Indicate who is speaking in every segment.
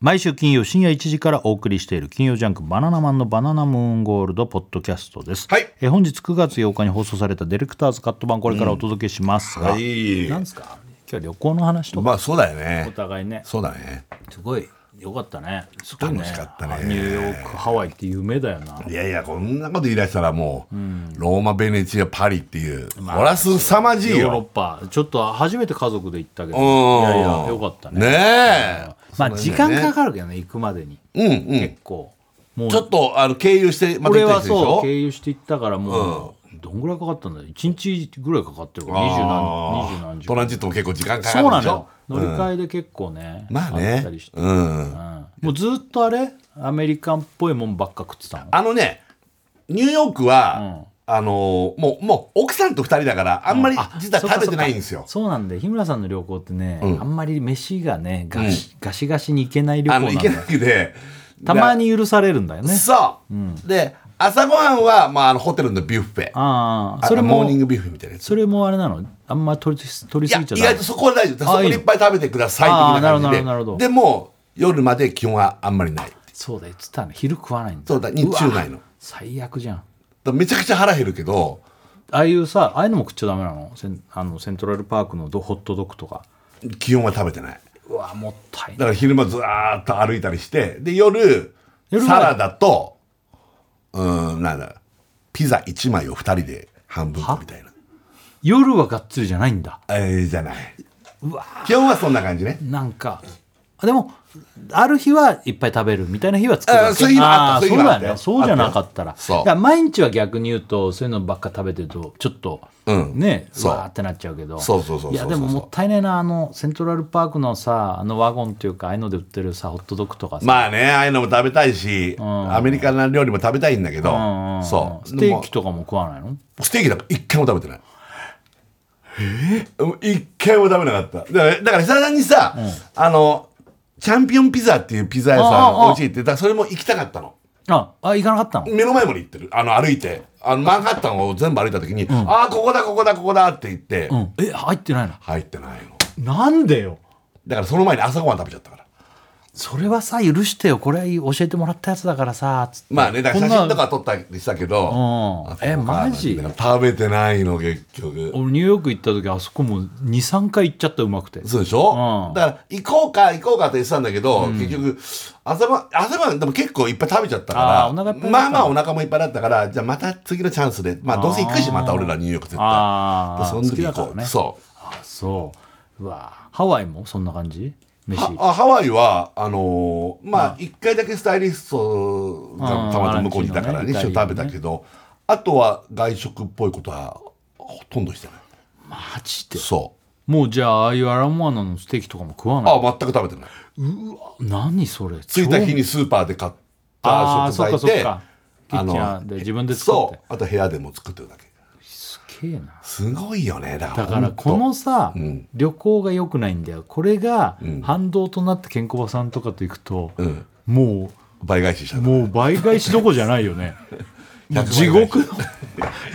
Speaker 1: 毎週金曜深夜1時からお送りしている金曜ジャンクバナナマンのバナナムーンゴールドポッドキャストです。
Speaker 2: はい
Speaker 1: えー本日9月8日に放送されたディレクターズカット版これからお届けしますが、
Speaker 2: はい
Speaker 1: なんですか今日旅行の話とか
Speaker 2: まあそうだよ
Speaker 1: お
Speaker 2: ね
Speaker 1: 互いね
Speaker 2: そうだね
Speaker 1: すごい良かったね。すごい
Speaker 2: 楽しかったね
Speaker 1: あニューヨーク、ハワイって夢だよな。
Speaker 2: いやいやこんなこと言い出したらもう、ローマベネチアパリっていう、これはすさまじい
Speaker 1: ヨーロッ
Speaker 2: よ
Speaker 1: パちょっと初めて家族で行ったけど
Speaker 2: うん
Speaker 1: いやいやよかったね
Speaker 2: ねえ
Speaker 1: まあ時間かかるけどね行くまでに
Speaker 2: うんうん
Speaker 1: 結構もう
Speaker 2: ちょっとあの経由してまた
Speaker 1: 俺
Speaker 2: 行った
Speaker 1: は
Speaker 2: りするでし
Speaker 1: そう
Speaker 2: ょ
Speaker 1: 経由して行ったからもう、どんぐらいかかったんだよ1日ぐらいかかってるから二十何
Speaker 2: あ
Speaker 1: 二十
Speaker 2: ート
Speaker 1: 何時間
Speaker 2: ランジットも結構時間かか
Speaker 1: そう
Speaker 2: る
Speaker 1: な
Speaker 2: で
Speaker 1: の
Speaker 2: しょ
Speaker 1: よ乗り換えで結構ね、
Speaker 2: まあ
Speaker 1: った
Speaker 2: ね
Speaker 1: りして、
Speaker 2: うん
Speaker 1: うんもうずっとあれアメリカンっぽいもんばっか食ってたの
Speaker 2: あのね、ニューヨークは、あのーもう、もう、奥さんと二人だから、あんまり実は
Speaker 1: そっか
Speaker 2: 食べてないんですよ。
Speaker 1: そっかそうなんで日村さんの旅行ってね、あんまり飯がねガシ,、ガシガシに行けない旅
Speaker 2: あの、
Speaker 1: 行な
Speaker 2: 行
Speaker 1: んだ
Speaker 2: け
Speaker 1: よ
Speaker 2: なくて。
Speaker 1: たま
Speaker 2: に。
Speaker 1: に許されるんだよね
Speaker 2: そう、で、朝ごはんは、まあ、あの、ホテルのビュッフェ。
Speaker 1: ああ
Speaker 2: そ
Speaker 1: そ
Speaker 2: れ
Speaker 1: れ
Speaker 2: モ
Speaker 1: も
Speaker 2: ーニングビュッフェみたいなやつ。
Speaker 1: それもあれなのあんま取りす取
Speaker 2: い
Speaker 1: り
Speaker 2: や、
Speaker 1: すぎ
Speaker 2: 意
Speaker 1: ちゃダ
Speaker 2: 外
Speaker 1: メ
Speaker 2: とそこは大丈夫。そこ
Speaker 1: あいい
Speaker 2: にいっぱい食べてください、的な感じ
Speaker 1: あーなるほどなるほど
Speaker 2: で。でも、夜まで気温はあんまりない。
Speaker 1: そうだ言ってたね昼食わないんだ
Speaker 2: そうだ日中ないの
Speaker 1: うわ最悪じゃん
Speaker 2: だめちゃくちゃ腹減るけど、
Speaker 1: ああいうさああいうのも食っちゃダメなのセンあのセントラルパークのドホットドッグとか
Speaker 2: 気温は食べてない。
Speaker 1: うわもったい
Speaker 2: だか
Speaker 1: ない
Speaker 2: ら昼間ずーっと歩いたりして、で、夜、
Speaker 1: 夜は
Speaker 2: サラダと、うーん、なんだ、ピザ1枚を2人で半分みたいな。
Speaker 1: 夜はがっつりじゃないんだ
Speaker 2: えー、じゃない。
Speaker 1: うわ
Speaker 2: 基本はそんな感じね。
Speaker 1: なんかあでもある日はいっぱい食べるみたいな日は作るわけ
Speaker 2: あそういう日もあった
Speaker 1: ー
Speaker 2: そうい
Speaker 1: そうう
Speaker 2: 日もあっ
Speaker 1: だよ
Speaker 2: たよ
Speaker 1: ねそうじゃなかったら
Speaker 2: あったよそう
Speaker 1: だから毎日は逆に言うとそういうのばっか食べてるとちょっと、
Speaker 2: うん
Speaker 1: ね
Speaker 2: そう
Speaker 1: わーってなっちゃうけど
Speaker 2: そうそうそうそうそう
Speaker 1: やでももったいないなあのセントラルパークのさあのワゴンっていうかああいうので売ってるさホットドッグとかさ、
Speaker 2: まあね、ああいうのも食べたいし、アメリカの料理も食べたいんだけど、
Speaker 1: うん
Speaker 2: そう。
Speaker 1: ステーキ
Speaker 2: と。
Speaker 1: とかも食わないの
Speaker 2: ステーキなんか一回も食べてない。え一回も食べなかった。だから、だから久々にさ、あの、チャンピオンピザっていうピザ屋さんが美味しいって、だからそれも行きたかったの。
Speaker 1: ああ行かなかったの
Speaker 2: 目の前まで行ってるあの歩いてあのマンハッタンを全部歩いた時に「ああここだここだここだ」って言って、
Speaker 1: うんえ入ってないの
Speaker 2: 入ってないの
Speaker 1: なんでよ
Speaker 2: だからその前に朝ごはん食べちゃったから
Speaker 1: それはさ許してよこれ教えてもらったやつだからさつって
Speaker 2: まあねだから
Speaker 1: こ
Speaker 2: 写
Speaker 1: んな
Speaker 2: 真とか撮ったりしたけど
Speaker 1: うん
Speaker 2: あ
Speaker 1: えマジ
Speaker 2: だから食べてないの結局
Speaker 1: 俺ニューヨーク行った時あそこも23回行っちゃったうまくて
Speaker 2: そうでしょ、
Speaker 1: うん
Speaker 2: だから行こうか行こうかって言ってたんだけど、結局朝ごはん朝ごはんでも結構いっぱい食べちゃったから
Speaker 1: あーお腹いっぱいだった
Speaker 2: まあまあお腹もいっぱいだったからじゃあまた次のチャンスでまあどうせ行くしまた俺らニューヨーク絶対
Speaker 1: あー
Speaker 2: でその時行
Speaker 1: 好きだ
Speaker 2: こ
Speaker 1: か
Speaker 2: う、
Speaker 1: らね
Speaker 2: そう
Speaker 1: あそううわハワイもそんな感じ飯
Speaker 2: はあハワイはあのーまあ一回だけスタイリストがたまたま向こうにいたから
Speaker 1: うん
Speaker 2: ね一緒に食べたけどあとは外食っぽいことはほとんどしてない
Speaker 1: マジで
Speaker 2: そう
Speaker 1: もうじゃあああいうアラモアナのステーキとかも食わない
Speaker 2: あ全く食べてないう
Speaker 1: わ何それ
Speaker 2: 着いた日
Speaker 1: に
Speaker 2: にスーパーで買った
Speaker 1: あー
Speaker 2: 食
Speaker 1: そっ
Speaker 2: 材
Speaker 1: かそっ
Speaker 2: で
Speaker 1: かキッチンで自分で作って
Speaker 2: そうあと部屋でも作ってるだけ
Speaker 1: すげえな
Speaker 2: すごいよねだから
Speaker 1: だから
Speaker 2: ほんと
Speaker 1: このさ、
Speaker 2: ん
Speaker 1: 旅行が良くないんだよこれが反動となってケンコバさんとかと行くと、
Speaker 2: うん
Speaker 1: も
Speaker 2: 倍返しした
Speaker 1: う
Speaker 2: な
Speaker 1: もう倍返しどこじゃないよね もう地獄の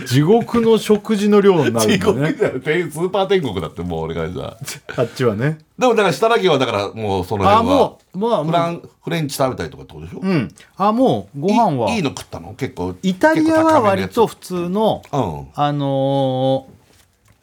Speaker 1: 地獄の食事の量になる
Speaker 2: 地
Speaker 1: んだ
Speaker 2: 獄
Speaker 1: ね
Speaker 2: じゃんスーパー天国だってもう俺がさ
Speaker 1: あっちはね
Speaker 2: でもだから設楽家はだからもうその
Speaker 1: あ
Speaker 2: 辺は
Speaker 1: もうまあ
Speaker 2: フラ
Speaker 1: もう
Speaker 2: ンフレンチ食べたりとかってことでしょ、
Speaker 1: うんあもうご飯はい
Speaker 2: いいの食ったの結構
Speaker 1: イタリアは割と
Speaker 2: 結
Speaker 1: 普通の、
Speaker 2: 構高めのやつ
Speaker 1: あの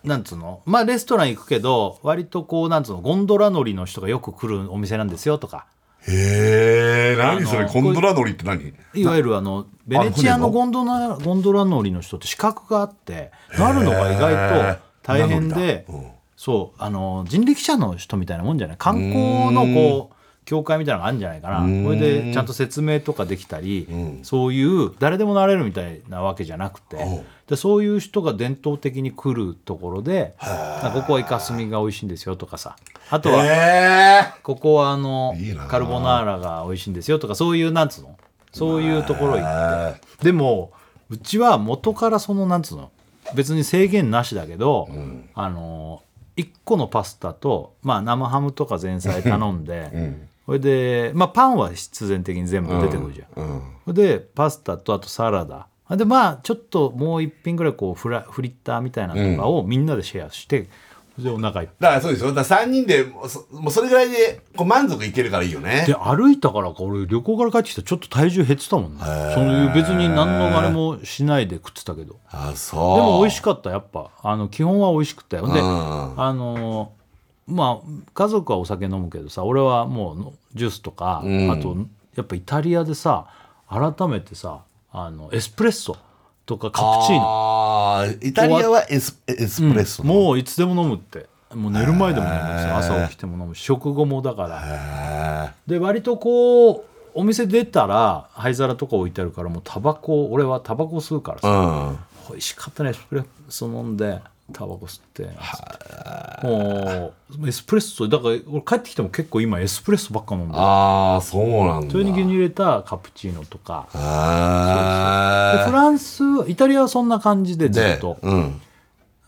Speaker 1: ーなんつうのまあレストラン行くけど割とこうなんつうのゴンドラ乗りの人がよく来るお店なんですよとか
Speaker 2: うんへえ何そ
Speaker 1: あ
Speaker 2: れ
Speaker 1: の
Speaker 2: コンドラ乗りって何
Speaker 1: いわゆるあのベネチアのゴンドラゴンドラ乗りの人って資格があってなるのが意外と大変で、
Speaker 2: 船乗りだうん
Speaker 1: そうあの人力車の人みたいなもんじゃない観光のこう協会みたいなのがあるんじゃないかなこれでちゃんと説明とかできたり、そういう誰でもなれるみたいなわけじゃなくて
Speaker 2: おう
Speaker 1: でそういう人が伝統的に来るところでなんかここはイカスミが美味しいんですよとかさあとは
Speaker 2: へ
Speaker 1: ここはあの
Speaker 2: いいなあ
Speaker 1: カルボナーラが美味しいんですよとかそういうなんつうのそういうところ行っ
Speaker 2: え
Speaker 1: てでもうちは元からそのなんつうの別に制限なしだけど、あの1個のパスタと、まあ、生ハムとか前菜頼んで、それで、まあ、パンは必然的に全部出てくるじゃん、
Speaker 2: うん
Speaker 1: それでパスタとあとサラダでまあちょっともう一品ぐらいこうフラフリッターみたいなのとかをみんなでシェアして、それでお腹いっぱ
Speaker 2: だからそうでしょだから3人でもうそもうそれぐらいでこう満足いけるからいいよね
Speaker 1: いで歩いたからか俺旅行から帰ってきたらちょっと体重減ってたもんねそういう別に何のあれもしないで食ってたけど
Speaker 2: あそう
Speaker 1: でも美味
Speaker 2: し
Speaker 1: しかったやっぱあの基本は美味しくてほんで、
Speaker 2: うん
Speaker 1: あのーまあ家族はお酒飲むけどさ俺はもうのジュースとか、あとやっぱイタリアでさ改めてさあのエスプレッソとかカプチーノ
Speaker 2: あーイタリアはエスエスプレッソ、う
Speaker 1: もういつでも飲むってもう寝る前でも飲むし朝起きても飲むし食後もだからで割とこうお店出たら灰皿とか置いてあるからもうタバコ俺はタバコ吸うからさ
Speaker 2: うん
Speaker 1: 美味しかったねエスプレッソ飲んでタバコ吸ってもうエスプレッソだから俺帰ってきても結構今エスプレッソばっか飲んでる
Speaker 2: ああそうなんだ
Speaker 1: それに牛乳入れたカプチーノとかで
Speaker 2: あ
Speaker 1: フランスイタリアはそんな感じでずっと
Speaker 2: で、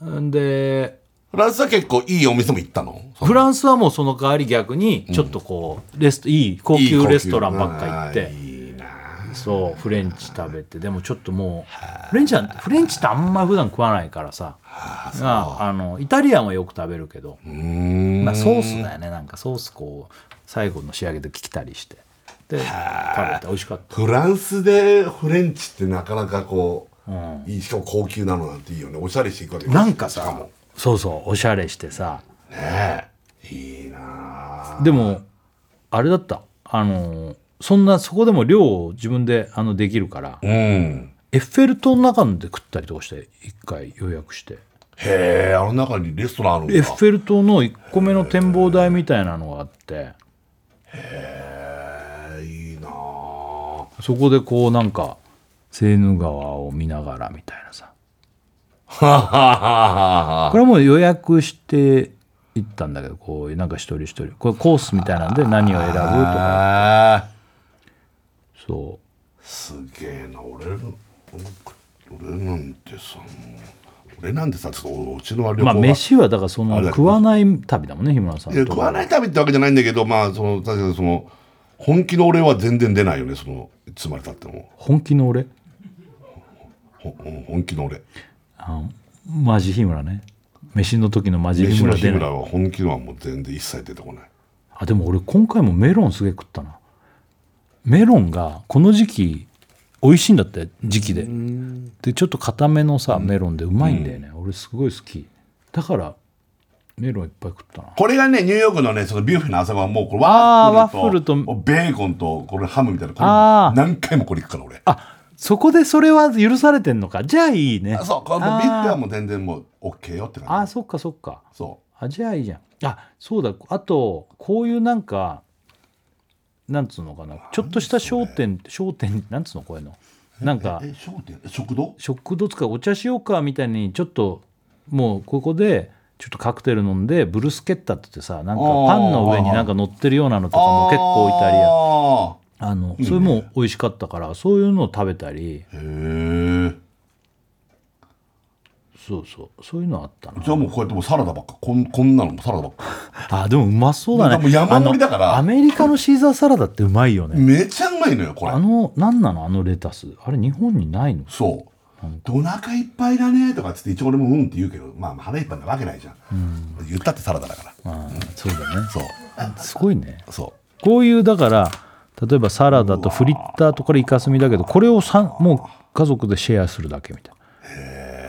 Speaker 2: うん、
Speaker 1: んで
Speaker 2: フランスは結構いいお店も行ったの
Speaker 1: フランスはもうその代わり逆にちょっとこう、レストいい高
Speaker 2: いい
Speaker 1: 級レストランばっか行っ
Speaker 2: あ
Speaker 1: て
Speaker 2: ーいいな
Speaker 1: そうフレンチ食べてでもちょっともうフレンチはフレンチってあんま普段食わないからさああのイタリアンはよく食べるけど、
Speaker 2: うーん
Speaker 1: まあ、ソースだよねなんかソースこう最後の仕上げで聞きたりしてで食べて美味しかった
Speaker 2: フランスでフレンチってなかなかこう、いいしかも高級なのなんていいよねおしゃれしていくわけ
Speaker 1: なんか
Speaker 2: しか
Speaker 1: さ
Speaker 2: も
Speaker 1: そうそうおしゃれしてさ
Speaker 2: ねえいいな
Speaker 1: でもあれだったあのそんなそこでも量を自分であのできるから
Speaker 2: うん
Speaker 1: エッフェル塔の中で食ったりとかして一回予約して
Speaker 2: へえあの中にレストランあるんだ
Speaker 1: エッフェル塔の1個目の展望台みたいなのがあって
Speaker 2: へえいいなは
Speaker 1: そこでこうなんかセーヌ川を見ながらみたいなさ
Speaker 2: ははは
Speaker 1: これはもう予約して行ったんだけどこうなんか一人一人これコースみたいなんで何を選ぶとか
Speaker 2: は
Speaker 1: そ
Speaker 2: すげえな俺の俺なんてさもう俺なんてさちょっとうちのは旅行
Speaker 1: うま
Speaker 2: が、
Speaker 1: あ飯はだからそ
Speaker 2: あ
Speaker 1: の
Speaker 2: れだけ
Speaker 1: 食
Speaker 2: ど
Speaker 1: わない旅だもんね日村さん
Speaker 2: いや食わない旅ってわけじゃないんだけどまあその確かにその本気の俺は全然出ないよねそのいつまでたっても
Speaker 1: 本気の俺
Speaker 2: ほほ本気の俺
Speaker 1: あマジ日村ね飯の時のマジ日
Speaker 2: 飯の
Speaker 1: 村
Speaker 2: 日
Speaker 1: 出ない
Speaker 2: 村は本気のはもう全然一切出てこない
Speaker 1: あでも俺今回もメロンすげえ食ったなメロンがこの時期美味しいんだって時期ででちょっと固めのさメロンでうまいんだよね、俺すごい好きだからメロンいっぱい食ったな
Speaker 2: これがねニューヨークのねそのビュッフェの朝ごはんもうこれ
Speaker 1: あー
Speaker 2: ワッフルと
Speaker 1: ワッフル
Speaker 2: ベーコンとこれハムみたいなこれ
Speaker 1: あー
Speaker 2: 何回もこれ行くから俺
Speaker 1: あそこでそれは許されてんのかじゃあいいね
Speaker 2: あそうこのビュッフェはもう全然もう OK よって
Speaker 1: あ
Speaker 2: 感
Speaker 1: あ
Speaker 2: じ
Speaker 1: そっかそっか
Speaker 2: そ
Speaker 1: あじゃあいいじゃんあそうだあとこういうなんかなんつうのかなちょっとした商店商店なんつうのこうい うのなん
Speaker 2: う
Speaker 1: か
Speaker 2: え商店食堂
Speaker 1: 食堂つかお茶しようかみたいにちょっともうここでちょっとカクテル飲んでブルスケッタって言ってさなんか
Speaker 2: あー
Speaker 1: パンの上になんか乗ってるようなのとかも結構イタリアあのそれも美味しかったからそういうのを食べたり
Speaker 2: タリアへえ
Speaker 1: そうそうそういうのあったな
Speaker 2: じゃあもうこうやってもうサラダばっかこんこんなのもサラダばっか
Speaker 1: あでもうまそうだね
Speaker 2: なんかもう山盛りだから
Speaker 1: あのアメリカのシーザーサラダってうまいよね
Speaker 2: めちゃうまいのよこれ
Speaker 1: あの何なのあのレタスあれ日本にないの
Speaker 2: そうでお腹いっぱいだねとかっつって一応俺もうんって言うけどまあ腹いっぱいなわけないじゃん、言ったってサラダだから
Speaker 1: あーそうだね
Speaker 2: そう
Speaker 1: すごいね
Speaker 2: そ
Speaker 1: こういうだから例えばサラダとフリッターとこれイカスミだけどこれをさんもう家族でシェアするだけみたい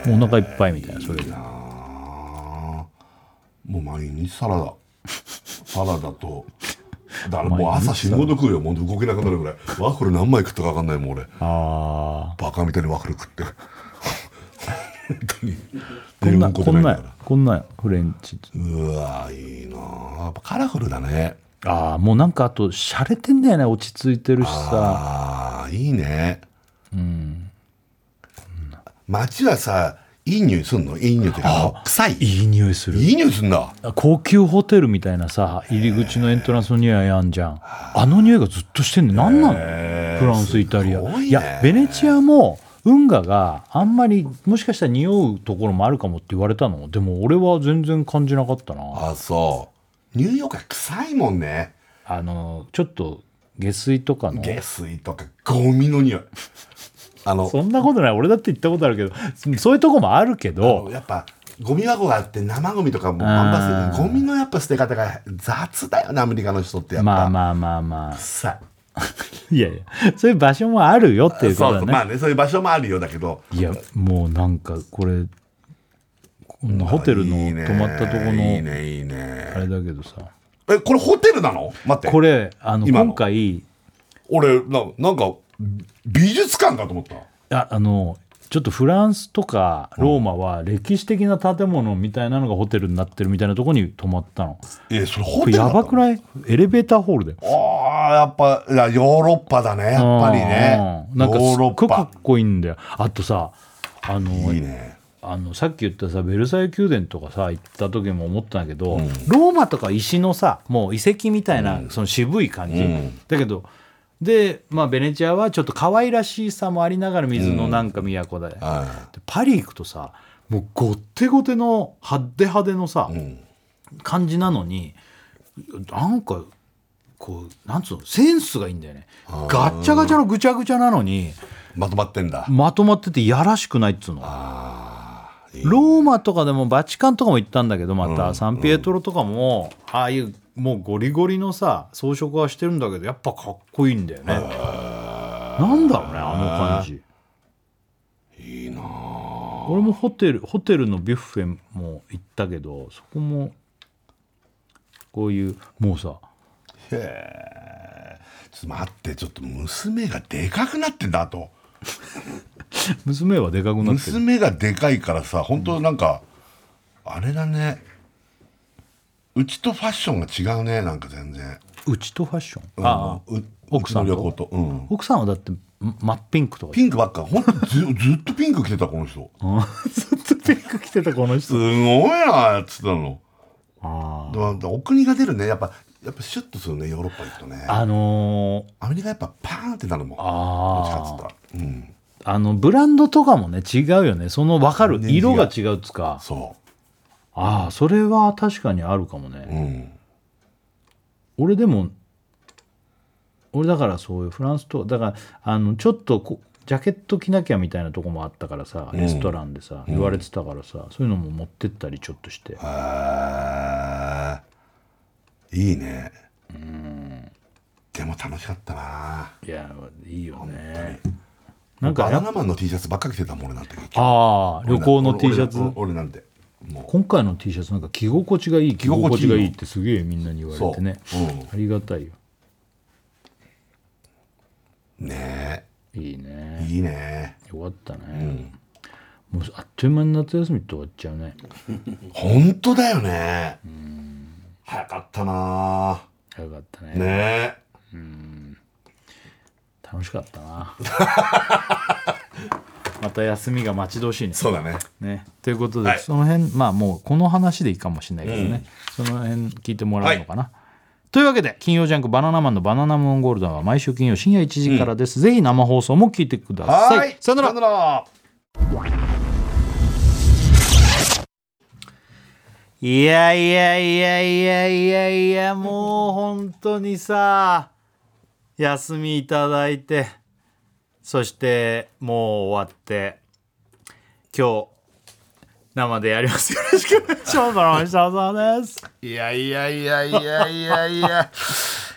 Speaker 1: なもうお腹いっぱいみたいなそれで
Speaker 2: うあーもう毎日サラダ サラダとだからもう朝死ぬほど食うよもう動けなくなるぐらいワッフル何枚食ったか分かんないもう俺
Speaker 1: あ
Speaker 2: バカみたいにワッフル食って 本当に
Speaker 1: こんな
Speaker 2: 寝る
Speaker 1: こん
Speaker 2: な
Speaker 1: ないんこんなんフレンチ
Speaker 2: うわーいいなーやっぱカラフルだね
Speaker 1: ああもうなんかあと洒落てんだよね落ち着いてるしさ
Speaker 2: ああいいねうん街はさいい匂いすんのいい匂いっていうかあの臭い
Speaker 1: いい匂いする
Speaker 2: いい匂いすんだ
Speaker 1: 高級ホテルみたいなさ入り口のエントランスの匂いあんじゃんあの匂いがずっとしてんねなんなの
Speaker 2: へー
Speaker 1: フランスイタリア
Speaker 2: すごいね
Speaker 1: いやベネチアも運河があんまりもしかしたら匂うところもあるかもって言われたのでも俺は全然感じなかったな
Speaker 2: あそうニューヨークは臭いもんね
Speaker 1: あのちょっと下水とかの
Speaker 2: 下水とかゴミの匂いあの
Speaker 1: そんなことない俺だって行ったことあるけどそういうとこもあるけど
Speaker 2: やっぱゴミ箱があって生ゴミとかもバンバン捨ててゴミのやっぱ捨て方が雑だよねアメリカの人ってやっぱ、
Speaker 1: まあまあまあまあ
Speaker 2: さ
Speaker 1: いやいやそういう場所もあるよっ
Speaker 2: そ
Speaker 1: ていううことだ
Speaker 2: そう
Speaker 1: ね
Speaker 2: まあねそういう場所もあるようだけど
Speaker 1: いやもうなんかこれこんなホテルの
Speaker 2: いいね
Speaker 1: 泊まったとこ
Speaker 2: いい
Speaker 1: の
Speaker 2: ねいいね
Speaker 1: あれだけどさ
Speaker 2: えこれホテルなの待って
Speaker 1: これあの
Speaker 2: 今の
Speaker 1: 今回
Speaker 2: 俺ななんか美術館かと思った
Speaker 1: ああのちょっとフランスとかローマは歴史的な建物みたいなのがホテルになってるみたいなとこに泊まったの
Speaker 2: えそれホ
Speaker 1: こ
Speaker 2: テ
Speaker 1: れ
Speaker 2: ルだ
Speaker 1: や
Speaker 2: ったの
Speaker 1: ばくないエレベーターホールだよ
Speaker 2: ああやっぱいやヨーロッパだねやっぱりね
Speaker 1: うんなんか
Speaker 2: ヨ
Speaker 1: す
Speaker 2: ー
Speaker 1: っ
Speaker 2: ロ
Speaker 1: ご
Speaker 2: ッ
Speaker 1: くか
Speaker 2: パ
Speaker 1: っこいいんだよあとさあの
Speaker 2: いいね
Speaker 1: あのさっき言ったさベルサイユ宮殿とかさ行った時も思ったんだけど、ローマとか石のさもう遺跡みたいな、その渋い感じ、
Speaker 2: うん
Speaker 1: だけどで、まあ、ベネチアはちょっと可愛らしさもありながら水のなんか都だよ、
Speaker 2: は
Speaker 1: でパリ行くとさもうごってごての派手派手のさ、
Speaker 2: いうん
Speaker 1: 感じなのになんかこうなんつうのセンスがいいんだよねガッチャガチャのぐちゃぐちゃなのに
Speaker 2: まとまってんだ
Speaker 1: まとまっててやらしくないっつうの
Speaker 2: あーいい
Speaker 1: ローマとかでもバチカンとかも行ったんだけどまた、サンピエトロとかもああいうもうゴリゴリのさ装飾はしてるんだけどやっぱかっこいいんだよねなんだろうねあの感じいいな俺もホテルホテルのビュッフェも行ったけどそこもこういうもうさ
Speaker 2: へーちょっと待ってちょっと娘がでかくなってんだあと
Speaker 1: 娘はでかくなってる
Speaker 2: 娘がでかいからさ本当なんか、あれだねうちとファッションが違うねなんか全然
Speaker 1: うちとファッション、
Speaker 2: うん
Speaker 1: ああ
Speaker 2: う
Speaker 1: 奥さん
Speaker 2: う
Speaker 1: と
Speaker 2: ちの旅行と、うん、
Speaker 1: 奥さんはだってん真っピンクとか
Speaker 2: ピンクばっかほんとずずっとピンク着てたこの人
Speaker 1: うんずっとピンク着てたこの
Speaker 2: す
Speaker 1: 人
Speaker 2: ごいなっつってたの
Speaker 1: あ
Speaker 2: でもお国が出るねやっぱやっぱシュッとするねヨーロッパ行くとね
Speaker 1: あの
Speaker 2: アメリカやっぱパーンってなるもんどっちかっつ
Speaker 1: あ
Speaker 2: っ
Speaker 1: ー
Speaker 2: たらうん
Speaker 1: あのブランドとかもね違うよねその分かる
Speaker 2: 全然違う
Speaker 1: 色が違うっつか
Speaker 2: そ
Speaker 1: ああそれは確かにあるかもね
Speaker 2: ううん
Speaker 1: 俺でも俺だからそういうフランスとだからあのちょっとこジャケット着なきゃみたいなとこもあったからさレストランでさ、言われてたからさそういうのも持ってったりちょっとして
Speaker 2: へーいいねでも楽しかったない
Speaker 1: やいいよねなんか
Speaker 2: バ
Speaker 1: や
Speaker 2: ナ
Speaker 1: っぱ
Speaker 2: ナマンの T シャツばっか着てたもん俺なんて
Speaker 1: ああ旅行の T シャツ
Speaker 2: 俺俺なんても
Speaker 1: 今回の T シャツなんか着心地がいい着心
Speaker 2: 心地い
Speaker 1: 地
Speaker 2: いよ
Speaker 1: がいいってすげえみんなに言われてね、
Speaker 2: そううん
Speaker 1: ありがたいよ
Speaker 2: うね
Speaker 1: いい
Speaker 2: え
Speaker 1: ね
Speaker 2: いいね
Speaker 1: よかったね、もうあっという間に夏休みって終わっちゃうね
Speaker 2: 本当だよね早かったな
Speaker 1: よかったね
Speaker 2: ね
Speaker 1: 楽しかったな また休みが待ち遠しいね
Speaker 2: そうだね
Speaker 1: ねということで、
Speaker 2: はい
Speaker 1: その辺まあもうこの話でいいかもしれないけどね、その辺聞いてもらうのかな、というわけで金曜ジャンク「バナナマンのバナナムーンゴールドン」は毎週金曜深夜1時からです、ぜひ生放送も聞いてください
Speaker 2: はい
Speaker 1: さよなら
Speaker 2: さよなら
Speaker 1: いやいやいやいやいやいやもう本当にさ休みいただいてそしてもう終わって今日生でやりますよろしくお願いしますバナナマン設楽さんです
Speaker 2: いやいやいやいやいやいや
Speaker 1: あ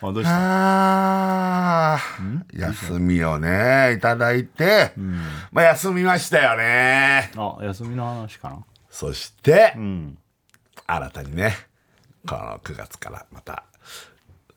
Speaker 1: どうした
Speaker 2: あー休みをねいただいて、まあ休みましたよね
Speaker 1: あ休みの話かな
Speaker 2: そして、
Speaker 1: うん
Speaker 2: 新たにねこの9月からまた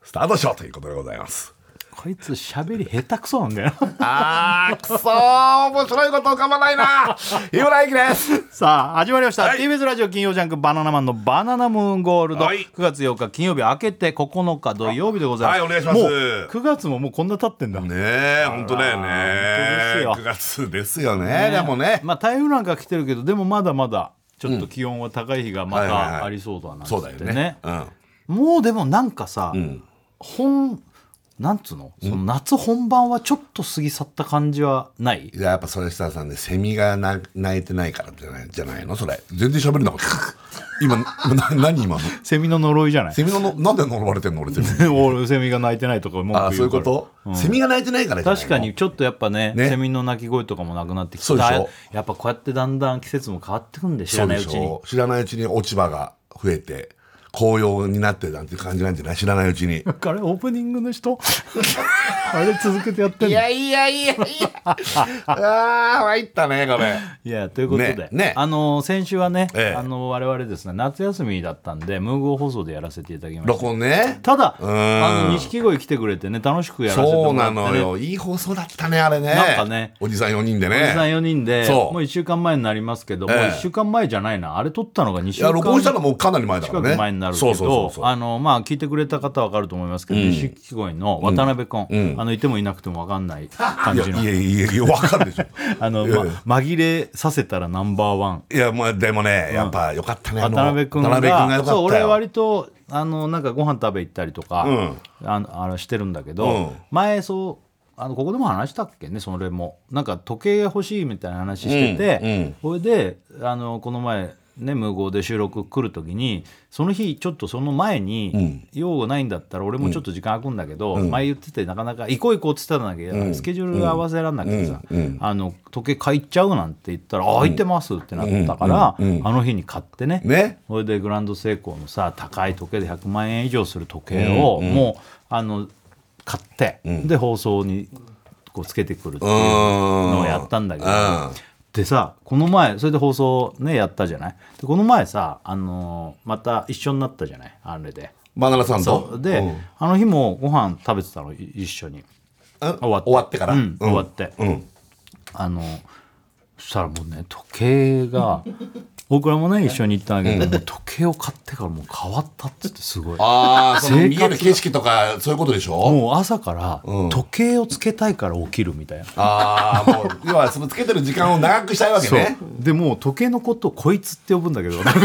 Speaker 2: スタートしようということでございます
Speaker 1: こいつ喋り下手くそなんだよ
Speaker 2: あーくそー面白いこと浮かばない な井村駅です
Speaker 1: さあ始まりました、
Speaker 2: はい
Speaker 1: TBS ラジオ金曜ジャンク「バナナマンのバナナムーンゴールド」
Speaker 2: はい
Speaker 1: 9月8日金曜日明けて9日土曜日でござい
Speaker 2: はいお
Speaker 1: ます
Speaker 2: 願いします
Speaker 1: もう9月ももうこんな経ってんだ、
Speaker 2: ねえ本当だよね
Speaker 1: 本当
Speaker 2: 9月ですよねでもね
Speaker 1: まあ台風なんか来てるけどでもまだまだちょっと気温は高い日がま
Speaker 2: はいはいはい
Speaker 1: たありそうだなっつ
Speaker 2: そうだ
Speaker 1: っ
Speaker 2: よ
Speaker 1: て
Speaker 2: ね
Speaker 1: ね
Speaker 2: うん
Speaker 1: もうでもなんかさ、
Speaker 2: ん
Speaker 1: 本なんつうのその夏本番はちょっと過ぎ去った感じはない
Speaker 2: いややっぱそれ設楽さんねセミがな鳴いてないからじゃないじゃないのそれ全然喋れなかった今な何今の
Speaker 1: セミの呪いじゃない
Speaker 2: セミののなんで呪われてんの俺セミ
Speaker 1: 俺セミが鳴いてないとか文句言うから
Speaker 2: あそういうこと、セミが鳴いてないからじゃないの
Speaker 1: 確かにちょっとやっぱね
Speaker 2: ね
Speaker 1: セミの鳴き声とかもなくなってき
Speaker 2: そうでしょ
Speaker 1: たやっぱこうやってだんだん季節も変わってくんで知らないうちに
Speaker 2: そうでしょ知らないうちに落ち葉が増えて紅葉になってなんて感じなんじゃない知らないうち に
Speaker 1: あれオープニングの 人あれ続けてやってんのい
Speaker 2: やいやいやいやああ参ったねこれ
Speaker 1: やということで、
Speaker 2: ねね
Speaker 1: あの先週はね、
Speaker 2: ええ
Speaker 1: あの我々ですね夏休みだったんでムーグ放送でやらせていただきました
Speaker 2: 録音ね
Speaker 1: ただ
Speaker 2: ん
Speaker 1: あの錦鯉来てくれてね楽しくやらせて
Speaker 2: そう
Speaker 1: もら
Speaker 2: な
Speaker 1: って、ね、
Speaker 2: のよいい放送だったねあれね
Speaker 1: なんかね
Speaker 2: おじさん4人でね
Speaker 1: おじさん4人で
Speaker 2: そう
Speaker 1: もう1週間前になりますけど、
Speaker 2: ええ
Speaker 1: もう1週間前じゃないなあれ撮ったのが2
Speaker 2: い
Speaker 1: 週
Speaker 2: や
Speaker 1: 間
Speaker 2: 録音したのもうかなり前だから
Speaker 1: 近
Speaker 2: ね
Speaker 1: く前になるけ
Speaker 2: そうそうそう
Speaker 1: ど
Speaker 2: そう
Speaker 1: あのまあ聞いてくれた方は分かると思いますけど錦鯉、の渡辺君、
Speaker 2: うん
Speaker 1: あのいてもいなくても分かんない感
Speaker 2: い
Speaker 1: じ
Speaker 2: や
Speaker 1: の
Speaker 2: いやいやいやわかるでしょ
Speaker 1: あの、ま紛れさせたらナンバーワン
Speaker 2: いやまあでもねやっぱよかったねあの
Speaker 1: 渡辺君
Speaker 2: 渡
Speaker 1: が
Speaker 2: 辺君がよかったよ
Speaker 1: そう俺割とあのなんかご飯食べ行ったりとか、あのあのしてるんだけど、
Speaker 2: うん
Speaker 1: 前そうあのここでも話したっけねそれもなんか時計が欲しいみたいな話してて、それであのこの前ね、無言で収録来る時にその日ちょっとその前に、用がないんだったら俺もちょっと時間空くんだけど、前言っててなかなか行こう行こうって言ってたんだけど、スケジュールが合わせらんなくてさ、あの時計買いっちゃうなんて言ったら「あ空いてます」ってなったから、あの日に買ってね
Speaker 2: ね
Speaker 1: それでグランドセイコーのさ高い時計で100万円以上する時計をもうあの買って、で放送にこうつけてくるっていうのをやったんだけ
Speaker 2: う
Speaker 1: ど、
Speaker 2: ん
Speaker 1: でさこの前それで放送ねやったじゃないでこの前さ、あのーまた一緒になったじゃないあれで。
Speaker 2: バナナさん
Speaker 1: そ
Speaker 2: と
Speaker 1: うで、
Speaker 2: ん
Speaker 1: あの日もご飯食べてたのい一緒に
Speaker 2: あ
Speaker 1: 終わって
Speaker 2: 終わってから、
Speaker 1: うん
Speaker 2: うん
Speaker 1: 終わって、
Speaker 2: ん
Speaker 1: あのそしたらもうね時 計が僕らもね一緒に行ったんだけど、もう時計を買ってからもう変わったっつってすごい
Speaker 2: ああその
Speaker 1: 生活
Speaker 2: 見える景色とかそういうことでしょ
Speaker 1: もう朝から時計をつけたいから起きるみたいな、
Speaker 2: ああもう要はそのつけてる時間を長くしたいわけね
Speaker 1: そうでもう時計のことをこいつって呼ぶんだけ どなんか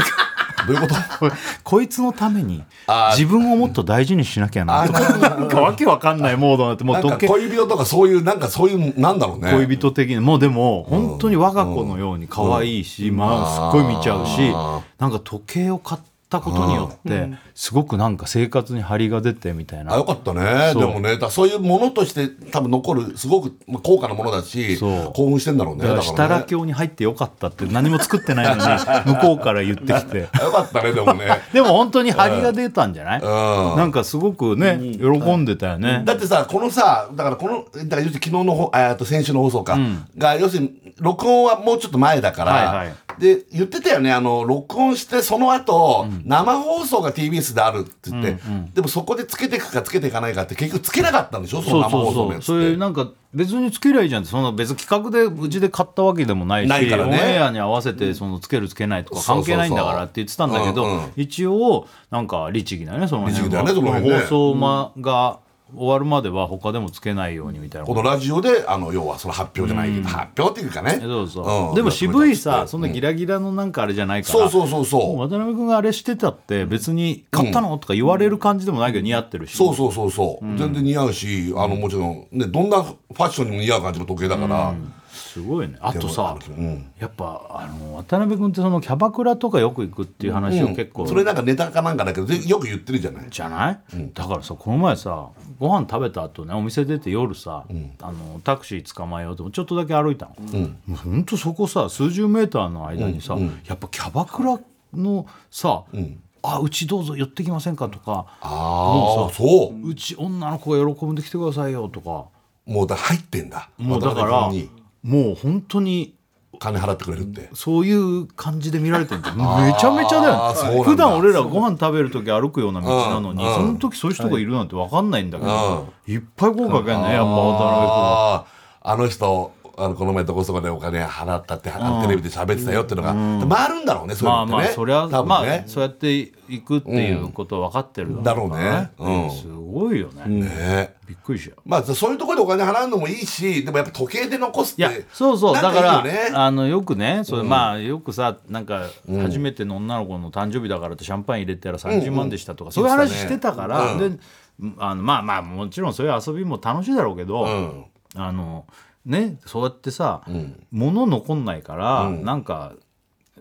Speaker 2: どういうこと
Speaker 1: これこいつのために
Speaker 2: あー
Speaker 1: 自分をもっと大事にしなきゃなと
Speaker 2: あ
Speaker 1: か
Speaker 2: ー
Speaker 1: なんかわけわかんないモードになっても
Speaker 2: な
Speaker 1: うん
Speaker 2: か
Speaker 1: 時計
Speaker 2: 恋人とかそういうなんかそういうなんだろうね
Speaker 1: 恋人的にもうでも本当に我が子のように可愛いし、まあ、すっごい見ちゃうし
Speaker 2: あ
Speaker 1: なんか時計を買ったことによってすごくなんか生活に張りが出てみたい
Speaker 2: あよ
Speaker 1: な
Speaker 2: かったね
Speaker 1: そう
Speaker 2: でもねだからそういうものとして多分残るすごくまあ高価なものだし
Speaker 1: そう
Speaker 2: 興奮してんだろうね
Speaker 1: だから
Speaker 2: ね
Speaker 1: 設楽教に入ってよかったって何も作ってないのに向こうから言ってきて
Speaker 2: あよかったねでもね
Speaker 1: でも本当に張りが出たんじゃない
Speaker 2: うん
Speaker 1: なんかすごくね喜んでたよね
Speaker 2: だってさこのさだからこのだから要するに昨日のほあえっと先週の放送か、が要するに録音はもうちょっと前だから、
Speaker 1: はいはい
Speaker 2: で言ってたよねあの録音してその後、生放送が TBS であるって言って、でもそこでつけていくかつけていかないかって結局つけなかったんでしょそ
Speaker 1: そ
Speaker 2: の
Speaker 1: う
Speaker 2: 生
Speaker 1: そ
Speaker 2: 放
Speaker 1: う
Speaker 2: 送の
Speaker 1: そ
Speaker 2: や
Speaker 1: う
Speaker 2: つ
Speaker 1: そう
Speaker 2: っ
Speaker 1: い
Speaker 2: て
Speaker 1: うなんか別につけりゃいいじゃんってそんな別に企画でうちで買ったわけでもないし
Speaker 2: ないからね
Speaker 1: オンエアに合わせてそのつけるつけないとか関係ないんだからって言ってたんだけど、
Speaker 2: そうそうそううんうん
Speaker 1: 一応なんか律儀だねその
Speaker 2: 律
Speaker 1: 辺は
Speaker 2: 儀だねその辺ね
Speaker 1: 放送間が終わるまでは他でもつけないようにみたいな
Speaker 2: このラジオであの要はその発表じゃないけど、発表っていうかね
Speaker 1: そうそう、
Speaker 2: うん
Speaker 1: でも渋いさ
Speaker 2: そ
Speaker 1: そんなギラギラのなんかあれじゃないから、
Speaker 2: うそうそう
Speaker 1: も
Speaker 2: そう
Speaker 1: 渡辺君があれしてたって別に「買ったの?」とか言われる感じでもないけど似合ってるし
Speaker 2: うそうそうそうそう、全然似合うしあのもちろんねどんなファッションにも似合う感じの時計だから、
Speaker 1: すごいねあとさ、
Speaker 2: うん
Speaker 1: やっぱあの渡辺君ってそのキャバクラとかよく行くっていう話を結構、
Speaker 2: それなんかネタかなんかだけどでよく言ってるじゃない
Speaker 1: じゃない、だからさこの前さご飯食べた後ねお店出て夜さ、あのタクシー捕まえようと思ってちょっとだけ歩いたの、もうほんとそこさ数十メーターの間にさ、やっぱキャバクラのさ、あうちどうぞ寄ってきませんかとか
Speaker 2: ああそう
Speaker 1: うち女の子が喜んできてくださいよとか
Speaker 2: もうだ入ってんだ
Speaker 1: もうだから
Speaker 2: 渡辺君に
Speaker 1: もう本当に
Speaker 2: 金払ってくれるって
Speaker 1: そういう感じで見られてるんだよめちゃめちゃ
Speaker 2: あー
Speaker 1: だ
Speaker 2: そう
Speaker 1: よ、
Speaker 2: なんだ
Speaker 1: ね、普段俺らご飯食べる時歩くような道なのに、
Speaker 2: うんうん
Speaker 1: その時そういう人がいるなんて分かんないんだけど、
Speaker 2: う
Speaker 1: いっぱい豪華やねやっぱ渡
Speaker 2: あああの人あのこの前どこそこでお金払ったってあのテレビで喋ってたよっていうのが、回るんだろうねそういうのってね
Speaker 1: 辺君まあまあそりゃ、
Speaker 2: 多
Speaker 1: ま
Speaker 2: 分ね
Speaker 1: あ、そうやっていくっていうことは分かってる
Speaker 2: だろうねうん
Speaker 1: すごいよね、
Speaker 2: ね
Speaker 1: びっくりしちゃう
Speaker 2: まあそういうところでお金払うのもいいしでもやっぱ時計で残すって
Speaker 1: いやそうそう
Speaker 2: な
Speaker 1: だ
Speaker 2: んいい
Speaker 1: から
Speaker 2: よね
Speaker 1: あのよくねそれ、まあよくさなんか初めての女の子の誕生日だからってシャンパン入れたら30万でしたとか、そういう話してたから、であのまあまあもちろんそういう遊びも楽しいだろうけど、
Speaker 2: うん
Speaker 1: あのねそうやってさ、
Speaker 2: ん
Speaker 1: 物残んないから、なんか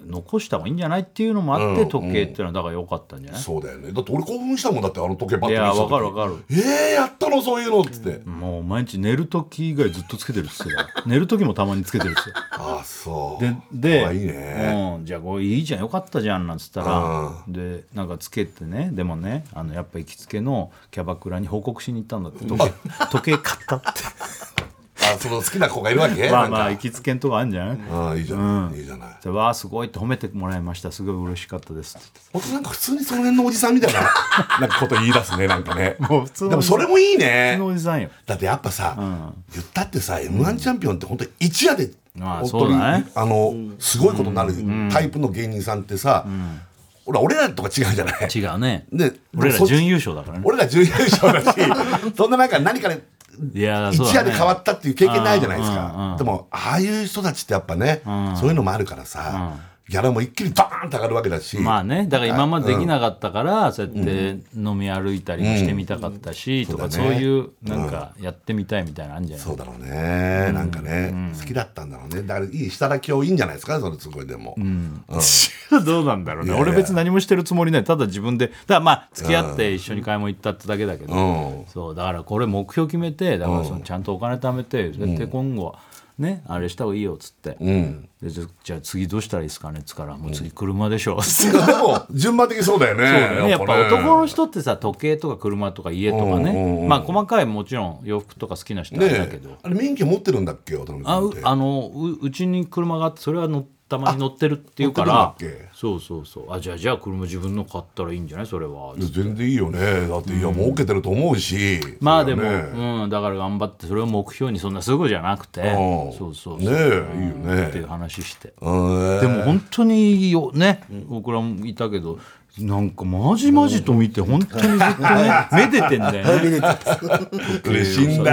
Speaker 1: 残した方がいいんじゃないっていうのもあって、
Speaker 2: うん
Speaker 1: 時計っていうのはだから良かったんじゃない、
Speaker 2: そうだよねだって俺興奮したもんだってあの時計バッ
Speaker 1: い
Speaker 2: テリー
Speaker 1: や
Speaker 2: した
Speaker 1: わ
Speaker 2: 時
Speaker 1: かるわかる
Speaker 2: えー、やったのそういうのっつって、
Speaker 1: もう毎日寝る時以外ずっとつけてるっすよ寝る時もたまにつけてるっすよ
Speaker 2: ああそう
Speaker 1: でで
Speaker 2: かわいいね
Speaker 1: うん、じゃあこれいいじゃんよかったじゃんなんつったらでなんかつけてねでもねあのやっぱ行きつけのキャバクラに報告しに行ったんだって時計時計買った って
Speaker 2: あその好きな子がいるわけ
Speaker 1: まあまあ
Speaker 2: なん
Speaker 1: 行
Speaker 2: か
Speaker 1: きつけんとこあるんじゃない
Speaker 2: ああいいじゃない、いいじゃない
Speaker 1: でわあすごいって褒めてもらいましたすごい嬉しかったですって
Speaker 2: 本当なんか普通にその辺のおじさんみたいななんかこと言い出すねなんかね
Speaker 1: もう普通の
Speaker 2: でもそれもいい
Speaker 1: 普
Speaker 2: ね
Speaker 1: 通のおじさんよ
Speaker 2: だってやっぱさ、言ったってさ m 1チャンピオンって本当に一夜で、
Speaker 1: まあ
Speaker 2: 本当に
Speaker 1: そうだね
Speaker 2: あの、すごいことになるタイプの芸人さんってさ、ほら俺らとか違うじゃない
Speaker 1: 違うね
Speaker 2: で
Speaker 1: 俺ら
Speaker 2: そっち
Speaker 1: 準優勝だからね
Speaker 2: 俺ら準優勝だ しそんななんか何かね
Speaker 1: いや
Speaker 2: 一
Speaker 1: そう
Speaker 2: 夜
Speaker 1: だ
Speaker 2: で
Speaker 1: ね
Speaker 2: 変わったっていう経験ないじゃないです
Speaker 1: うんうんう
Speaker 2: か
Speaker 1: ん
Speaker 2: でもああいう人たちってやっぱね、
Speaker 1: ん
Speaker 2: そういうのもあるからさ、ギャラも一気にバーンと上がるわけだし、
Speaker 1: まあねだから今までできなかったから、そうやって飲み歩いたりもしてみたかったし、とか
Speaker 2: そう
Speaker 1: そう,、
Speaker 2: だね
Speaker 1: いうなんかやってみたいみたいなのあるんじゃない、
Speaker 2: そうだろうね、なんかね、好きだったんだろうねだからいい下だけをいいんじゃないですかそれすごいでも、
Speaker 1: どうなんだろうね
Speaker 2: いやいや
Speaker 1: 俺別に何もしてるつもりないただ自分でだからまあ付き合って一緒に買い物行ったってだけだけど、
Speaker 2: うん
Speaker 1: そうだからこれ目標決めてだからそのちゃんとお金貯めて、そうやって今後ねあれした方がいいよっつって、
Speaker 2: うん
Speaker 1: でじゃじゃあ次どうしたらいいですかねっつうからもう次車でし ょ、
Speaker 2: でも順番的にそうだよね
Speaker 1: そうだね、やっぱ
Speaker 2: ね
Speaker 1: 男の人ってさ時計とか車とか家とか
Speaker 2: う
Speaker 1: ね、
Speaker 2: んうんうん
Speaker 1: まあ細かいもちろん洋服とか好きな人はあれだけ
Speaker 2: ね
Speaker 1: ど、
Speaker 2: えあれ免許持ってるんだっけ渡辺
Speaker 1: あ
Speaker 2: 君っ
Speaker 1: う
Speaker 2: て
Speaker 1: あのううちに車があってそれは乗ったまに乗ってるっていうから
Speaker 2: 乗ってるんだっけ
Speaker 1: そうそうそうあじゃあじゃあ車自分の買ったらいいんじゃないそれは、
Speaker 2: 全然いいよねだっていや儲けてると思うし
Speaker 1: まあでも、
Speaker 2: それはね
Speaker 1: うん、だから頑張ってそれを目標にそんなすぐじゃなくて
Speaker 2: うん
Speaker 1: そうそうそう
Speaker 2: ねえ
Speaker 1: うん
Speaker 2: いいよね
Speaker 1: っていう話して
Speaker 2: うん
Speaker 1: でも本当によね、僕らもいたけどなんかまじまじと見て本当にずっと ねめでてんだよね
Speaker 2: 嬉しいんだろうね
Speaker 1: 嬉しいん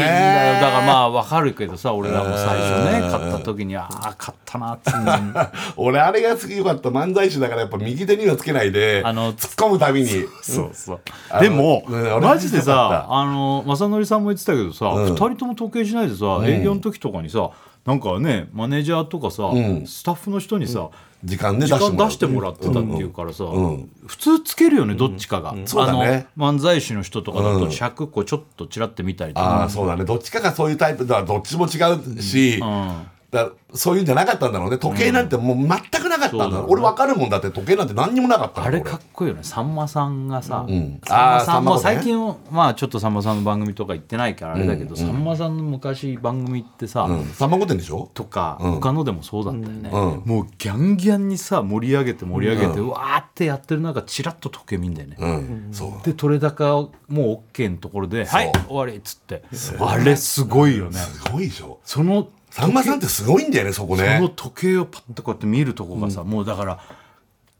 Speaker 1: だよだからまあわかるけどさ俺らも最初ね買った時にああ買ったなっていうのに
Speaker 2: 俺あれが好きよかった漫才師だからやっぱ右手にはつけないで
Speaker 1: あの
Speaker 2: 突っ込むたびに
Speaker 1: そうそう
Speaker 2: あの
Speaker 1: でも
Speaker 2: うん俺
Speaker 1: マジで
Speaker 2: よかっ
Speaker 1: さ
Speaker 2: た
Speaker 1: あの正則さんも言ってたけどさ2人とも時計しないでさ営業の時とかにさなんかねマネージャーとかさスタッフの人にさ
Speaker 2: 時間ね
Speaker 1: 時間出して
Speaker 2: も
Speaker 1: もらってたっていうからさ、普通つけるよねどっちかが、
Speaker 2: そうだね
Speaker 1: あの漫才師の人とかだと尺こうちょっとちらって見たりと
Speaker 2: あ
Speaker 1: か、
Speaker 2: あそうだねどっちかがそういうタイプだからどっちも違うし、だからそういうんじゃなかったんだろうね時計なんてもう全くなかったんだ,、
Speaker 1: そうだね
Speaker 2: 俺分かるもんだって時計なんて何にもなかったの
Speaker 1: あれ
Speaker 2: 俺
Speaker 1: かっこいいよねさんまさんがさ、
Speaker 2: ん
Speaker 1: さんま
Speaker 2: あー
Speaker 1: さ
Speaker 2: さん
Speaker 1: ん
Speaker 2: ま
Speaker 1: も
Speaker 2: さんね
Speaker 1: 最近はまあちょっとさんまさんの番組とか行ってないからあれだけど、さんまさんの昔番組ってさ、
Speaker 2: うんさんま御殿でしょ
Speaker 1: とか、他のでもそうだったよね、もうギャンギャンにさ盛り上げて盛り上げて、うわーってやってる中チラッと時計見んだよね、
Speaker 2: うん、そう
Speaker 1: で取れ高をもう OK のところで「はい終わり」っつってあれすごいよね
Speaker 2: すごいでしょ
Speaker 1: その
Speaker 2: さんまさんってすごいんだよねそこ
Speaker 1: その
Speaker 2: ね
Speaker 1: 時計をパッとこうやって見るとこがさ、もうだから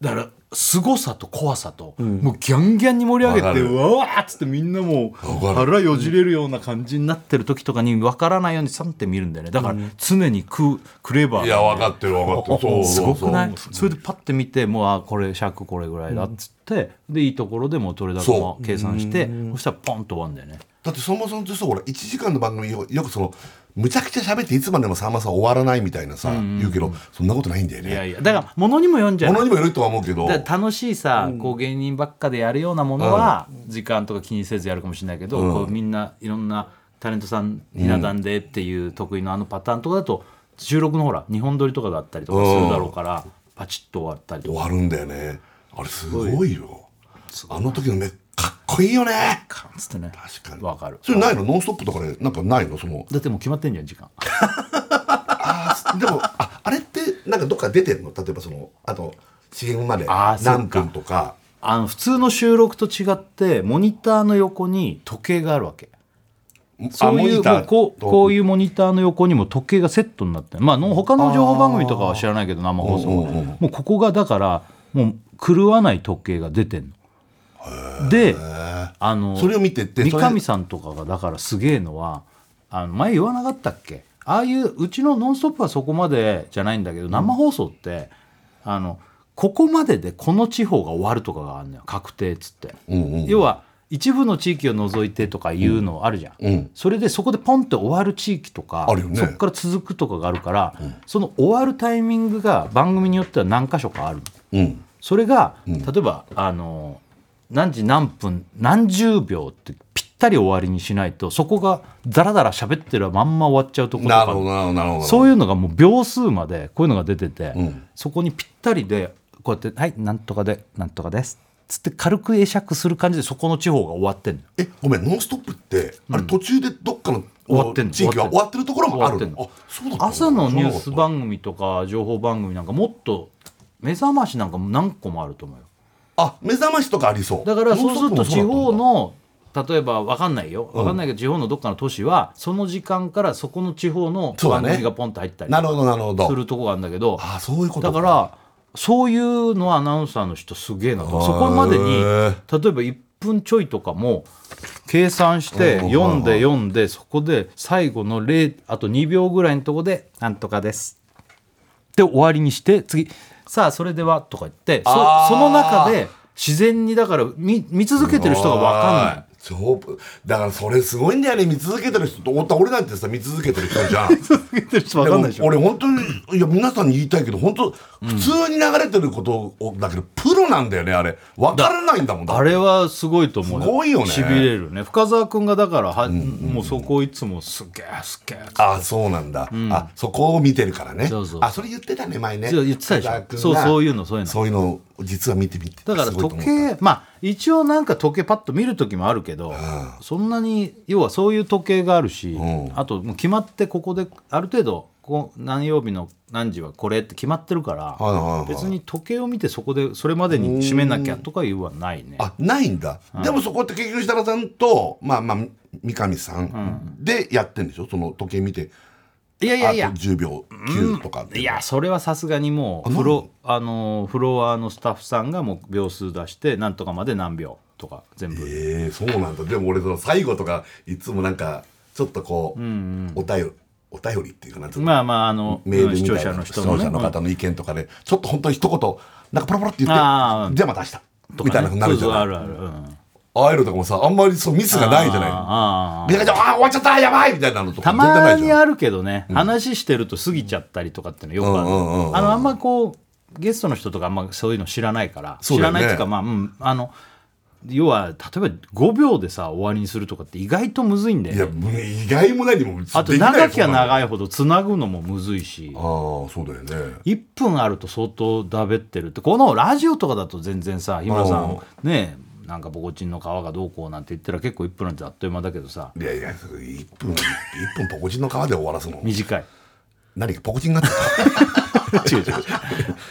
Speaker 1: だから凄さと怖さと、もうギャンギャンに盛り上
Speaker 2: わ
Speaker 1: げ
Speaker 2: か
Speaker 1: て
Speaker 2: る
Speaker 1: うわーっつってみんなもう
Speaker 2: わか
Speaker 1: 腹よじれるような感じになってる時とかに分からないようにさんって見るんだよねだから常にククレバーなん
Speaker 2: い
Speaker 1: だよ
Speaker 2: や分かってる分かってるそう
Speaker 1: す
Speaker 2: そう
Speaker 1: ご
Speaker 2: そう
Speaker 1: くないそれでパッて見てもうあこれ尺これぐらいだっつって、でいいところでもう取れ高も計算してそしたらポンと終わるんだよね
Speaker 2: だってさんまさんってさほら1時間の番組よよくそのむちゃくちゃ喋っていつまでもさんまさん終わらないみたいなさ、言うけどそんなことないんだよ
Speaker 1: いや
Speaker 2: ね
Speaker 1: いやだから物にもよんじゃ
Speaker 2: も
Speaker 1: な
Speaker 2: の
Speaker 1: い
Speaker 2: にもよるとは思うけど
Speaker 1: だから楽しいさ、こう芸人ばっかでやるようなものは時間とか気にせずやるかもしれないけど、こうみんないろんなタレントさんひな壇でっていう得意のあのパターンとかだと収録のほら日本撮りとかだったりとかするだろうから、パチッと終わったりと
Speaker 2: 終
Speaker 1: か
Speaker 2: わるんだよねあれすごいよあの時の目かっこいいよね
Speaker 1: カンつってね
Speaker 2: 確かに
Speaker 1: わかる
Speaker 2: それないの「ノンストップ!」とかでなんかないのその
Speaker 1: だってもう決まってんじゃん時間
Speaker 2: あでもああれってなんかどっか出てんの例えばそのあと CM まで
Speaker 1: あー
Speaker 2: 何分とか
Speaker 1: あの普通の収録と違ってモニターの横に時計があるわけそう
Speaker 2: あモ
Speaker 1: い
Speaker 2: ニ
Speaker 1: う
Speaker 2: ター
Speaker 1: もうこうこう
Speaker 2: いう
Speaker 1: いうモニターの横にも時計がセットになってるまあの他の情報番組とかは知らないけど生放送は
Speaker 2: うんうんうん
Speaker 1: もうここがだからもう狂わない時計が出てんの。であの
Speaker 2: それを見てって
Speaker 1: 三
Speaker 2: それ
Speaker 1: 上さんとかがだからすげえのはあの前言わなかったっけああいううちの「ノンストップ!」はそこまでじゃないんだけど生放送って、あのここまででこの地方が終わるとかがあるのよ確定っつって、
Speaker 2: んうん
Speaker 1: 要は一部の地域を除いてとかいうのあるじゃん、
Speaker 2: うん
Speaker 1: それでそこでポンって終わる地域とか
Speaker 2: あるよね
Speaker 1: そこから続くとかがあるから、その終わるタイミングが番組によっては何箇所かあるの
Speaker 2: うん
Speaker 1: それが、例えばあの何時何分何十秒ってぴったり終わりにしないとそこがザラザラ喋ってるまんま終わっちゃうところ
Speaker 2: なるほど
Speaker 1: とか
Speaker 2: なるほどなるほど
Speaker 1: そう
Speaker 2: い
Speaker 1: いうのがもう秒数までこういうのが出てて、
Speaker 2: うん
Speaker 1: そこにぴったりでこうやって「はいなんとかでなんとかです」つって軽く会釈する感じでそこの地方が終わってんのよ
Speaker 2: えごめん「ノンストップ!」ってあれ途中でどっかの
Speaker 1: 終わってんの
Speaker 2: 地域は
Speaker 1: 終
Speaker 2: 終
Speaker 1: わ
Speaker 2: わ
Speaker 1: っ
Speaker 2: ってて
Speaker 1: んの
Speaker 2: るところもある
Speaker 1: 終わ
Speaker 2: あそうだった
Speaker 1: 朝のニュース
Speaker 2: 版
Speaker 1: 番組とか情報番組なんかもっと目覚ましなんかも何個もあると思うよ
Speaker 2: あ目覚ましとかありそう
Speaker 1: だからそうすると地
Speaker 2: ノ
Speaker 1: 方
Speaker 2: ンストップもそうだったんだ
Speaker 1: の例えば分かんないよ分かんないけど地方のどっかの都市はその時間からそこの地方の
Speaker 2: そうだ
Speaker 1: 番
Speaker 2: ね
Speaker 1: 組がポンと入ったり
Speaker 2: なるほどなるほど
Speaker 1: するとこがあるんだけど
Speaker 2: あそういうこと
Speaker 1: だからそういうのアナウンサーの人すげえなとそこまでに
Speaker 2: へ
Speaker 1: 例え
Speaker 2: ー
Speaker 1: ば1分ちょいとかも計算して
Speaker 2: うん
Speaker 1: 読ん
Speaker 2: は
Speaker 1: で
Speaker 2: い
Speaker 1: 読んでそこで最後の0あと2秒ぐらいのとこで「なんとかです」で終わりにして次「さあそれでは」とか言ってそ
Speaker 2: あー
Speaker 1: その中で自然にだから見見続けてる人が分かんない。
Speaker 2: すごいそうだからそれすごいんだよね見続けてる人と思った俺なんてさ見続けてる人じ ゃん
Speaker 1: 続けてる人分かんないでしょ
Speaker 2: も俺本当にいや皆さんに言いたいけど本当普通に流れてることをだけどプロなんだよねあれ分からないんだもんだって
Speaker 1: あれはすごいと思う
Speaker 2: すごいよね
Speaker 1: しびれるね深澤君がだからは、もうそこいつもすげえすげえ
Speaker 2: あそうなんだ、あそこを見てるからね
Speaker 1: そうそう
Speaker 2: あそれ言ってたね前ね
Speaker 1: そう言ってたでしょ
Speaker 2: 田君が
Speaker 1: そうそういうのそういうの
Speaker 2: そういうのを実は見てみて
Speaker 1: だから
Speaker 2: すごいと
Speaker 1: 時
Speaker 2: 思う
Speaker 1: 計まあ一応なんか時計パッと見る時もあるけど、そんなに要はそういう時計があるし、
Speaker 2: ん
Speaker 1: あともう決まってここである程度こう何曜日の何時はこれって決まってるから、
Speaker 2: はいはいはい
Speaker 1: 別に時計を見てそこでそれまでに締めなきゃとかいうはないね。
Speaker 2: あないんだ、でもそこって結局設楽さんとまあまあ三上さんでやってんでしょその時計見て
Speaker 1: いやいやい
Speaker 2: あ
Speaker 1: や
Speaker 2: と10秒9とかって
Speaker 1: いやそれはさすがにもう
Speaker 2: あ
Speaker 1: フロあのフロアのスタッフさんがもう秒数出して何とかまで何秒とか全部
Speaker 2: ええそうなんだでも俺その最後とかいつもなんかちょっとこう、お便りお便りっていうかなちょっと
Speaker 1: まあまああの
Speaker 2: メール
Speaker 1: 視
Speaker 2: み
Speaker 1: 聴
Speaker 2: たい
Speaker 1: 者の
Speaker 2: な
Speaker 1: 人
Speaker 2: 視
Speaker 1: の
Speaker 2: 聴
Speaker 1: ね
Speaker 2: 者の方の意見とかで、ちょっと本当に一言なんかパラパラって言って
Speaker 1: あー
Speaker 2: じゃあまた明日
Speaker 1: とかね
Speaker 2: みたいなふうになるじゃ
Speaker 1: そうそ
Speaker 2: な
Speaker 1: うあ
Speaker 2: い
Speaker 1: るある、うん
Speaker 2: ああいうのとかもさあんまりそうミスがないじゃない
Speaker 1: あーあー
Speaker 2: みんなが「ああ終わっちゃったやばい!」みたいなのとか
Speaker 1: た
Speaker 2: 絶対
Speaker 1: ま
Speaker 2: ないじ
Speaker 1: に
Speaker 2: ゃん
Speaker 1: あるけどね、話してると過ぎちゃったりとかっていうのよくあ
Speaker 2: うん
Speaker 1: る、
Speaker 2: うんうんうん
Speaker 1: あのあんまこうゲストの人とかあんまそういうの知らないから、
Speaker 2: そう
Speaker 1: 知
Speaker 2: だ
Speaker 1: ら
Speaker 2: よね
Speaker 1: ないっていうかまあ、うん、あの要は例えば5秒でさ終わりにするとかって意外とむずいんだ
Speaker 2: い
Speaker 1: よ
Speaker 2: や
Speaker 1: ね
Speaker 2: もう意外も何もできない
Speaker 1: あと長きゃ
Speaker 2: い
Speaker 1: 長いほどつなぐのもむずいし
Speaker 2: ああそうだよね
Speaker 1: 1分あると相当だべってるってこのラジオとかだと全然さ日村さんねえなんかぼこちんの皮がどうこうなんて言ったら結構1分なんてあっという間だけどさ
Speaker 2: いやいや1分一分ポコチンの皮で終わらすの
Speaker 1: 短い
Speaker 2: 何かポコチンになっちゃっ
Speaker 1: 違う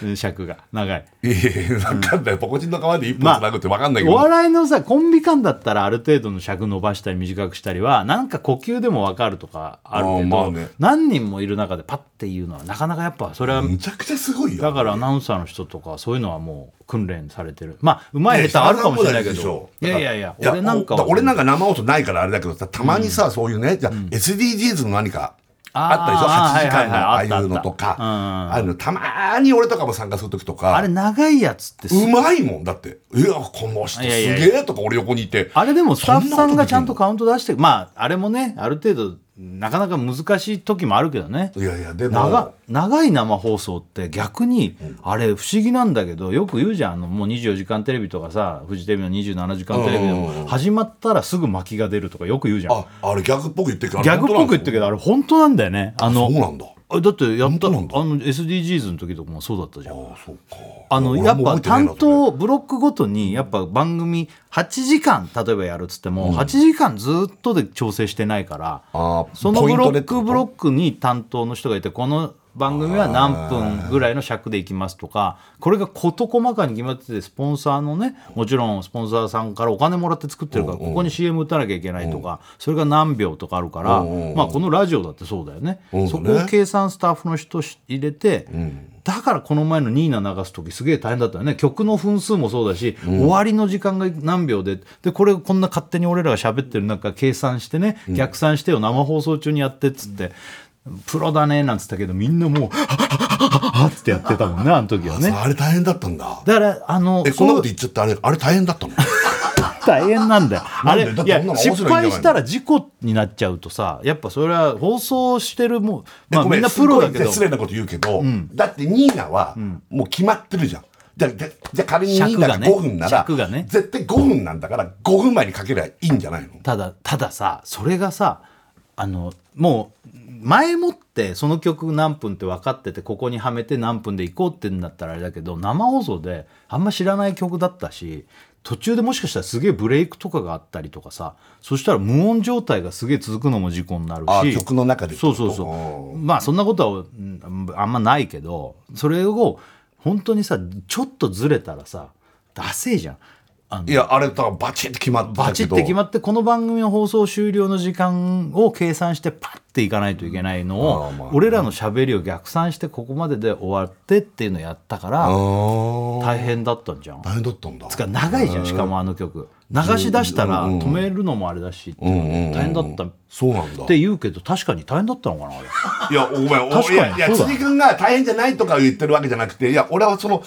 Speaker 1: 違う尺が長い。
Speaker 2: たいやいや分かんないポコチンの皮で一分つなぐって分かんないけ
Speaker 1: お
Speaker 2: ど、
Speaker 1: 笑いのさコンビ間だったらある程度の尺伸ばしたり短くしたりはなんか呼吸でも分かるとかあるけど、
Speaker 2: まあまあね
Speaker 1: 何人もいる中でパッて言うのはなかなかやっぱそれは、
Speaker 2: むちゃくちゃすごいよ
Speaker 1: だからアナウンサーの人とかそういうのはもう訓練されてるまあうまい下手あるかもしれないけどいやいやいや俺なんかは
Speaker 2: 俺なんか生放送ないからあれだけどさたまにさ、そういうねじゃあ SDGs の何かあったでしょ8時間のああいうのとかああいうのたまに俺とかも参加する時とか
Speaker 1: あれ長いやつってす
Speaker 2: うまいもんだって「いやこの人すげえ」とか俺横にいて
Speaker 1: あれでもスタッフさんがちゃんとカウント出してまああれもねある程度なかなか難しい時もあるけどね
Speaker 2: いやいやで
Speaker 1: 長
Speaker 2: も
Speaker 1: 長い生放送って逆に、あれ不思議なんだけどよく言うじゃんあのもう24時間テレビとかさフジテレビの27時間テレビで
Speaker 2: うんうんう
Speaker 1: も始まったらすぐ巻きが出るとかよく言うじゃん
Speaker 2: ああれ逆っぽく言ってるから
Speaker 1: 逆っぽく言ってるけどあれ本当なんだよね
Speaker 2: そ
Speaker 1: あの
Speaker 2: うなんだ
Speaker 1: あだってやったあ
Speaker 2: 本
Speaker 1: の
Speaker 2: 当
Speaker 1: SDGs の時とかもそうだったじゃん
Speaker 2: あそうか
Speaker 1: あのやっぱ担当ブロックごとにやっぱ番組8時間例えばやるっつっても8時間ずっとで調整してないから
Speaker 2: あー
Speaker 1: そのブ
Speaker 2: ポ
Speaker 1: ロ
Speaker 2: イ
Speaker 1: ッ
Speaker 2: ントで
Speaker 1: クブロックに担当の人がいてこの番組は何分ぐらいの尺でいきますとかこれが事細かに決まっててスポンサーのねもちろんスポンサーさんからお金もらって作ってるからここに CM 打たなきゃいけないとかそれが何秒とかあるからまあこのラジオだってそうだよね
Speaker 2: うん
Speaker 1: そこを計算スタッフの人し入れて、だからこの前のニーナ流す時すげえ大変だったよね曲の分数もそうだし、終わりの時間が何秒ででこれこんな勝手に俺らが喋ってる中計算してね逆算してよ生放送中にやってっつって。プロだねなんつったけどみんなもう「はっはっはっはっは」っつってやってたもんねあの時はね
Speaker 2: あれ大変だったんだ
Speaker 1: だからあの
Speaker 2: え
Speaker 1: そ
Speaker 2: こんな
Speaker 1: の
Speaker 2: こと言っちゃってあれあれ大変だったの
Speaker 1: さ永遠なんだよあれ
Speaker 2: なんでだっ
Speaker 1: い
Speaker 2: てこんなの
Speaker 1: や
Speaker 2: 面白いん
Speaker 1: 失
Speaker 2: じゃないの
Speaker 1: 敗したら事故になっちゃうとさやっぱそれは放送してるもん、まあ、
Speaker 2: ごめ
Speaker 1: みんなプロだけ
Speaker 2: すご
Speaker 1: ど
Speaker 2: い失礼なこと言うけど、だってニーナはもう決まってるじゃん。じゃじゃじゃあ仮にニーナが
Speaker 1: 尺がね
Speaker 2: 5分なら、
Speaker 1: 尺がね
Speaker 2: 絶対5分なんだから5分前にかけりゃいいんじゃないの
Speaker 1: ただたださそれがさあのもう前もってその曲何分って分かっててここにはめて何分で行こうってんだったらあれだけど生放送であんま知らない曲だったし途中でもしかしたらすげえブレイクとかがあったりとかさそしたら無音状態がすげえ続くのも事故になる
Speaker 2: あ
Speaker 1: し
Speaker 2: 曲の中でって
Speaker 1: そ
Speaker 2: こ
Speaker 1: う
Speaker 2: と
Speaker 1: そうそうまあそんなことはうんあんまないけどそれを本当にさちょっとずれたらさダセえじゃんあの
Speaker 2: いや、あれだからバチって決まってたけど。
Speaker 1: バチって決まってこの番組の放送終了の時間を計算してパッていかないといけないの
Speaker 2: ああ
Speaker 1: を
Speaker 2: まあ
Speaker 1: 俺らのしゃべりを逆算してここまでで終わってっていうのやったか
Speaker 2: あ
Speaker 1: ら
Speaker 2: ー
Speaker 1: 大変だったんじゃん。
Speaker 2: 大変だったんだ。
Speaker 1: つか長いじゃんしかもあの曲流し出したら止めるのもあれだしっていうので大変だったっ
Speaker 2: そうなんだ。
Speaker 1: て
Speaker 2: い
Speaker 1: 言うけど確かに大変だったのかなあれ。
Speaker 2: や、ごめん、
Speaker 1: 確か
Speaker 2: お
Speaker 1: に
Speaker 2: いや、いや
Speaker 1: そうだ
Speaker 2: 辻君が大変じゃないとか言ってるわけじゃなくて、いや、俺はその、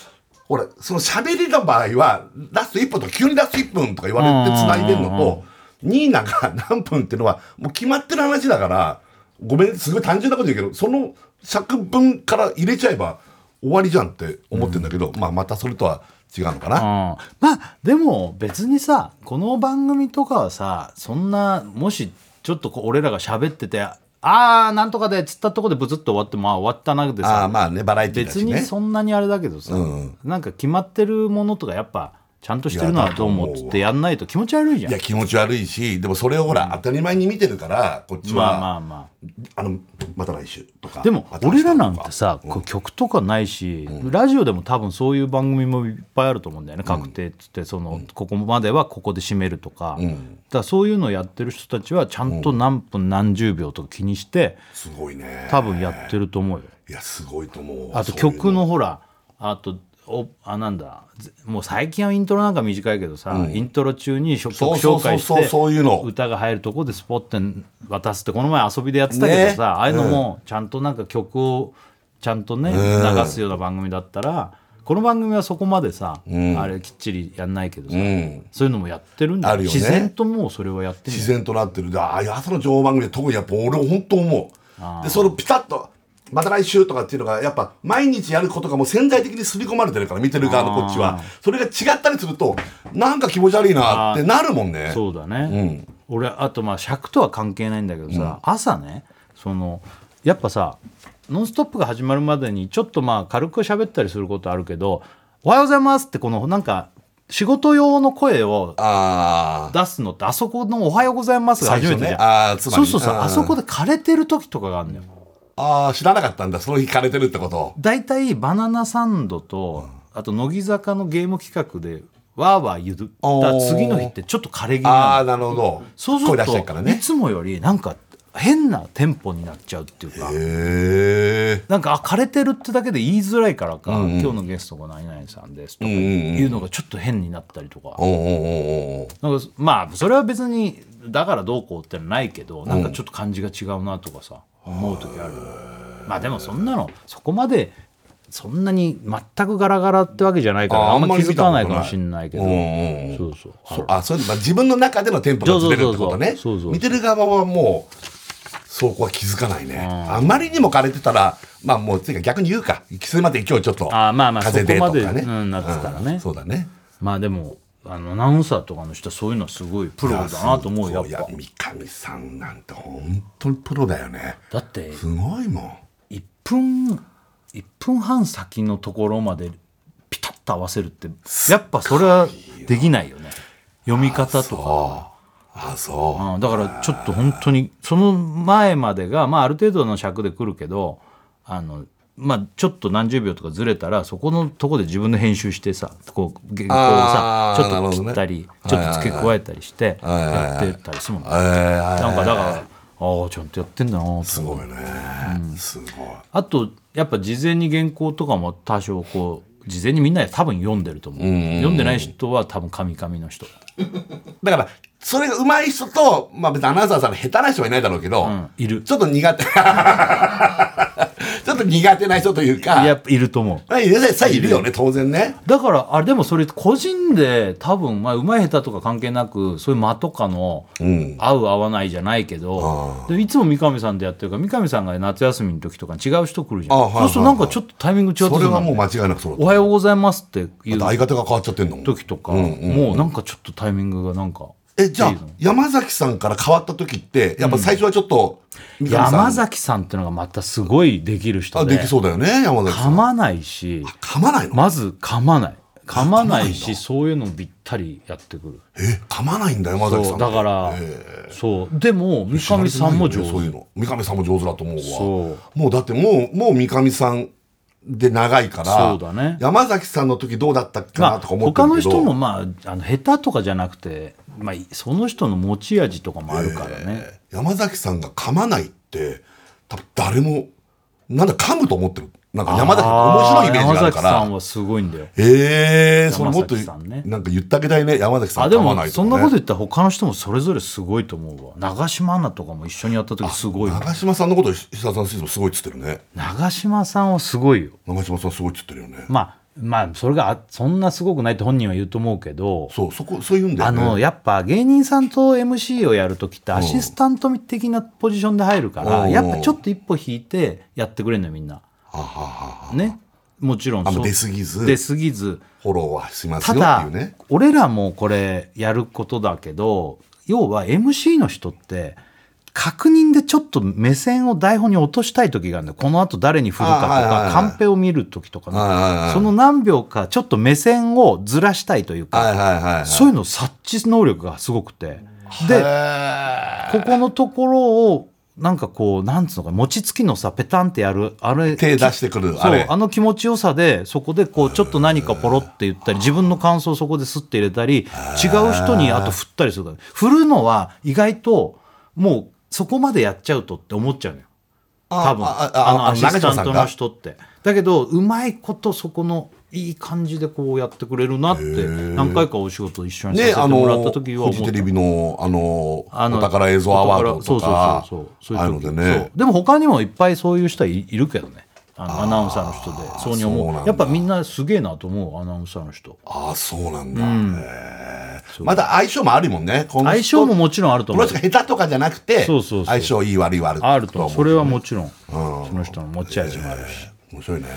Speaker 2: 俺、その喋りの場合は、ラスト1分とか、急にラスト1分とか言われて繋いでるのと、ニーナが何分っていうのは、もう決まってる話だから、ごめん、すごい単純なこと言うけど、その尺分から入れちゃえば終わりじゃんって思ってるんだけど、まあ、またそれとは違うのかな。
Speaker 1: うんまあでも別にさこの番組とかはさそんなもしちょっとこう俺らが喋っててああーなんとかでっつったとこでブツッと終わってまあ終わったなで
Speaker 2: ああ、
Speaker 1: さ、
Speaker 2: まあね、バラエティーだ
Speaker 1: 別
Speaker 2: しね。
Speaker 1: にそんなにあれだけどさ、なんか決まってるものとかやっぱちゃんとしてるのはどうもっつってやんないと気持ち悪いじゃ
Speaker 2: い
Speaker 1: ん
Speaker 2: や気持ち悪いしでもそれをほら、当たり前に見てるからこっちは、
Speaker 1: まあ
Speaker 2: あ
Speaker 1: まあまあ
Speaker 2: のまた来週とか
Speaker 1: でも
Speaker 2: また明日
Speaker 1: 俺
Speaker 2: とから
Speaker 1: なんてさ、こう曲とかないし、ラジオでも多分そういう番組もいっぱいあると思うんだよね確定っつってその、ここまではここで締めるとか,、だからそういうのやってる人たちはちゃんと何分何十秒とか気にして
Speaker 2: すごいね
Speaker 1: 多分やってると思うよ。
Speaker 2: いやすごいと思う
Speaker 1: あと
Speaker 2: そういう
Speaker 1: 曲のほらあとおあなんだぜもう最近はイントロなんか短いけどさ、イントロ中に曲
Speaker 2: そうそうそ
Speaker 1: 紹
Speaker 2: う
Speaker 1: 介し
Speaker 2: そう
Speaker 1: て
Speaker 2: そういうの
Speaker 1: 歌が入るとこでスポッて渡すってこの前遊びでやってたけどさ、
Speaker 2: ね
Speaker 1: ああいうのもちゃんとなんか曲をちゃんとね、流すような番組だったらこの番組はそこまでさ、あれきっちりやんないけどさ、
Speaker 2: うん
Speaker 1: そういうのもやってるんだ
Speaker 2: あるよね
Speaker 1: 自然ともうそれはやってる
Speaker 2: 自然となってるでああいう朝の情報番組で特にやっぱ俺本当思うでそのピタッとまた来週とかっていうのがやっぱ毎日やることがもう潜在的に刷り込まれてるから見てる側のこっちはそれが違ったりするとなんか気持ち悪いなってなるもんね
Speaker 1: そうだね、俺あとまあ尺とは関係ないんだけどさ、朝ねそのやっぱさ「ノンストップ!」が始まるまでにちょっとまあ軽く喋ったりすることあるけど「おはようございます」ってこのなんか仕事用の声を
Speaker 2: ああ
Speaker 1: 出すのってあそこの「おはようございます」が初めてじ
Speaker 2: 最初ね
Speaker 1: ゃん、
Speaker 2: あーつま
Speaker 1: そう
Speaker 2: り
Speaker 1: そうそう
Speaker 2: うん
Speaker 1: あそこで枯れてる時とかがあるのよ
Speaker 2: ああ知らなかったんだその日枯れてるってこと
Speaker 1: 大体バナナサンドと、あと乃木坂のゲーム企画でわーわー言った次の日ってちょっと枯れ気味なの
Speaker 2: ああなるほど
Speaker 1: そうす
Speaker 2: 声出
Speaker 1: る
Speaker 2: して
Speaker 1: と
Speaker 2: るから
Speaker 1: い
Speaker 2: ね
Speaker 1: つもよりなんか変なテンポになっちゃうっていうか
Speaker 2: へえ
Speaker 1: なんかあ枯れてるってだけで言いづらいからか、今日のゲストが何々さんですとかいうのがちょっと変になったりとか,、
Speaker 2: おうおうおうおう
Speaker 1: なんかまあそれは別にだからどうこうってのはないけどなんかちょっと感じが違うなとかさ、思う時あるまあでもそんなのそこまでそんなに全くガラガラってわけじゃないからあんま気づかないかもしれないけど
Speaker 2: うんうんうん
Speaker 1: そうそう
Speaker 2: そうあそういうのまあ自分の中でのテンポがずれるってことね
Speaker 1: そうそうそうそうそうそう
Speaker 2: 見てる側はもうそこは気づかないねあまりにも枯れてたらまあもうついか逆に言うか行き過ぎまで今日ちょっと
Speaker 1: あーまあまあ
Speaker 2: 風でとかね
Speaker 1: そこまでうんなってたらね
Speaker 2: うんそうだね
Speaker 1: まあでもあのアナウンサーとかの人はそういうのはすごいプロだなと思うよ
Speaker 2: い
Speaker 1: や
Speaker 2: や
Speaker 1: っぱ
Speaker 2: 三上さんなんて本当にプロだよね
Speaker 1: だって
Speaker 2: すごいもん
Speaker 1: 1分1分半先のところまでピタッと合わせるってやっぱそれはできないよね読み方とか。
Speaker 2: ああそう
Speaker 1: うんだからちょっと本当にその前までが、まあ、ある程度の尺で来るけどあの、まあ、ちょっと何十秒とかずれたらそこのとこで自分で編集してさこう原稿をさ
Speaker 2: あー
Speaker 1: ちょっ
Speaker 2: なる
Speaker 1: と
Speaker 2: ほど
Speaker 1: 切
Speaker 2: ね
Speaker 1: ったり、ちょっと付け加えたりして
Speaker 2: いはい
Speaker 1: やってたりするもんね。
Speaker 2: えーあ
Speaker 1: なんかだからああちゃんとやってんだなと思って
Speaker 2: すごいね、すごい
Speaker 1: あとやっぱ事前に原稿とかも多少こう事前にみんな多分読んでると思う,、読んでない人は多分カミカミの人
Speaker 2: だからそれが上手い人と、まあ、別にアナウンサーさんの下手な人はいないだろうけど、
Speaker 1: んいる
Speaker 2: ちょっと苦手ちょっとと苦手な人というか、
Speaker 1: やっぱいると思う
Speaker 2: まあ、皆さんいるよね、当然ね。
Speaker 1: だからあれでもそれ個人で多分まあ上手い下手とか関係なくそういう間とかの
Speaker 2: うん。
Speaker 1: 合う合わないじゃないけど、でいつも三上さんでやってるから三上さんが夏休みの時とかに違う人来るじゃん、
Speaker 2: あはいはいはい
Speaker 1: そうするとなんかちょっとタイミング違って
Speaker 2: それはもう
Speaker 1: うな
Speaker 2: 間違いなくそう
Speaker 1: お
Speaker 2: だっ
Speaker 1: はようございますってい
Speaker 2: た。
Speaker 1: う
Speaker 2: だって相方が変わっちゃってんのもん。
Speaker 1: 時とか、
Speaker 2: うんうん
Speaker 1: もうなんかちょっとタイミングがなんか
Speaker 2: え、じゃあ
Speaker 1: いいの、
Speaker 2: 山崎さんから変わった時って、やっぱ最初はちょっと、三上さん
Speaker 1: 山崎さんっていうのがまたすごいできる人
Speaker 2: あ
Speaker 1: で
Speaker 2: できそうだよね、山崎さ
Speaker 1: 噛
Speaker 2: ん。
Speaker 1: まないし
Speaker 2: 噛まないの
Speaker 1: まず噛まない噛まな
Speaker 2: 噛まな
Speaker 1: い
Speaker 2: いんだ
Speaker 1: しそういうのびったりやってくる
Speaker 2: え、噛まないんだ、山崎
Speaker 1: そ
Speaker 2: さん。
Speaker 1: うだからそうでも三上さんも上手
Speaker 2: そういうの三上さんも上手だと思うわ
Speaker 1: そう
Speaker 2: もうだってもうもう三上さんで長いから
Speaker 1: そうだね
Speaker 2: 山崎さんの時どうだったっけ
Speaker 1: ま
Speaker 2: な
Speaker 1: あ、
Speaker 2: とか思って
Speaker 1: 他
Speaker 2: る
Speaker 1: の
Speaker 2: けど、
Speaker 1: 人も、まあ、あの下手とかじゃなくて、まあ、その人の持ち味とかもあるからね、
Speaker 2: 山崎さんが噛まないって多分誰もなんだ噛むと思ってるなんか山崎って面白いイメージがあるか
Speaker 1: 山崎さ
Speaker 2: ら
Speaker 1: んはすごいんだよ
Speaker 2: ええー、それもっと、
Speaker 1: 山崎さんね
Speaker 2: なんか言ってあげたいね山崎さん
Speaker 1: あで
Speaker 2: 噛まな
Speaker 1: も
Speaker 2: いと
Speaker 1: そ
Speaker 2: かね
Speaker 1: んなこと言ったら他の人もそれぞれすごいと思うわ長島アナとかも一緒にやった時すごいわ
Speaker 2: 長嶋さんのこと久田さんシーズンすごいっつってるね
Speaker 1: 長島さんはすごいよ
Speaker 2: 長嶋さんすごいっつってるよね、
Speaker 1: まあまあそれがあそんなすごくないって本人は言うと思うけど
Speaker 2: そうそこそういうんだよ
Speaker 1: あ
Speaker 2: ね
Speaker 1: のやっぱ芸人さんと MC をやる時ってアシスタント的なポジションで入るから、
Speaker 2: うん
Speaker 1: やっぱちょっと一歩引いてやってくれるのよみんな、
Speaker 2: はははは
Speaker 1: ねもちろん
Speaker 2: あ
Speaker 1: そ
Speaker 2: の
Speaker 1: う
Speaker 2: 出過ぎず
Speaker 1: 出過ぎず
Speaker 2: フォローはします
Speaker 1: た
Speaker 2: よっ
Speaker 1: だ
Speaker 2: ていうね。
Speaker 1: 俺らもこれやることだけど要は MC の人って確認でちょっと目線を台本に落としたい時があるんだよこのあと誰に振るかと
Speaker 2: あはいはいは
Speaker 1: か
Speaker 2: い
Speaker 1: カンペを見る時とかね
Speaker 2: はいはいはい
Speaker 1: その何秒かちょっと目線をずらしたいという
Speaker 2: はい
Speaker 1: か
Speaker 2: はいはいはい。
Speaker 1: そういうのを察知能力がすごくてで
Speaker 2: で、
Speaker 1: ここのところをなんかこうなんつうのか餅つきのさペタンってやるあれ
Speaker 2: 手出してくる、
Speaker 1: そ
Speaker 2: あ
Speaker 1: う
Speaker 2: れ。
Speaker 1: あの気持ちよさでそこでこうちょっと何かポロって言ったり自分の感想をそこでスッて入れたり違う人にあと振ったりするから振るのは意外ともうそこまでやっちゃうとって思っちゃうのよ
Speaker 2: あ
Speaker 1: 多分あ
Speaker 2: ああ
Speaker 1: の
Speaker 2: あ
Speaker 1: アシスタントの
Speaker 2: 長嶋さ
Speaker 1: 人ってだけどうまいことそこのいい感じでこうやってくれるなって何回かお仕事一緒
Speaker 2: ん
Speaker 1: に
Speaker 2: が
Speaker 1: さ
Speaker 2: ね、
Speaker 1: せて
Speaker 2: あ
Speaker 1: もらった
Speaker 2: の、
Speaker 1: 時は思
Speaker 2: フ
Speaker 1: っ
Speaker 2: ジ
Speaker 1: た
Speaker 2: テレビの、あの、
Speaker 1: あの
Speaker 2: お宝映像アワードとか、
Speaker 1: そうそうそうそう
Speaker 2: ああいううの
Speaker 1: 時
Speaker 2: で
Speaker 1: そう
Speaker 2: ね。
Speaker 1: でも他にもいっぱいそういう人はいいるけどねあのアナウンサーの人でそうに
Speaker 2: そう
Speaker 1: 思
Speaker 2: なんだ
Speaker 1: うやっぱみんなすげえなと思うアナウンサーの人
Speaker 2: ああ、そうなんだ。へーまた相性もあるもんね。この人
Speaker 1: 相性ももちろんあると
Speaker 2: こ
Speaker 1: 思
Speaker 2: の
Speaker 1: う
Speaker 2: 人が下手とかじゃなくて、
Speaker 1: そうそうそう
Speaker 2: 相性いい悪いはある
Speaker 1: あると思うそれ
Speaker 2: は。
Speaker 1: はもちろんその人の持ち味もあるし
Speaker 2: 面白いね。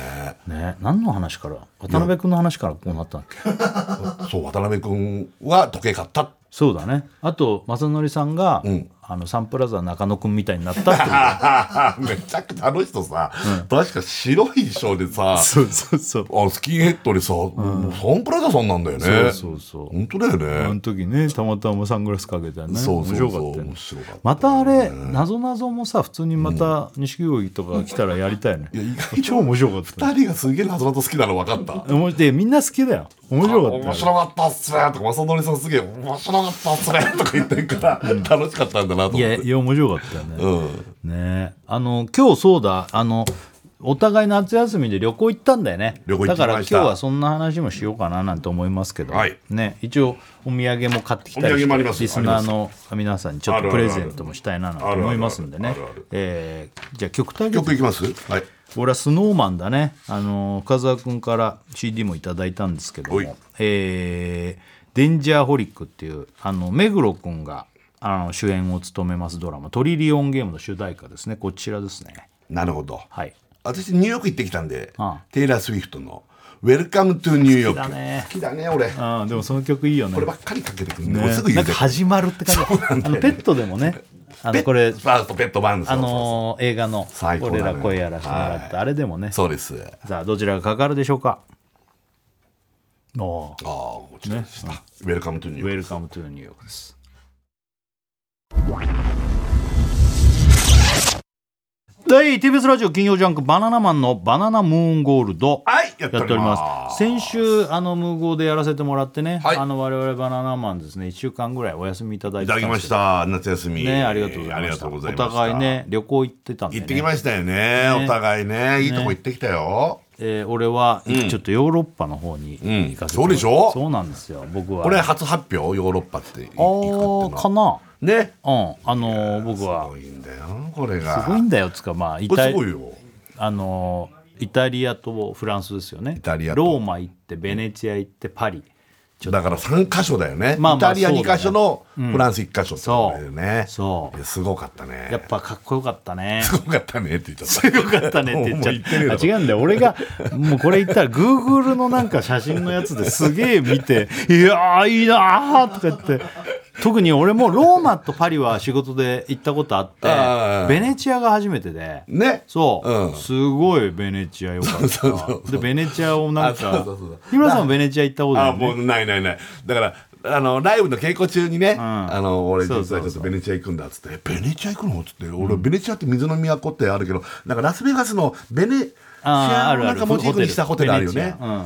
Speaker 1: ね何の話から渡辺君の話からこうなったんだっけ
Speaker 2: そう、渡辺君は時計買った。
Speaker 1: そうだねあと正則さんが
Speaker 2: ん
Speaker 1: あのサンプラザ中野君みたいになったってい う
Speaker 2: めちゃくちゃあの人さ、確か白い衣装でさ、
Speaker 1: そうそうそう
Speaker 2: あスキンヘッドでさ、もうサンプラザさんなんだよね。
Speaker 1: そうそうそう
Speaker 2: 本当だよ
Speaker 1: あ
Speaker 2: ね。
Speaker 1: の時ねたまたまサングラスかけてね
Speaker 2: そうそうそう
Speaker 1: 面白かったよね
Speaker 2: 面白かった
Speaker 1: またあれなぞなぞもさ普通にまた錦鯉とか来たらやりたいね
Speaker 2: いや、意外
Speaker 1: 超面白かった
Speaker 2: と二人がすげえ謎々好きなの分かった。
Speaker 1: おもでみんな好きだよ面白か
Speaker 2: 面
Speaker 1: ったよ
Speaker 2: 白かったっすねとか、正則さんすげえ面白かったっすねとか言ってるから、楽しかったんだなと
Speaker 1: い
Speaker 2: 思っ
Speaker 1: や
Speaker 2: て。
Speaker 1: いや面白かったよね、
Speaker 2: うん。
Speaker 1: ねえあの今日そうだあのお互い夏休みで旅行行ったんだよね
Speaker 2: 旅行行
Speaker 1: だ
Speaker 2: ってきました
Speaker 1: から今日はそんな話もしようかななんて思いますけど、
Speaker 2: はい
Speaker 1: ね、一応お土産も買ってきた
Speaker 2: お土
Speaker 1: り
Speaker 2: 産もありま
Speaker 1: し
Speaker 2: す
Speaker 1: てリスナーの皆さんにちょっとプレゼントもしたいななんて思いますんで
Speaker 2: ある
Speaker 1: ね
Speaker 2: あるある
Speaker 1: えーじゃあ曲対
Speaker 2: 曲いき
Speaker 1: 決
Speaker 2: ますはい。
Speaker 1: 俺はスノーマンだねあの深澤君から CD もいただいたんですけど
Speaker 2: おい
Speaker 1: もえーデンジャーホリックっていうあの目黒君があの主演を務めますドラマ「トリリオンゲーム」の主題歌ですねこちらですね
Speaker 2: なるほど。
Speaker 1: はい
Speaker 2: 私、ニューヨーク行ってきたんで
Speaker 1: ああ、
Speaker 2: テイラー・スウィフトの、ウェルカム・トゥ・ニューヨ
Speaker 1: 好きだね
Speaker 2: ーク。好きだね、俺。
Speaker 1: あーでもその曲いいよね
Speaker 2: こればっかりかけてくるんで、
Speaker 1: ね
Speaker 2: もうすぐ言
Speaker 1: な
Speaker 2: うんぜ
Speaker 1: か。始まるって感じ、あのペットでもねあのこれ
Speaker 2: ファーストペットバンド
Speaker 1: あのー映画の
Speaker 2: 最
Speaker 1: 「
Speaker 2: 高だ
Speaker 1: 俺
Speaker 2: ね
Speaker 1: ら声やらしてもらった、あれでもね
Speaker 2: そうです。あ
Speaker 1: さあどちらがかかるでしょうかおー
Speaker 2: あ、こっちでした。ウェルカムトゥニュ
Speaker 1: ウ
Speaker 2: ー
Speaker 1: ェルカムトゥニューヨークです。第 TBS ラジオ金曜ジャンク「バナナマンのバナナムーンゴールド」
Speaker 2: はい、やって
Speaker 1: や
Speaker 2: お
Speaker 1: って
Speaker 2: り
Speaker 1: おり
Speaker 2: ま。
Speaker 1: ますす先週あの無謀でやらせてもらってね、
Speaker 2: はい
Speaker 1: あの我々バナナマンですね1週間ぐらいお休みいただい
Speaker 2: い
Speaker 1: て
Speaker 2: た
Speaker 1: ん
Speaker 2: だ
Speaker 1: です
Speaker 2: き
Speaker 1: けど
Speaker 2: ました。夏休み。
Speaker 1: ねありがとうござ
Speaker 2: あ
Speaker 1: い
Speaker 2: りが
Speaker 1: ました
Speaker 2: とうござい
Speaker 1: お
Speaker 2: ました。
Speaker 1: 互い。ね旅行行ってたんで、ね、
Speaker 2: 行ってきましたよね。お互いね、いいとこ行ってきたよ。
Speaker 1: えー俺は、ちょっとヨーロッパの方に行かせてもら
Speaker 2: うんそうでしょ
Speaker 1: そうなんですよ僕は
Speaker 2: これ初発表ヨーロッパってい行くっていう
Speaker 1: あ
Speaker 2: の
Speaker 1: あか
Speaker 2: は。
Speaker 1: な
Speaker 2: ね。
Speaker 1: うんあの僕
Speaker 2: す
Speaker 1: は
Speaker 2: ごいんだよ、これ
Speaker 1: すご
Speaker 2: が。
Speaker 1: いんだよつうかまあイ
Speaker 2: こ
Speaker 1: タ
Speaker 2: れす
Speaker 1: リ
Speaker 2: ごいよ。
Speaker 1: あのイタリアとフランスですよねイ
Speaker 2: タリアと
Speaker 1: ローマ行ってベネチア行ってパリちょっと
Speaker 2: だから3箇所だよね、
Speaker 1: まあま
Speaker 2: イタ
Speaker 1: あ
Speaker 2: リア
Speaker 1: そうだ
Speaker 2: 2
Speaker 1: ね
Speaker 2: 箇所のフランス1箇所ってことだよね、
Speaker 1: そうそう
Speaker 2: いやすごかったね
Speaker 1: やっぱかっこよかったね
Speaker 2: すごかったねって言っちゃった
Speaker 1: よかったねって言っちゃ
Speaker 2: もう言ってねえだろ
Speaker 1: った。あ違うんだよ。俺が、もうこれ言ったら、グーグルのなんか写真のやつですげえ見て、いやー、いいなーとか言って、特に俺もローマとパリは仕事で行ったことあ
Speaker 2: あ
Speaker 1: っ
Speaker 2: ー
Speaker 1: て、ベネチアが初めてで、
Speaker 2: ね
Speaker 1: そう、
Speaker 2: うん
Speaker 1: すごいベネチアよ かった。で、ベネチアをなん
Speaker 2: あそ
Speaker 1: か
Speaker 2: うそうそうそう、
Speaker 1: 日村さんもベネチア行ったことあ
Speaker 2: あ
Speaker 1: る
Speaker 2: も
Speaker 1: ね。
Speaker 2: うないないないだからあのライブの稽古中にね、あの俺実
Speaker 1: そう
Speaker 2: はち
Speaker 1: そう
Speaker 2: ょ
Speaker 1: そう
Speaker 2: っとベネチア行くんだっつってえ「ベネチア行くの?」っつって俺、ベネチアって水の都ってあるけどなんかラスベガスのベネチ
Speaker 1: あー
Speaker 2: ア
Speaker 1: あ
Speaker 2: を
Speaker 1: るあ
Speaker 2: なん
Speaker 1: る
Speaker 2: かモチーフにしたホテルあるよ
Speaker 1: ベネ
Speaker 2: ね
Speaker 1: チアうんうん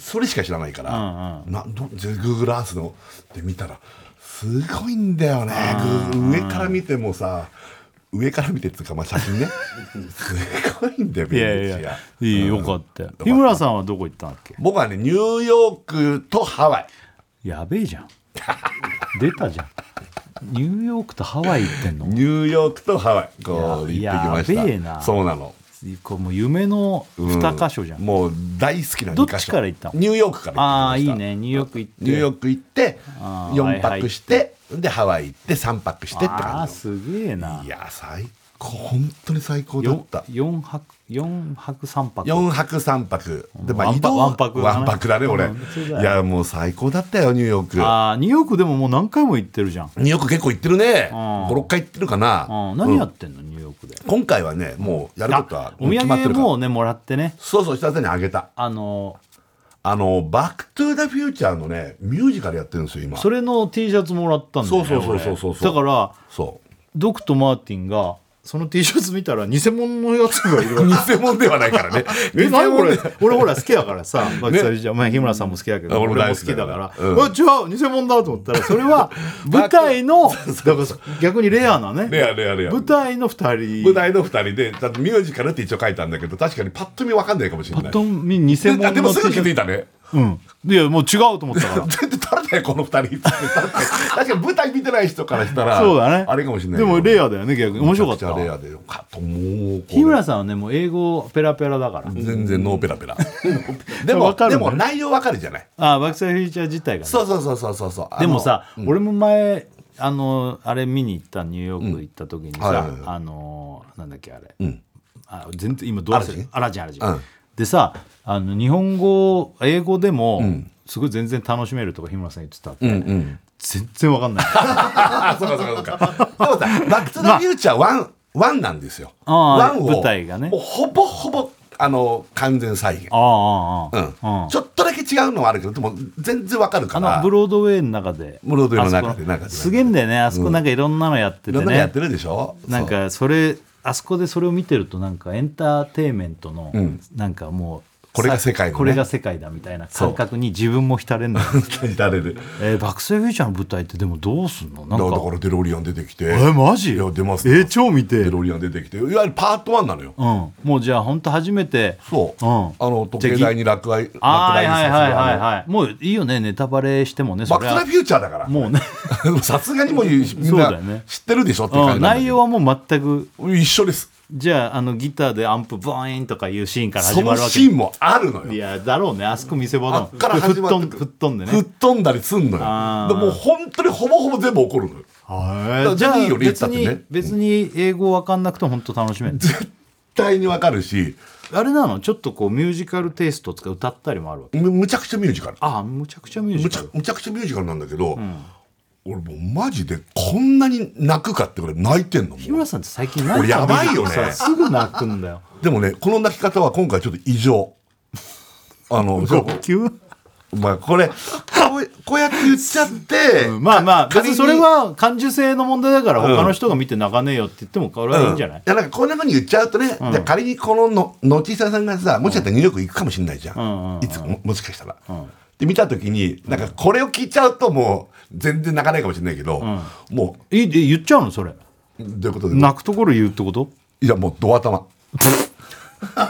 Speaker 2: それしか知らないから、などグーグルアースので見たらすごいんだよねグー上から見てもさ上から見てっていうか、まあ、写 真ねすごいんだよ
Speaker 1: い
Speaker 2: ベ
Speaker 1: や
Speaker 2: ネ
Speaker 1: い
Speaker 2: チア
Speaker 1: やいや、いい、よかったよ。
Speaker 2: うん
Speaker 1: 日村さんはどこ行ったんだっけ
Speaker 2: 僕はねニューヨークとハワイ
Speaker 1: やべえじゃん出たじゃんニューヨークとハワイ行ってんの
Speaker 2: ニューヨークとハワイこう行って
Speaker 1: い
Speaker 2: き
Speaker 1: や
Speaker 2: ました
Speaker 1: やべえな
Speaker 2: そうなの、
Speaker 1: これもう夢の2箇所じゃん、
Speaker 2: もう大好きな2
Speaker 1: どっ
Speaker 2: 箇所
Speaker 1: ちから行ったの
Speaker 2: ニューヨークから
Speaker 1: ああ
Speaker 2: 行ってきま
Speaker 1: い
Speaker 2: した
Speaker 1: いねニューヨーク行って
Speaker 2: ニューヨーク行って
Speaker 1: あー
Speaker 2: 4泊してでハワイ行って3泊してって
Speaker 1: ああ
Speaker 2: 感
Speaker 1: ー
Speaker 2: じ
Speaker 1: すげえな
Speaker 2: のいや最高本当に最高だっ
Speaker 1: よ
Speaker 2: た
Speaker 1: 4泊4泊3泊
Speaker 2: 4泊3泊でまあ
Speaker 1: ワン
Speaker 2: 移
Speaker 1: パ
Speaker 2: 動
Speaker 1: ワンパクだな
Speaker 2: ワンパクだね俺
Speaker 1: うんそうだよ
Speaker 2: いやもう最高だったよニューヨーク
Speaker 1: ああニューヨークでももう何回も行ってるじゃん、
Speaker 2: ニューヨーク結構行ってるね
Speaker 1: ん
Speaker 2: 56回行ってるか
Speaker 1: あ
Speaker 2: な
Speaker 1: ー何やってんのニューヨークで
Speaker 2: 今回はねもうやること
Speaker 1: あ
Speaker 2: は
Speaker 1: お土
Speaker 2: 決まって
Speaker 1: 産
Speaker 2: るから
Speaker 1: もねもらってね
Speaker 2: そうそう久々にあげた
Speaker 1: あの
Speaker 2: あの、バックトゥーザフューチャーのね、ミュージカルやってるんですよ、今。
Speaker 1: それの T シャツもらったんだよね
Speaker 2: そうそうそうそうそう
Speaker 1: 俺だから
Speaker 2: そ
Speaker 1: ドクとマーティンがその T シャツ見たら偽物のやつがいるわけ
Speaker 2: う。偽物ではないからね。
Speaker 1: え、
Speaker 2: 偽
Speaker 1: 何こ
Speaker 2: 物
Speaker 1: れ
Speaker 2: で。
Speaker 1: 俺ほら好きだからさ、バキサリじゃん、まあ日村さんも好きだけど、
Speaker 2: あ
Speaker 1: 俺
Speaker 2: 俺も大
Speaker 1: も好
Speaker 2: 好き
Speaker 1: き
Speaker 2: だ
Speaker 1: だ
Speaker 2: よ
Speaker 1: から、
Speaker 2: うん
Speaker 1: あ、違う、偽物だと思ったら、そ れは舞台の、だから逆にレアなね、
Speaker 2: レアレアレア
Speaker 1: 舞台の二人、
Speaker 2: 舞台の二人で、だってミュージカルって一応書いたんだけど、確かにパッと見わかんないかもしれ
Speaker 1: パ
Speaker 2: な
Speaker 1: ッ
Speaker 2: い。
Speaker 1: と見偽物
Speaker 2: であで
Speaker 1: の
Speaker 2: も
Speaker 1: T
Speaker 2: す
Speaker 1: シ
Speaker 2: ぐ気づい
Speaker 1: ャツ。
Speaker 2: たね。
Speaker 1: うん。いや、もう違うと思ったから。
Speaker 2: 全然誰だよ、この二人。確かに舞台見てない人からしたら、
Speaker 1: そうだね。
Speaker 2: あれかもしれない
Speaker 1: で
Speaker 2: よ。
Speaker 1: もレアだよね、逆に。面白かっ
Speaker 2: めちゃくちゃレ
Speaker 1: た。
Speaker 2: アでよかった。もう、これ
Speaker 1: 日村さんはね、もう英語ペラペラだから。
Speaker 2: 全然ノーペラペ ラ。でも、
Speaker 1: わかる
Speaker 2: で
Speaker 1: んだ
Speaker 2: も内容わかるじゃない。
Speaker 1: あ、バキサリフィーチャー自体がね。
Speaker 2: そうそうそうそうそうそう。あの
Speaker 1: でもさ、俺も前あのあれ見に行ったニューヨーク行った時に
Speaker 2: うんはい
Speaker 1: さ
Speaker 2: はいはい
Speaker 1: あのなんだっけあれ、
Speaker 2: ん
Speaker 1: あ全然今どう
Speaker 2: ア
Speaker 1: す
Speaker 2: ラジ
Speaker 1: る
Speaker 2: ン
Speaker 1: アラジンアラジン、
Speaker 2: うん
Speaker 1: でさあの日本語英語でも、すごい全然楽しめるとか日村さん言ってたって、
Speaker 2: うんうん。
Speaker 1: 全然わ かんない
Speaker 2: あそうかそうか そうか。でもさ、バックトゥザフューチャーワン、ワンなんですよ。
Speaker 1: あー
Speaker 2: ワンを
Speaker 1: 舞台がね
Speaker 2: もうほぼほぼ、あの、完全再現。
Speaker 1: ああ
Speaker 2: う
Speaker 1: ああ
Speaker 2: ん
Speaker 1: あ、うん
Speaker 2: ちょっとだけ違うのはあるけど、でも全然わかるか
Speaker 1: あの
Speaker 2: ら。
Speaker 1: ブロードウェイの中で
Speaker 2: ブロードウェイの中で
Speaker 1: あそこ
Speaker 2: 中で
Speaker 1: すげえんだよねあそこなんかいろんなのやっ
Speaker 2: い
Speaker 1: てて
Speaker 2: ろんなのやっ
Speaker 1: ね
Speaker 2: て、るでしょ
Speaker 1: なんかそれあそこでそれを見てるとなんかエンターテインメントの、
Speaker 2: ん
Speaker 1: なんかもう
Speaker 2: これが世界のね
Speaker 1: これが世界だみたいな感覚に自分も浸れんのよ、
Speaker 2: そう浸れる。
Speaker 1: えー、バックス・フューチャーの舞台ってでもどうすんのな
Speaker 2: だ
Speaker 1: ん
Speaker 2: か
Speaker 1: から
Speaker 2: だからデロリアン出てきて。
Speaker 1: えー、マジ
Speaker 2: いや出ます
Speaker 1: えー、超見て
Speaker 2: デ
Speaker 1: うん
Speaker 2: ロリアン出てきて。いわゆるパートワンなのよ。
Speaker 1: もうじゃあ本当初めて
Speaker 2: そう。
Speaker 1: うん
Speaker 2: あの、時計台に落雷、落
Speaker 1: あーは
Speaker 2: 雷
Speaker 1: いはい
Speaker 2: に
Speaker 1: は
Speaker 2: さ
Speaker 1: い
Speaker 2: せる
Speaker 1: はい
Speaker 2: あの
Speaker 1: はいもういいよねネタバレしてもね
Speaker 2: バ
Speaker 1: そ
Speaker 2: ック
Speaker 1: れ
Speaker 2: トゥザ
Speaker 1: は
Speaker 2: フューチャーだから。
Speaker 1: もうね、
Speaker 2: さすがにもうみん
Speaker 1: そうだよ
Speaker 2: な
Speaker 1: ね
Speaker 2: 知ってるでしょっていう感
Speaker 1: う
Speaker 2: じ
Speaker 1: ん、
Speaker 2: なんだけ
Speaker 1: 内
Speaker 2: ど
Speaker 1: 容はもう全く
Speaker 2: 一緒です。
Speaker 1: じゃああのギターでアンプボーインとかいうシーンから
Speaker 2: そ
Speaker 1: 始
Speaker 2: の
Speaker 1: まるわけ
Speaker 2: シーンもあるのよ
Speaker 1: い。やだろうねあそこ見せ場だ
Speaker 2: あ
Speaker 1: も
Speaker 2: っ
Speaker 1: ん
Speaker 2: から始まって
Speaker 1: 吹っ飛ん吹っ飛んでね
Speaker 2: 吹っ飛んだりすんのよ
Speaker 1: あー
Speaker 2: でもう本当にほぼほぼ全部起こるのよ
Speaker 1: へえ
Speaker 2: だ
Speaker 1: じ
Speaker 2: じゃ
Speaker 1: ゃ
Speaker 2: あ
Speaker 1: あ
Speaker 2: いいよね
Speaker 1: 別に、
Speaker 2: 言ったってね
Speaker 1: 別に英語わかんなくても本当楽し める
Speaker 2: 絶対にわかるし
Speaker 1: あれなのちょっとこうミュージカルテイストとか歌ったりもあるわけ
Speaker 2: むむちゃくちゃミュージカル
Speaker 1: ああむちゃくちゃミュージ
Speaker 2: むちゃ
Speaker 1: カル
Speaker 2: むちゃくちゃミュージカルなんだけど、俺もうマジでこんなに泣くかってぐらい泣いてんの
Speaker 1: 日
Speaker 2: も
Speaker 1: 村
Speaker 2: う
Speaker 1: さんって最近泣い
Speaker 2: 俺やばいよね
Speaker 1: すぐ泣く んだよ
Speaker 2: でもねこの泣き方は今回ちょっと異 常あの
Speaker 1: 号泣
Speaker 2: お前これこうこうやって言っちゃって、
Speaker 1: うんまあまあ
Speaker 2: 仮
Speaker 1: 別
Speaker 2: に
Speaker 1: にそれは感受性の問題だから
Speaker 2: うん
Speaker 1: 他の人が見て泣かねえよって言ってもこれはいいんじゃない、
Speaker 2: やなんかこんなふうに言っちゃうとね、じゃあ仮にこのの後久さんがさもしかしたらニューヨーク行くかもしれないじゃん,、
Speaker 1: んうんうん
Speaker 2: いつかももしかしたら。
Speaker 1: ん
Speaker 2: で見た時になんかこれを聞いちゃうともう全然泣かないかもしれないけど、も
Speaker 1: ええ言っちゃうのそれ
Speaker 2: うどういうことで
Speaker 1: 泣くところ言うってこと
Speaker 2: いやもうドア玉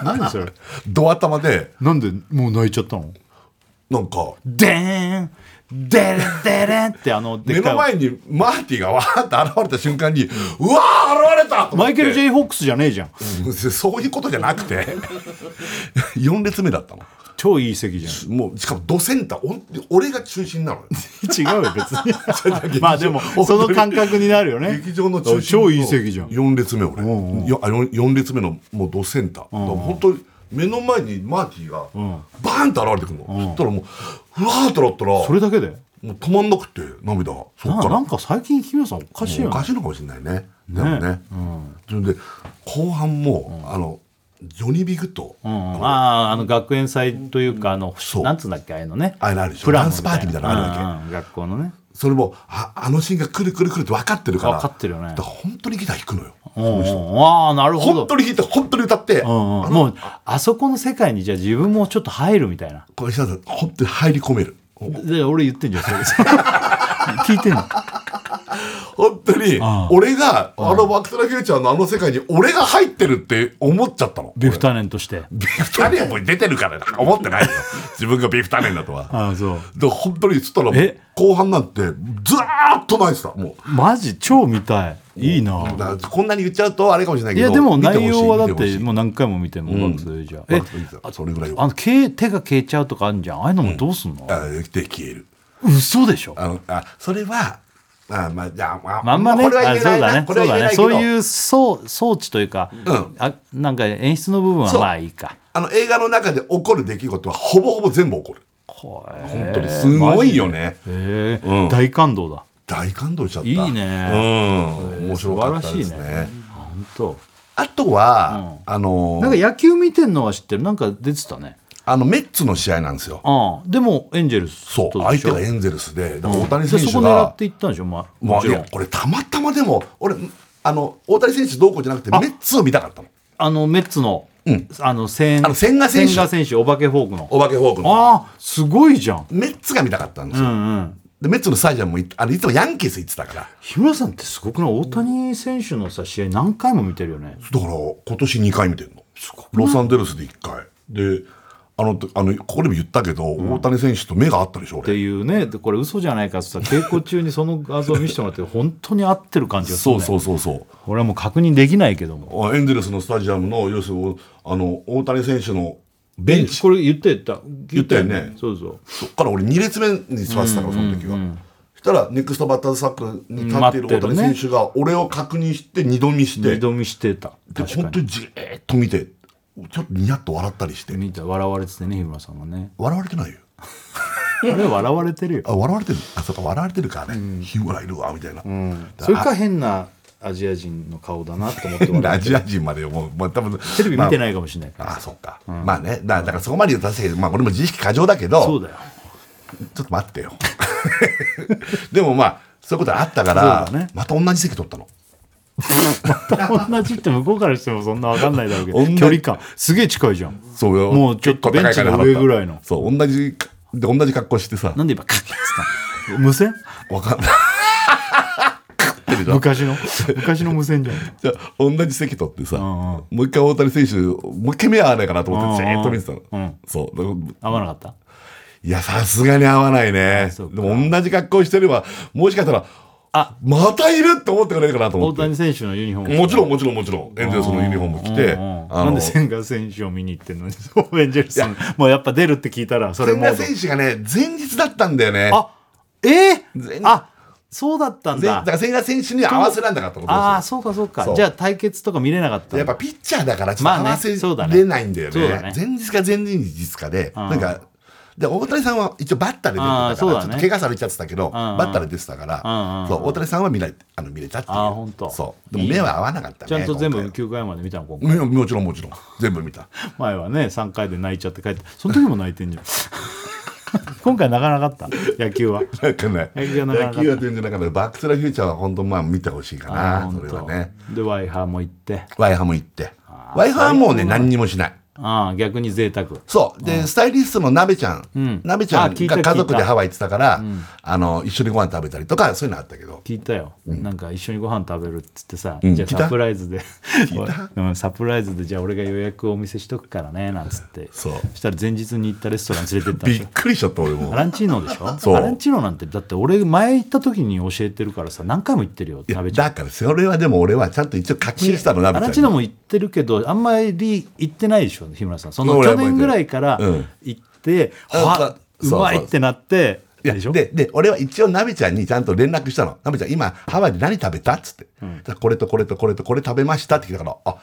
Speaker 1: 何それ
Speaker 2: ドア玉で
Speaker 1: なんでもう泣いちゃったの
Speaker 2: なんか
Speaker 1: でーんでれでれんってあので
Speaker 2: 目
Speaker 1: っか
Speaker 2: の
Speaker 1: い
Speaker 2: 前にマーティがわーって現れた瞬間にうわー現れたと思っ
Speaker 1: マ
Speaker 2: て
Speaker 1: イケル・ J ・フォックスじゃねえじゃん
Speaker 2: うんそういうことじゃなくて4列目だったの
Speaker 1: 超いい席じゃん
Speaker 2: もうしかもドセンターお俺が中心なのよ
Speaker 1: 違うよ別に まあでもその感覚になるよね
Speaker 2: 劇場の中心
Speaker 1: 超いい席じゃん
Speaker 2: 4列目俺、よあ 4, 列目のもうドセンター、だから本当に目の前にマーティがバーンって現れてくるの、そしたらもうふわーってなったら
Speaker 1: それだけで
Speaker 2: もう止まんなくて涙がそっ
Speaker 1: な
Speaker 2: から
Speaker 1: なんか最近日村さんおかしい
Speaker 2: もう
Speaker 1: よ
Speaker 2: お
Speaker 1: ね
Speaker 2: かしいのかもしれないねでもね、それで後半も、あのジョニー・ビグと、
Speaker 1: うんうん、あああの学園祭というかあの
Speaker 2: そう
Speaker 1: なんつうんだっけああいうのね
Speaker 2: あれあるでしょ
Speaker 1: プラ
Speaker 2: ダ
Speaker 1: モ
Speaker 2: ンスパーティーみたいなのあるわけ、
Speaker 1: うんうん学校のね
Speaker 2: それもああのシーンが来る来る来るって分かってるから
Speaker 1: 分かってるよね
Speaker 2: だから本当にギター弾くのよ
Speaker 1: うんうんああなるほ
Speaker 2: 本
Speaker 1: ど
Speaker 2: 当に弾いて本当に歌って、
Speaker 1: うんうんもうあそこの世界にじゃあ自分もちょっと入るみたいな
Speaker 2: これさ本当に入り込める
Speaker 1: で俺言ってんじゃんそれ 聞いてんの
Speaker 2: 本当に俺があの「バック・トゥ・ザ・フューチャー」のあの世界に俺が入ってるって思っちゃったの
Speaker 1: ビフタネンとして
Speaker 2: ビフタネンも出てるからなんか思って ないよ自分がビフタネンだとは
Speaker 1: ああそう
Speaker 2: で本当につったら
Speaker 1: え
Speaker 2: 後半なんてずーっと泣いてたもう
Speaker 1: マジ超見たいいいな
Speaker 2: だからこんなに言っちゃうとあれかもしれない
Speaker 1: い
Speaker 2: けど
Speaker 1: やでも
Speaker 2: 見てほしい
Speaker 1: 内容はだっ
Speaker 2: 見ほしてい
Speaker 1: もう何回も見てもうまくするじゃん、え
Speaker 2: あそれぐらい
Speaker 1: あ
Speaker 2: は
Speaker 1: の消え手が消えちゃうとかあるじゃんああいうのもどうすんの、
Speaker 2: あで消える
Speaker 1: 嘘でしょ
Speaker 2: あのあそれはあまあじゃあまあ
Speaker 1: まんまね
Speaker 2: これは
Speaker 1: あ
Speaker 2: 言えな
Speaker 1: そう
Speaker 2: いな
Speaker 1: だね
Speaker 2: こ
Speaker 1: そ
Speaker 2: れは
Speaker 1: う
Speaker 2: 言えない
Speaker 1: だね
Speaker 2: けど
Speaker 1: そういうそう装置というか、
Speaker 2: ん
Speaker 1: あなんか演出の部分は
Speaker 2: そう
Speaker 1: まあいいか
Speaker 2: あの映画の中で起こる出来事はほぼほぼ全部起こる
Speaker 1: これ
Speaker 2: 本当にすごいよね、
Speaker 1: へえ
Speaker 2: うん
Speaker 1: 大感動だ
Speaker 2: 大感動しちゃった
Speaker 1: いいね
Speaker 2: うん面白かったですね
Speaker 1: 素晴らしいね本当。
Speaker 2: あとは、あの
Speaker 1: なんか野球見てんのは知ってるなんか出てたね
Speaker 2: あのメッツの試合なんですよ
Speaker 1: ああでもエンジェルス
Speaker 2: そう
Speaker 1: とで
Speaker 2: 相
Speaker 1: しょ
Speaker 2: 手がエンゼルスでだから
Speaker 1: うん
Speaker 2: 大谷選手が
Speaker 1: でそこ狙っていったんでしょまあ
Speaker 2: ま
Speaker 1: も
Speaker 2: あ、
Speaker 1: ち
Speaker 2: い
Speaker 1: ろん
Speaker 2: やこれたまたまでも俺あの大谷選手どうこうじゃなくてメッツを見たかったの
Speaker 1: あのメッツの、
Speaker 2: うん
Speaker 1: あの千
Speaker 2: あの千賀選手
Speaker 1: 千賀選手お化けフォークの
Speaker 2: お化けフォークの
Speaker 1: ああすごいじゃん
Speaker 2: メッツが見たかったんです
Speaker 1: う
Speaker 2: よ、
Speaker 1: んうん
Speaker 2: でメッツのスタジアムもいあのいつもヤンキース行ってたからだか
Speaker 1: 日村さんってすごくない大谷選手のさ試合何回も見てるよね
Speaker 2: ら今年2回見てるのロサンゼルスで1回であのあのここでも言ったけど、大谷選手と目が合ったでしょ
Speaker 1: って
Speaker 2: 俺
Speaker 1: いうねでこれ嘘じゃないかってさ 稽古中にその画像を見せてもらって本当に合ってる感じがする、
Speaker 2: そ
Speaker 1: ね、
Speaker 2: うそううそうそう
Speaker 1: 俺はもう確認できないけども
Speaker 2: あエンゼルスのスタジアムの要するにあの大谷選手のベンチ
Speaker 1: これ言ってた
Speaker 2: 言ったよね
Speaker 1: そうそう
Speaker 2: そっから俺2列目に座ってたからその時は、そしたらネクストバッターズサークルに立っている大谷選手が俺を確認して二度見して
Speaker 1: 二度見してた
Speaker 2: で
Speaker 1: 確か
Speaker 2: 本当にじーっと見てちょっとニヤッと笑ったりして
Speaker 1: に見た笑われててね日村さんがね
Speaker 2: 笑われてないよ
Speaker 1: あれ笑われてるよ
Speaker 2: あ笑われてるあそうか笑われてるからね、日村いるわみたいな、だ
Speaker 1: それか変なアジア人の顔だなと思って
Speaker 2: 変な
Speaker 1: 笑
Speaker 2: ア
Speaker 1: って
Speaker 2: ジア人までもう、まあ、多分
Speaker 1: テレビ見て
Speaker 2: い、
Speaker 1: ないかもしれないから、
Speaker 2: まあ、あそっか、まあねだだからそこまで言うと確かに、まあ、俺も自意識過剰だけど
Speaker 1: そうだよ
Speaker 2: ちょっと待ってよ でもまあそういうことあったから、
Speaker 1: そうだね
Speaker 2: また同じ席取ったの
Speaker 1: 同じって向こうからしてもそんな分かんないだろうけ
Speaker 2: 同じ
Speaker 1: ど距離感すげえ近いじゃん
Speaker 2: そうよ
Speaker 1: もうちょっとベンチの上ぐらいの
Speaker 2: そう同じで同じ格好してさ
Speaker 1: なんで今カッてやってたの無線
Speaker 2: わかんないってるじゃん
Speaker 1: 昔の昔の無線じゃん
Speaker 2: じゃあ同じ席取ってさ、
Speaker 1: ん
Speaker 2: もう一回大谷選手もう一回目合わないかなと思って
Speaker 1: う
Speaker 2: じ
Speaker 1: んうん
Speaker 2: ーっと見てたの、
Speaker 1: うん
Speaker 2: そうだから
Speaker 1: 合わなかった
Speaker 2: いやさすがに合わないね
Speaker 1: そうか
Speaker 2: でも同じ格好してればもしかしたら
Speaker 1: あ
Speaker 2: またいるって思ってくれるかなと思
Speaker 1: 大
Speaker 2: って
Speaker 1: 谷選手のユニフォーム
Speaker 2: もちろんもちろんもちろんエンゼルスのユニフォーム着て
Speaker 1: うんうん
Speaker 2: あの
Speaker 1: なんで千賀選手を見に行ってんのに そうエンジェルスのもうやっぱ出るって聞いたらそれ
Speaker 2: 千
Speaker 1: も
Speaker 2: 賀選手がね前日だったんだよね
Speaker 1: あええ
Speaker 2: 全
Speaker 1: あそうだったん
Speaker 2: ぜだ
Speaker 1: だ
Speaker 2: から千賀選手に合わせらんなかったこと
Speaker 1: ああそうかそうか
Speaker 2: そう
Speaker 1: じゃあ対決とか見れなかった
Speaker 2: や
Speaker 1: の
Speaker 2: っぱピッチャーだからちょっと
Speaker 1: まあ
Speaker 2: 合
Speaker 1: ね
Speaker 2: わせ
Speaker 1: そうだね
Speaker 2: れないんだよ
Speaker 1: そう
Speaker 2: ね
Speaker 1: だね
Speaker 2: 前日か前々日かで
Speaker 1: ん
Speaker 2: なんかで大谷さんは一応バッターで出てた
Speaker 1: あ
Speaker 2: か
Speaker 1: ー
Speaker 2: ら
Speaker 1: そうだね
Speaker 2: ちょっと怪我されちゃってたけど
Speaker 1: んうん
Speaker 2: バッターで出てたか
Speaker 1: うんうん
Speaker 2: らそう大谷さんは見られあの見れたっていう
Speaker 1: あーほんと
Speaker 2: そうでも目は合わなかったね
Speaker 1: ちゃんと全部
Speaker 2: 今
Speaker 1: 9回まで見たの今回
Speaker 2: 回ももちろんもちろん全部見た
Speaker 1: 前はね3回で泣いちゃって帰ってその時も泣いてん じゃん今回泣かなかった野球は
Speaker 2: なんかね
Speaker 1: 野球 はなかなか
Speaker 2: 野球は全然なかったバック・トゥ・ザ・フューチャーは本当まあ見てほしいか
Speaker 1: あー
Speaker 2: な
Speaker 1: ほん
Speaker 2: そ
Speaker 1: と
Speaker 2: れはね
Speaker 1: でワイハーも行って
Speaker 2: ワイハも行ってワイハはもうね何にもしない
Speaker 1: ああ逆に贅沢
Speaker 2: そうで、スタイリストの鍋ちゃん、
Speaker 1: ん
Speaker 2: 鍋ちゃ
Speaker 1: あ
Speaker 2: ん
Speaker 1: 聞いた
Speaker 2: が家族
Speaker 1: 聞い
Speaker 2: で
Speaker 1: た
Speaker 2: ハワイ行ってたから、あの一緒にご飯食べたりとかそういうのあったけど
Speaker 1: 聞いたよ、なんか一緒にご飯食べるっつってさ、
Speaker 2: ん
Speaker 1: じゃあ
Speaker 2: 聞いた
Speaker 1: サプライズで
Speaker 2: 聞い
Speaker 1: うんサプライズでじゃあ俺が予約をお店しとくからねなんつって
Speaker 2: そう
Speaker 1: したら前日に行ったレストラン連れてったんで
Speaker 2: び
Speaker 1: す
Speaker 2: っ
Speaker 1: よ
Speaker 2: くりしちゃった俺も
Speaker 1: アランチーノでしょ
Speaker 2: そう
Speaker 1: アランチーノなんてだって俺前行った時に教えてるからさ何回も行ってるよ
Speaker 2: いや
Speaker 1: 鍋ちゃん
Speaker 2: だからそれはでも俺はちゃんと一応確信したの
Speaker 1: ア
Speaker 2: 鍋
Speaker 1: ラン
Speaker 2: ち
Speaker 1: チ
Speaker 2: ゃ
Speaker 1: ー
Speaker 2: ん
Speaker 1: ノ
Speaker 2: に
Speaker 1: も行ってるけどあんまり行ってないでしょ日村さんその
Speaker 2: 俺は
Speaker 1: 去
Speaker 2: 覚えてる
Speaker 1: 年ぐらいから
Speaker 2: うん
Speaker 1: 行って、
Speaker 2: うん
Speaker 1: は
Speaker 2: そう
Speaker 1: う
Speaker 2: そう
Speaker 1: まいってなって
Speaker 2: いや
Speaker 1: でしょ
Speaker 2: でで俺は一応鍋ちゃんにちゃんと連絡したの鍋ちゃん今ハワイで何食べたっつって、だからこれとこれとこれとこれ食べましたって聞いたからあ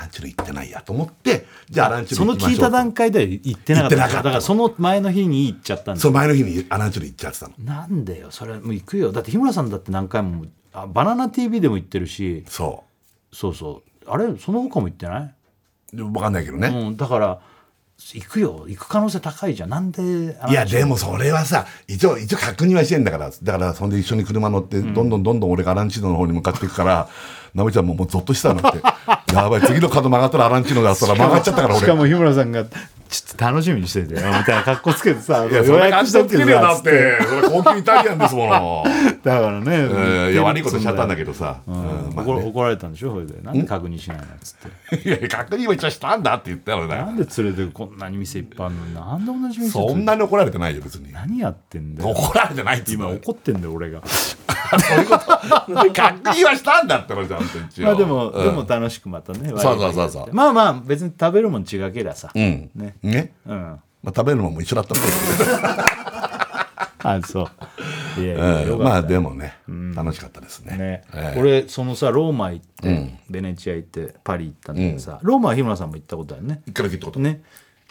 Speaker 2: ランチの行ってないやと思ってじゃあランチの
Speaker 1: そ
Speaker 2: 行
Speaker 1: の
Speaker 2: きま
Speaker 1: 聞い
Speaker 2: しょ
Speaker 1: た
Speaker 2: うと
Speaker 1: 段階で行ってなかった
Speaker 2: 行ってなかった
Speaker 1: だからその前の日に行っちゃったんだ
Speaker 2: そう前の日にアランチの行っちゃってたの
Speaker 1: なんでよそれもう行くよだって日村さんだって何回もあバナナ TV でも行ってるし
Speaker 2: そ
Speaker 1: そうそうあれその他も行ってないう
Speaker 2: でも分かんないけどね、
Speaker 1: うん、だから行くよ行く可能性高いじゃんなんであの
Speaker 2: いやでもそれはさ一応一応確認はしてんだからだからそんで一緒に車乗ってどんどんどんどん俺がアランチーノの方に向かっていくからなべちゃんももうゾッとしたの ってやばい次の角曲がったらアランチーノだったら曲がっちゃったから
Speaker 1: しか
Speaker 2: 俺
Speaker 1: も日村さんがちょっと楽しみにしててみたいな格好つけてさ
Speaker 2: いやそ
Speaker 1: 予
Speaker 2: れ感
Speaker 1: 約し
Speaker 2: じ
Speaker 1: と
Speaker 2: つけ
Speaker 1: く
Speaker 2: る
Speaker 1: け
Speaker 2: よ
Speaker 1: ど
Speaker 2: だっ
Speaker 1: さつって
Speaker 2: てそれ高級イタリアンですも の
Speaker 1: だからね、
Speaker 2: うんいや悪いことしちゃったんだ
Speaker 1: け
Speaker 2: けどさ、う
Speaker 1: ど、
Speaker 2: んまあ
Speaker 1: 怒ら怒られたんでしょそれでなんで確認しないのっつって
Speaker 2: いや確認は一応したんだって言ったの
Speaker 1: な
Speaker 2: ね
Speaker 1: んで連れてこんなに店いっぱいあるのになんで同じ店連れ
Speaker 2: そ
Speaker 1: て
Speaker 2: んなに怒られてないよ別に
Speaker 1: 何やってんだよ
Speaker 2: 怒られてないって今
Speaker 1: 今
Speaker 2: 怒
Speaker 1: 怒ってんだよ俺が
Speaker 2: 確認はしたんだって俺ちゃんと一応
Speaker 1: まあでも、
Speaker 2: うん
Speaker 1: でも楽しくまたね
Speaker 2: そうそうそうそう
Speaker 1: まあまあ別に食べるもん違けりゃさ
Speaker 2: うん
Speaker 1: ね
Speaker 2: ね
Speaker 1: うん
Speaker 2: まあ、食べるのも一緒だった っぽいですけど
Speaker 1: あそういやいや、
Speaker 2: ええ
Speaker 1: よかった
Speaker 2: まあでもね、楽しかったですね
Speaker 1: ね、
Speaker 2: ええ
Speaker 1: 俺そのさローマ行って、ベネチア行ってパリ行ったんだけどさ、ローマは日村さんも行ったことあるね
Speaker 2: 一回だけってこと
Speaker 1: ね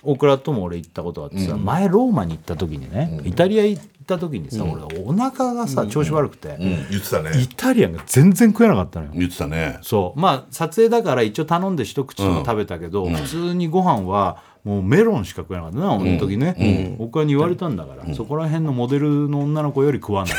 Speaker 1: 大倉とも俺行ったことあってさ、前ローマに行った時にね、イタリア行った時にさ、俺お腹がさ調子悪くて、
Speaker 2: うん言ってたね
Speaker 1: イタリアンが全然食えなかったのよ、
Speaker 2: 言ってたね
Speaker 1: そうまあ撮影だから一応頼んで一口も食べたけど、普通にご飯はもうメロンしか食えなかったな俺の時ね、他に言われたんだから、そこら辺のモデルの女の子より食わない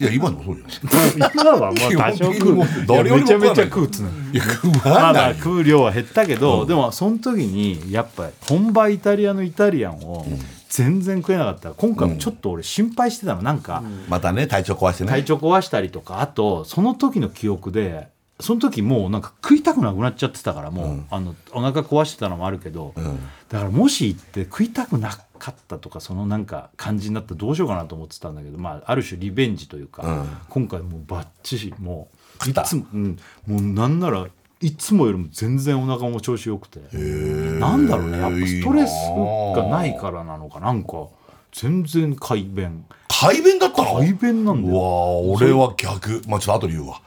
Speaker 2: いや今でもそうじゃない
Speaker 1: 今はまあ多少食
Speaker 2: 基本
Speaker 1: う
Speaker 2: 的にもう誰
Speaker 1: い
Speaker 2: よ
Speaker 1: や
Speaker 2: り
Speaker 1: め
Speaker 2: も食わない
Speaker 1: ちゃめちゃ食うっつうの
Speaker 2: いや食
Speaker 1: ま
Speaker 2: わ
Speaker 1: あま
Speaker 2: な
Speaker 1: あ
Speaker 2: い
Speaker 1: 食う量は減ったけど、でもその時にやっぱ本場イタリアのイタリアンを全然食えなかったから今回もちょっと俺心配してたのなんか、
Speaker 2: またね体調壊してね
Speaker 1: 体調壊したりとかあとその時の記憶でその時もうなんか食いたくなくなっちゃってたからもう、あのお腹壊してたのもあるけど、だからもし行って食いたくなかったとかそのなんか感じになったらどうしようかなと思ってたんだけど、まあ、ある種リベンジというか、今回もうバッチリもうい
Speaker 2: った
Speaker 1: つも、うん、もうなんならいつもよりも全然お腹も調子よくてなんだろうねやっぱストレスがないからなのかなんか全然快便
Speaker 2: 改便だったの
Speaker 1: 快便なんだ
Speaker 2: う
Speaker 1: よ
Speaker 2: わあ俺は逆まあちょっと後で言うわ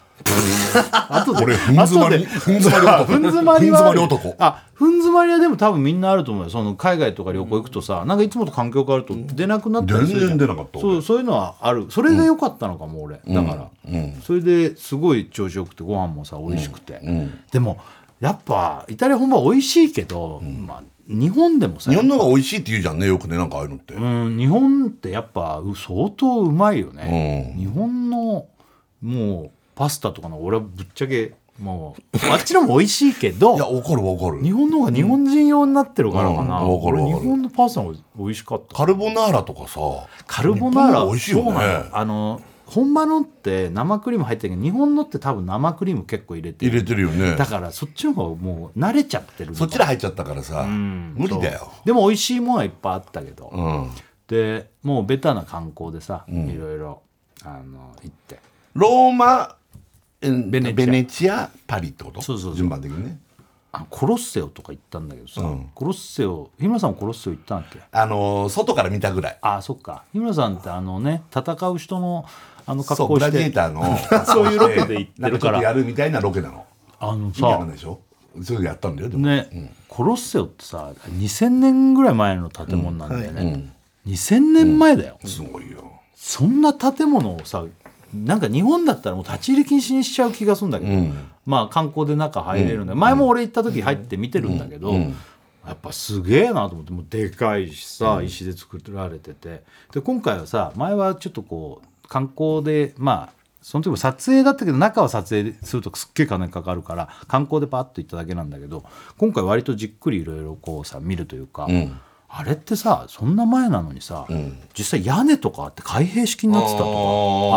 Speaker 1: あとで
Speaker 2: 俺ふん詰まり
Speaker 1: 後で
Speaker 2: ふん詰まり男
Speaker 1: ふん詰まりは
Speaker 2: ふん詰ま
Speaker 1: ある
Speaker 2: り男
Speaker 1: あふん詰まりはでも多分みんなあると思うよその海外とか旅行行くとさ、なんかいつもと環境変わると出なくなったりするじゃん
Speaker 2: 全然出なかった
Speaker 1: そうそういうのはあるそれが良かったのかも俺、だから、それですごい調子よくてご飯もさ美味しくて、でもやっぱイタリア本場美味しいけど、まあ、日本でもさ
Speaker 2: 日本の方が美味しいって言うじゃんねよくねなんかああいうのって
Speaker 1: うん、日本ってやっぱう相当うまいよね、
Speaker 2: う
Speaker 1: 日本のもうパスタとかの俺はぶっちゃけもうあっちのも美味しいけ
Speaker 2: いや
Speaker 1: ど
Speaker 2: わかるわかる
Speaker 1: 日本の方が日本人用になってるからかな、
Speaker 2: うんわかるわかる
Speaker 1: 俺日本のパスタの方が美味しかった
Speaker 2: カルボナーラとかさ
Speaker 1: カルボナ
Speaker 2: 日本
Speaker 1: ー
Speaker 2: の
Speaker 1: ラ
Speaker 2: 方が美味しいよね
Speaker 1: そうなのあの本場のって生クリーム入ってるけど日本のって多分生クリーム結構入れて
Speaker 2: 入
Speaker 1: る
Speaker 2: れてるよね
Speaker 1: だからそっちの方がもう慣れちゃってるのか
Speaker 2: そっちら入っちゃったからさ無理だよ
Speaker 1: でも美味しいものはいっぱいあったけど、
Speaker 2: うん
Speaker 1: でもうベタな観光でさ、いろいろあの行って
Speaker 2: ローマうん
Speaker 1: ベ
Speaker 2: ベ
Speaker 1: ネチ
Speaker 2: ネチ
Speaker 1: ア
Speaker 2: アパリってこと
Speaker 1: そうそうそう
Speaker 2: 順番的にね
Speaker 1: あコロッセオとか行ったんだけどさ、
Speaker 2: うん
Speaker 1: コロッセオ日村さんもコロッセオ行ったんだっけ
Speaker 2: あのー外から見たぐらい
Speaker 1: あそっか日村さんってあのね戦う人のあの
Speaker 2: そ
Speaker 1: 格
Speaker 2: うグ
Speaker 1: 好
Speaker 2: ラ
Speaker 1: し
Speaker 2: ディエ
Speaker 1: て
Speaker 2: ーターの
Speaker 1: そういうロケで行って
Speaker 2: なん
Speaker 1: る
Speaker 2: かちょっ
Speaker 1: か
Speaker 2: と
Speaker 1: ら
Speaker 2: やるみたいなロケなの
Speaker 1: あの
Speaker 2: 意味わかん
Speaker 1: さ
Speaker 2: ないでしょそういうのやったんだよでも
Speaker 1: ね、コロッセオってさ2000年ぐらい前の建物なんだよね、2000年前だよ、
Speaker 2: すごいよ
Speaker 1: そんな建物をさなんか日本だったらもう立ち入り禁止にしちゃう気がするんだけど、まあ観光で中入れるんだ、前も俺行った時入って見てるんだけど、やっぱすげえなと思ってもうでかいしさ、石で作られててで今回はさ前はちょっとこう観光でまあその時も撮影だったけど中は撮影するとすっげえ金かかるから観光でパッと行っただけなんだけど今回割とじっくりいろいろこうさ見るというか、あれってさそんな前なのにさ、実際屋根とかあって開閉式になってたとか
Speaker 2: あ
Speaker 1: あ
Speaker 2: ー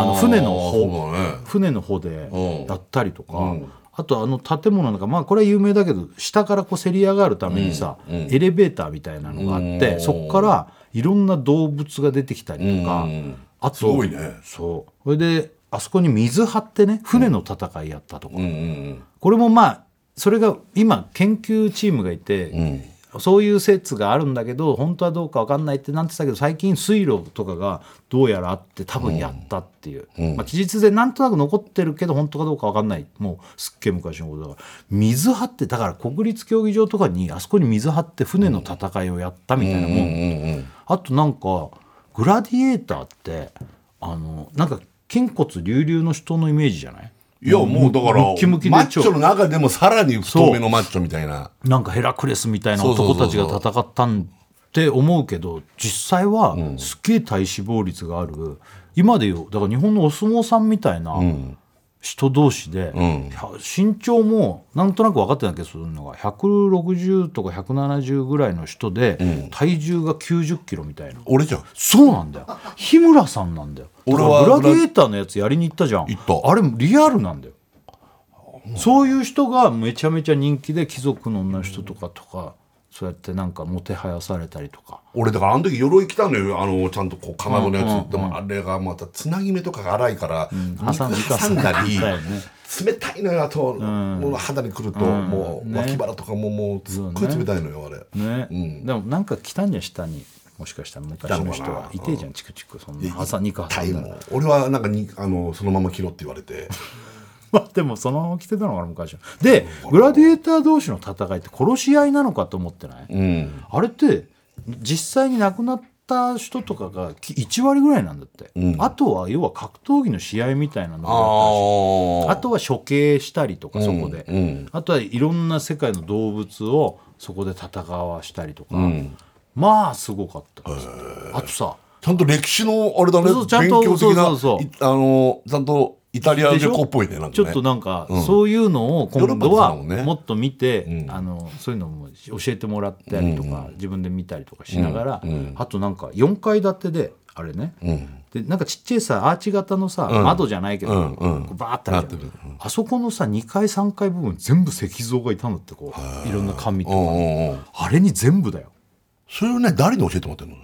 Speaker 1: の船の
Speaker 2: そ
Speaker 1: 方、
Speaker 2: うだね
Speaker 1: 船の方で
Speaker 2: うん
Speaker 1: やったりとか、
Speaker 2: うん
Speaker 1: あとあの建物なんかまあこれは有名だけど下からこうせり上がるためにさ、
Speaker 2: うんうん
Speaker 1: エレベーターみたいなのがあって、
Speaker 2: うん
Speaker 1: そこからいろんな動物が出てきたりとか、
Speaker 2: うん
Speaker 1: あと
Speaker 2: すごいね
Speaker 1: そうそれであそこに水張ってね船の戦いやったとか、
Speaker 2: うんうん
Speaker 1: これもまあそれが今研究チームがいて、
Speaker 2: うんうん
Speaker 1: そういう説があるんだけど本当はどうか分かんないってなってたけど最近水路とかがどうやらあって多分やったっていう、まあ、期日でなんとなく残ってるけど本当かどうか分かんないもうすっげえ昔のことだから水張ってだから国立競技場とかにあそこに水張って船の戦いをやったみたいなもん、
Speaker 2: うん
Speaker 1: あとなんかグラディエーターってあのなんか筋骨隆々の人のイメージじゃない
Speaker 2: いやもうだから
Speaker 1: ムッキムキで
Speaker 2: マッチョの中でもさらに太めのマッチョみたいな
Speaker 1: なんかヘラクレスみたいな男たちが戦ったんって思うけど実際はすっげえ体脂肪率がある、今でいうだから日本のお相撲さんみたいな人同士で、
Speaker 2: ん
Speaker 1: 身長もなんとなく分かってないけどするのが160とか170ぐらいの人で、体重が9 0キロみたいな
Speaker 2: 俺じゃん
Speaker 1: そうなんだよ日村さんなんだよ
Speaker 2: 俺は
Speaker 1: だからグラディエーターのやつやりに行ったじゃん
Speaker 2: 行った
Speaker 1: あれリアルなんだよそういう人がめちゃめちゃ人気で貴族の女の人とかとかそうやってなんかもてはやされたりとか
Speaker 2: 俺だからあの時鎧着たのよあのちゃんとこうかまどのやつ、でもあれがまたつなぎ目とかが荒いから、
Speaker 1: 挟ん
Speaker 2: 肉
Speaker 1: 挟
Speaker 2: 挟
Speaker 1: ん
Speaker 2: ん
Speaker 1: だ
Speaker 2: だ
Speaker 1: り
Speaker 2: り
Speaker 1: だよね
Speaker 2: 冷たいのよあと、もう肌にくると、もう
Speaker 1: ね
Speaker 2: 脇腹とかももうすっごい冷たいのよあれ、
Speaker 1: ね、
Speaker 2: うん
Speaker 1: でもなんか来たんじゃん下にもしかしたら昔の人
Speaker 2: 来たの
Speaker 1: は
Speaker 2: かない
Speaker 1: てえじゃんチクチクそん
Speaker 2: で
Speaker 1: な朝肉挟
Speaker 2: 痛い
Speaker 1: んだ
Speaker 2: も
Speaker 1: ら
Speaker 2: ん俺はなんかにあのそのまま着ろって言われ て
Speaker 1: まあでもそのまま来てたのかな昔はでグラディエーター同士の戦いって殺し合いなのかと思ってない
Speaker 2: うん
Speaker 1: あれって実際に亡くなった人とかがき1割ぐらいなんだって、
Speaker 2: うん
Speaker 1: あとは要は格闘技の試合みたいなの
Speaker 2: あ
Speaker 1: があ
Speaker 2: ー
Speaker 1: ったしあとは処刑したりとかそこで、
Speaker 2: うんうん
Speaker 1: あとはいろんな世界の動物をそこで戦わしたりとか、
Speaker 2: うん
Speaker 1: まあすごかったですあとさ
Speaker 2: ちゃんと歴史のあれだね
Speaker 1: そうちゃん
Speaker 2: 勉
Speaker 1: と
Speaker 2: 強的な
Speaker 1: そうそうそう
Speaker 2: いあのちゃんとイタリア旅行っぽいねなんかね
Speaker 1: ちょっとなんか、
Speaker 2: ん
Speaker 1: そういうのを今度は
Speaker 2: ヨーロッパの人だもんね
Speaker 1: もっと見て、
Speaker 2: うん
Speaker 1: あのそういうのも教えてもらったりとか、自分で見たりとかしながら、
Speaker 2: うんうん
Speaker 1: あとなんか4階建てであれね、
Speaker 2: うん
Speaker 1: でなんかちっちゃいさアーチ型のさ、
Speaker 2: うん
Speaker 1: 窓じゃないけど、
Speaker 2: うんうん
Speaker 1: こうバーってあるじゃん
Speaker 2: なってる
Speaker 1: あそこのさ2階3階部分全部石像がいたんだってこういろんな紙と
Speaker 2: う
Speaker 1: か、
Speaker 2: んうんうん
Speaker 1: あれに全部だよ
Speaker 2: それをね誰に教えてもらってる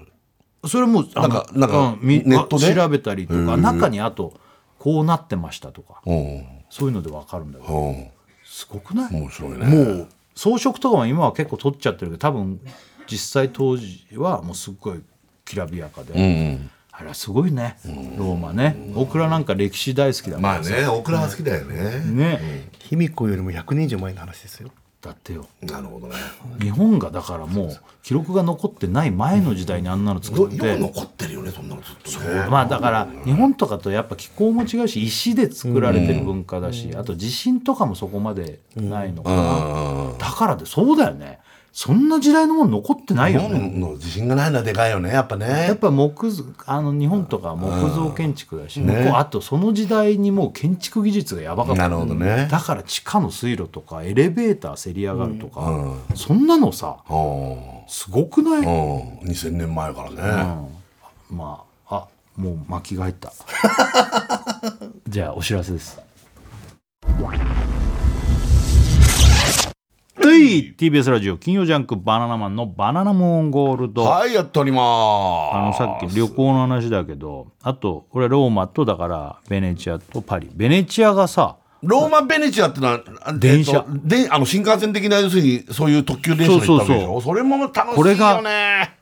Speaker 2: の
Speaker 1: それもあの
Speaker 2: なんかなんか
Speaker 1: み
Speaker 2: ネットで
Speaker 1: あ調べたりとか中にあとこうなってましたとか
Speaker 2: うん
Speaker 1: そういうので分かるんだけど
Speaker 2: うん
Speaker 1: すごくない
Speaker 2: 面白いね
Speaker 1: もう装飾とかも今は結構取っちゃってるけど多分実際当時はもうすっごいきらびやかで、
Speaker 2: うん
Speaker 1: あらすごいねローマねオクラなんか歴史大好き
Speaker 2: う
Speaker 1: だか
Speaker 2: ん、
Speaker 1: ら
Speaker 2: まあねオクラは好きだよね、
Speaker 1: ね、
Speaker 3: 卑弥呼よりも100年以上前の話ですよ
Speaker 1: だってよ
Speaker 2: なるほどね
Speaker 1: 日本がだからもう記録が残ってない前の時代にあんなの
Speaker 2: ど
Speaker 1: 作って、
Speaker 2: よく残ってるよねそんなのずっとね
Speaker 1: まあだから日本とかとやっぱ気候も違うし石で作られてる文化だし、あと地震とかもそこまでないのかな、
Speaker 2: うん
Speaker 1: だからでそうだよねそんな時代のもの残ってない
Speaker 2: 日
Speaker 1: よね、
Speaker 2: 本の自信がないのはでかいよねやっぱね
Speaker 1: やっぱ木造あの日本とかは木造建築だし、
Speaker 2: ね
Speaker 1: 向こうあとその時代にもう建築技術がやばかった
Speaker 2: なるほどね
Speaker 1: だから地下の水路とかエレベーターせり上がるとか、
Speaker 2: うん
Speaker 1: そんなのさ
Speaker 2: うん
Speaker 1: すごくない、
Speaker 2: うん2000年前からね
Speaker 1: うんまああもう巻きが入った じゃあお知らせですはい TBS ラジオ金曜ジャンク「バナナマンのバナナムーンゴールド」
Speaker 2: はいやっております
Speaker 1: あのさっき旅行の話だけどあと俺ローマとだからベネチアとパリベネチアがさ
Speaker 2: ローマ・ベネチアってのは、あ
Speaker 1: 電車
Speaker 2: えっとであの新幹線的な要するにそういう特急列車に行ったわけでしょ
Speaker 1: そうそうそ
Speaker 2: それも楽しいよね
Speaker 1: これが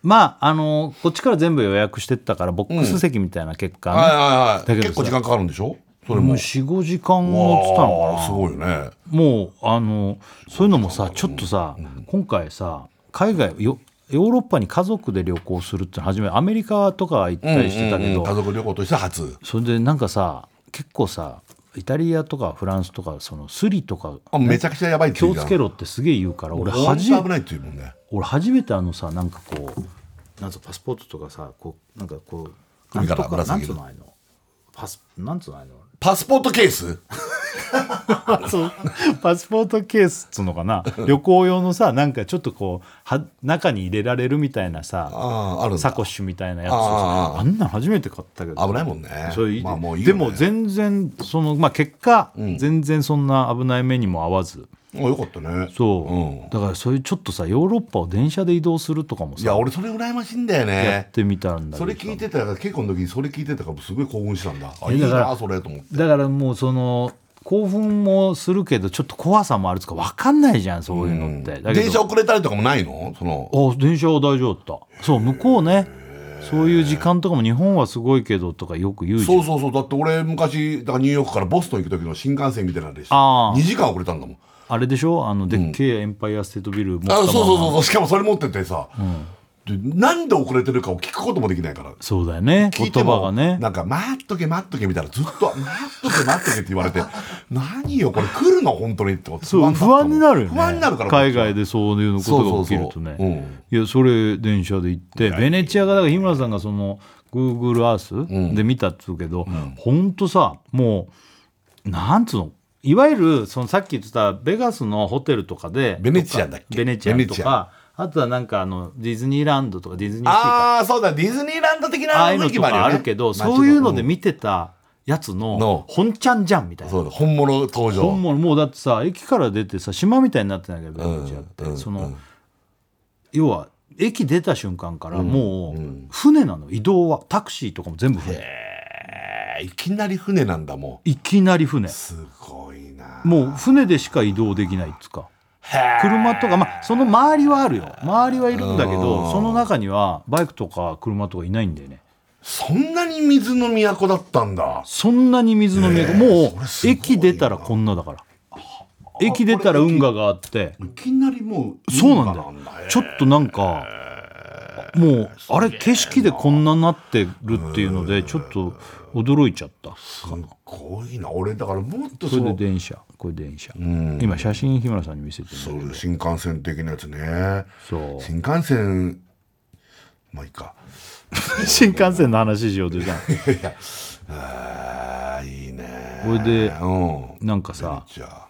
Speaker 1: まああのこっちから全部予約してったからボックス席みたいな結果、ね
Speaker 2: はいはいは
Speaker 1: だ
Speaker 2: い
Speaker 1: け
Speaker 2: 結
Speaker 1: どさ
Speaker 2: 構時間かかるんでしょそれ
Speaker 1: も
Speaker 2: も
Speaker 1: う45時間乗ってたの
Speaker 2: わあ
Speaker 1: か
Speaker 2: す
Speaker 1: な
Speaker 2: ごいよね
Speaker 1: もうあのそういうのもさちょっとさ、今回さ海外よヨーロッパに家族で旅行するって初めアメリカとか行ったりしてたけど、
Speaker 2: うんうんうん家族旅行として初
Speaker 1: それでなんかさ結構さイタリアとかフランスとかそのスリとか
Speaker 2: あめちゃくちゃやばいって
Speaker 1: 気
Speaker 2: 言
Speaker 1: を
Speaker 2: うじゃ
Speaker 1: つ
Speaker 2: ん
Speaker 1: けろってすげえ言うから俺
Speaker 2: 本
Speaker 1: 初
Speaker 2: 当
Speaker 1: め
Speaker 2: 危ないっていうもんね
Speaker 1: 俺初めてあのさなんかこうなんつうのパスポートとかさこうなんかこう
Speaker 2: 首から
Speaker 1: なんとかなん
Speaker 2: 紫
Speaker 1: つう
Speaker 2: 色
Speaker 1: のああいうのパスなんつうのああいうの
Speaker 2: パスポートケース
Speaker 1: そうパスポートケースっつうのかな旅行用のさなんかちょっとこうは中に入れられるみたいなさ
Speaker 2: あああるんだ
Speaker 1: サコッシュみたいなやつ
Speaker 2: あー
Speaker 1: あんなん初めて買ったけど
Speaker 2: 危ないもんね
Speaker 1: それ
Speaker 2: まあもういいよ
Speaker 1: で
Speaker 2: ね
Speaker 1: も全然その、まあ、結果、全然そんな危ない目にも合わず
Speaker 2: あよかったね
Speaker 1: そう、
Speaker 2: うん
Speaker 1: だからそういうちょっとさヨーロッパを電車で移動するとかも
Speaker 2: い
Speaker 1: さ
Speaker 2: や俺それ羨ましいんだよ
Speaker 1: や
Speaker 2: ね
Speaker 1: ってみたんだけ
Speaker 2: そ
Speaker 1: ど
Speaker 2: れ
Speaker 1: さ
Speaker 2: 聞いてたから稽古の時にそれ聞いてたからすごい興奮したんだあ
Speaker 1: え
Speaker 2: いい
Speaker 1: だから
Speaker 2: なそれと思って
Speaker 1: だからもうその興奮もするけどちょっと怖さもあるつか分かんないじゃんそういうのって、だけど
Speaker 2: 電車遅れたりとかもないのその
Speaker 1: あ電車は大丈夫だったそう向こうねそういう時間とかも日本はすごいけどとかよく言うじゃ
Speaker 2: そ
Speaker 1: ん
Speaker 2: うそうそうだって俺昔だからニューヨークからボストン行く時の新幹線みたいなのでした
Speaker 1: ああ
Speaker 2: 2時間遅れたんだもん
Speaker 1: あれでしょあのでっけえエンパイアステートビル持った
Speaker 2: あ
Speaker 1: ま
Speaker 2: そう
Speaker 1: ま
Speaker 2: そうそうそうしかもそれ持っててさ、でなんで遅れてるかを聞くこともできないから
Speaker 1: そうだよね
Speaker 2: 聞
Speaker 1: 言
Speaker 2: いて
Speaker 1: 葉
Speaker 2: も
Speaker 1: がね
Speaker 2: なんか「待っとけ待っとけ」みたいなずっと「待っとけ待っとけ」って言わ れて「何よこれ来るの本当に」ってこと
Speaker 1: そう不安になるよね
Speaker 2: 不安になるから
Speaker 1: 海外でそういうのことが起きると
Speaker 2: そうそう
Speaker 1: ね
Speaker 2: そううん
Speaker 1: いやそれ電車で行ってベネチアがだから日村さんがその Google Earth で見たっつうけど、ほんとさもうなんつうのいわゆるそのさっき言ってたベガスのホテルとかで
Speaker 2: ベネチアだっけ
Speaker 1: ベネチア
Speaker 2: ベ
Speaker 1: と
Speaker 2: ネチ
Speaker 1: かあとはなんかあのディズニーランドとかディズニーシーか
Speaker 2: ああそうだディズニーランド的
Speaker 1: あ
Speaker 2: な
Speaker 1: あいう
Speaker 2: 雰
Speaker 1: の
Speaker 2: 囲気
Speaker 1: と
Speaker 2: もあるよ、
Speaker 1: か
Speaker 2: ね、
Speaker 1: あるけど
Speaker 2: 街の
Speaker 1: そういうので
Speaker 2: うん
Speaker 1: 見てたやつの
Speaker 2: の
Speaker 1: 本ちゃんじゃんみたいな
Speaker 2: そうだ本物登場
Speaker 1: 本物もうだってさ駅から出てさ島みたいになってないけどベネチアって、
Speaker 2: うんうん
Speaker 1: その、
Speaker 2: うん
Speaker 1: 要は駅出た瞬間からもう船なの移動はタクシーとかも全部船
Speaker 2: えーいきなり船なんだも
Speaker 1: いきなり船
Speaker 2: うすごいな
Speaker 1: もう船でしか移動できないっつうか
Speaker 2: へー
Speaker 1: 車とかまあその周りはあるよ周りはいるんだけ
Speaker 2: うん
Speaker 1: どその中にはバイクとか車とかいないんだよね
Speaker 2: そんなに水の都だったんだ
Speaker 1: そんなに水の都、
Speaker 2: そ
Speaker 1: も
Speaker 2: れす
Speaker 1: う
Speaker 2: ごいな
Speaker 1: 駅出たらこんなだから駅出たら運河があって
Speaker 2: いきなりもう
Speaker 1: そうなんだよ
Speaker 2: 運河へー
Speaker 1: ちょっとなんかもうあれ景色でこんなになってるっていうのでちょっと驚いちゃった
Speaker 2: すごいな俺だからもっとそ
Speaker 1: それで
Speaker 2: の
Speaker 1: 電車これ電車今写真日村さんに見せてる
Speaker 2: そういう新幹線的なやつね
Speaker 1: そう
Speaker 2: 新幹線まあいいか
Speaker 1: 新幹線の話しようとしたの
Speaker 2: あーいいね
Speaker 1: これで
Speaker 2: うん
Speaker 1: なんかさ
Speaker 2: じゃあ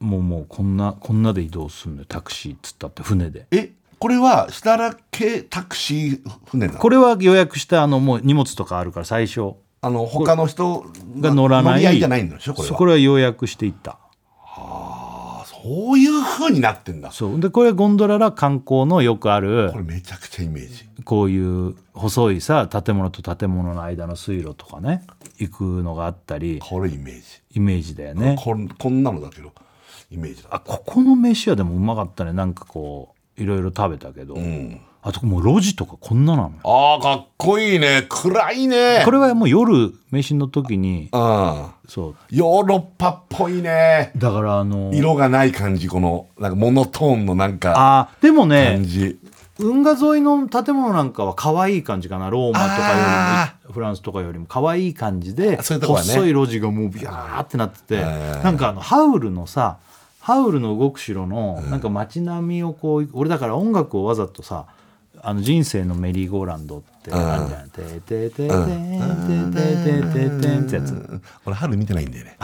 Speaker 1: もうもうこんなこんなで移動するのよタクシーっつったって船で
Speaker 2: えこれは設楽系タクシー船なの
Speaker 1: これは予約したあのもう荷物とかあるから最初
Speaker 2: あの他の人
Speaker 1: が乗らない
Speaker 2: り合いじゃないんでしょこれ
Speaker 1: そう
Speaker 2: は
Speaker 1: これは予約していった
Speaker 2: あそういう風になってんだ
Speaker 1: そうでこれはゴンドラら観光のよくある
Speaker 2: これめちゃくちゃイメージ
Speaker 1: こういう細いさ建物と建物の間の水路とかね行くのがあったり
Speaker 2: これイメージ
Speaker 1: イメージだよね
Speaker 2: こんこんなのだけどイメージだ
Speaker 1: あここの飯屋でもうまかったねなんかこういろいろ食べたけど、あともう路地とかこんななのよ
Speaker 2: あーかっこいいね暗いね
Speaker 1: これはもう夜飯の時に
Speaker 2: うん
Speaker 1: そう
Speaker 2: ヨーロッパっぽいね
Speaker 1: だからあの
Speaker 2: 色がない感じこのなんかモノトーンのなんか
Speaker 1: あでも
Speaker 2: 感
Speaker 1: ね
Speaker 2: じ
Speaker 1: 運河沿いの建物なんかは可愛い感じかなローマとかよりもフランスとかよりも可愛い感じで
Speaker 2: そういうとこはね
Speaker 1: 細い路地がもうビャーってなっててなんかあのハウルのさハウルの動く城のなんか街並みをこう俺だから音楽をわざとさあの人生のメリーゴーランドってあるじゃん「てーてーてーてーてーてーてーてーんってやつ
Speaker 2: 俺春見てないんだよね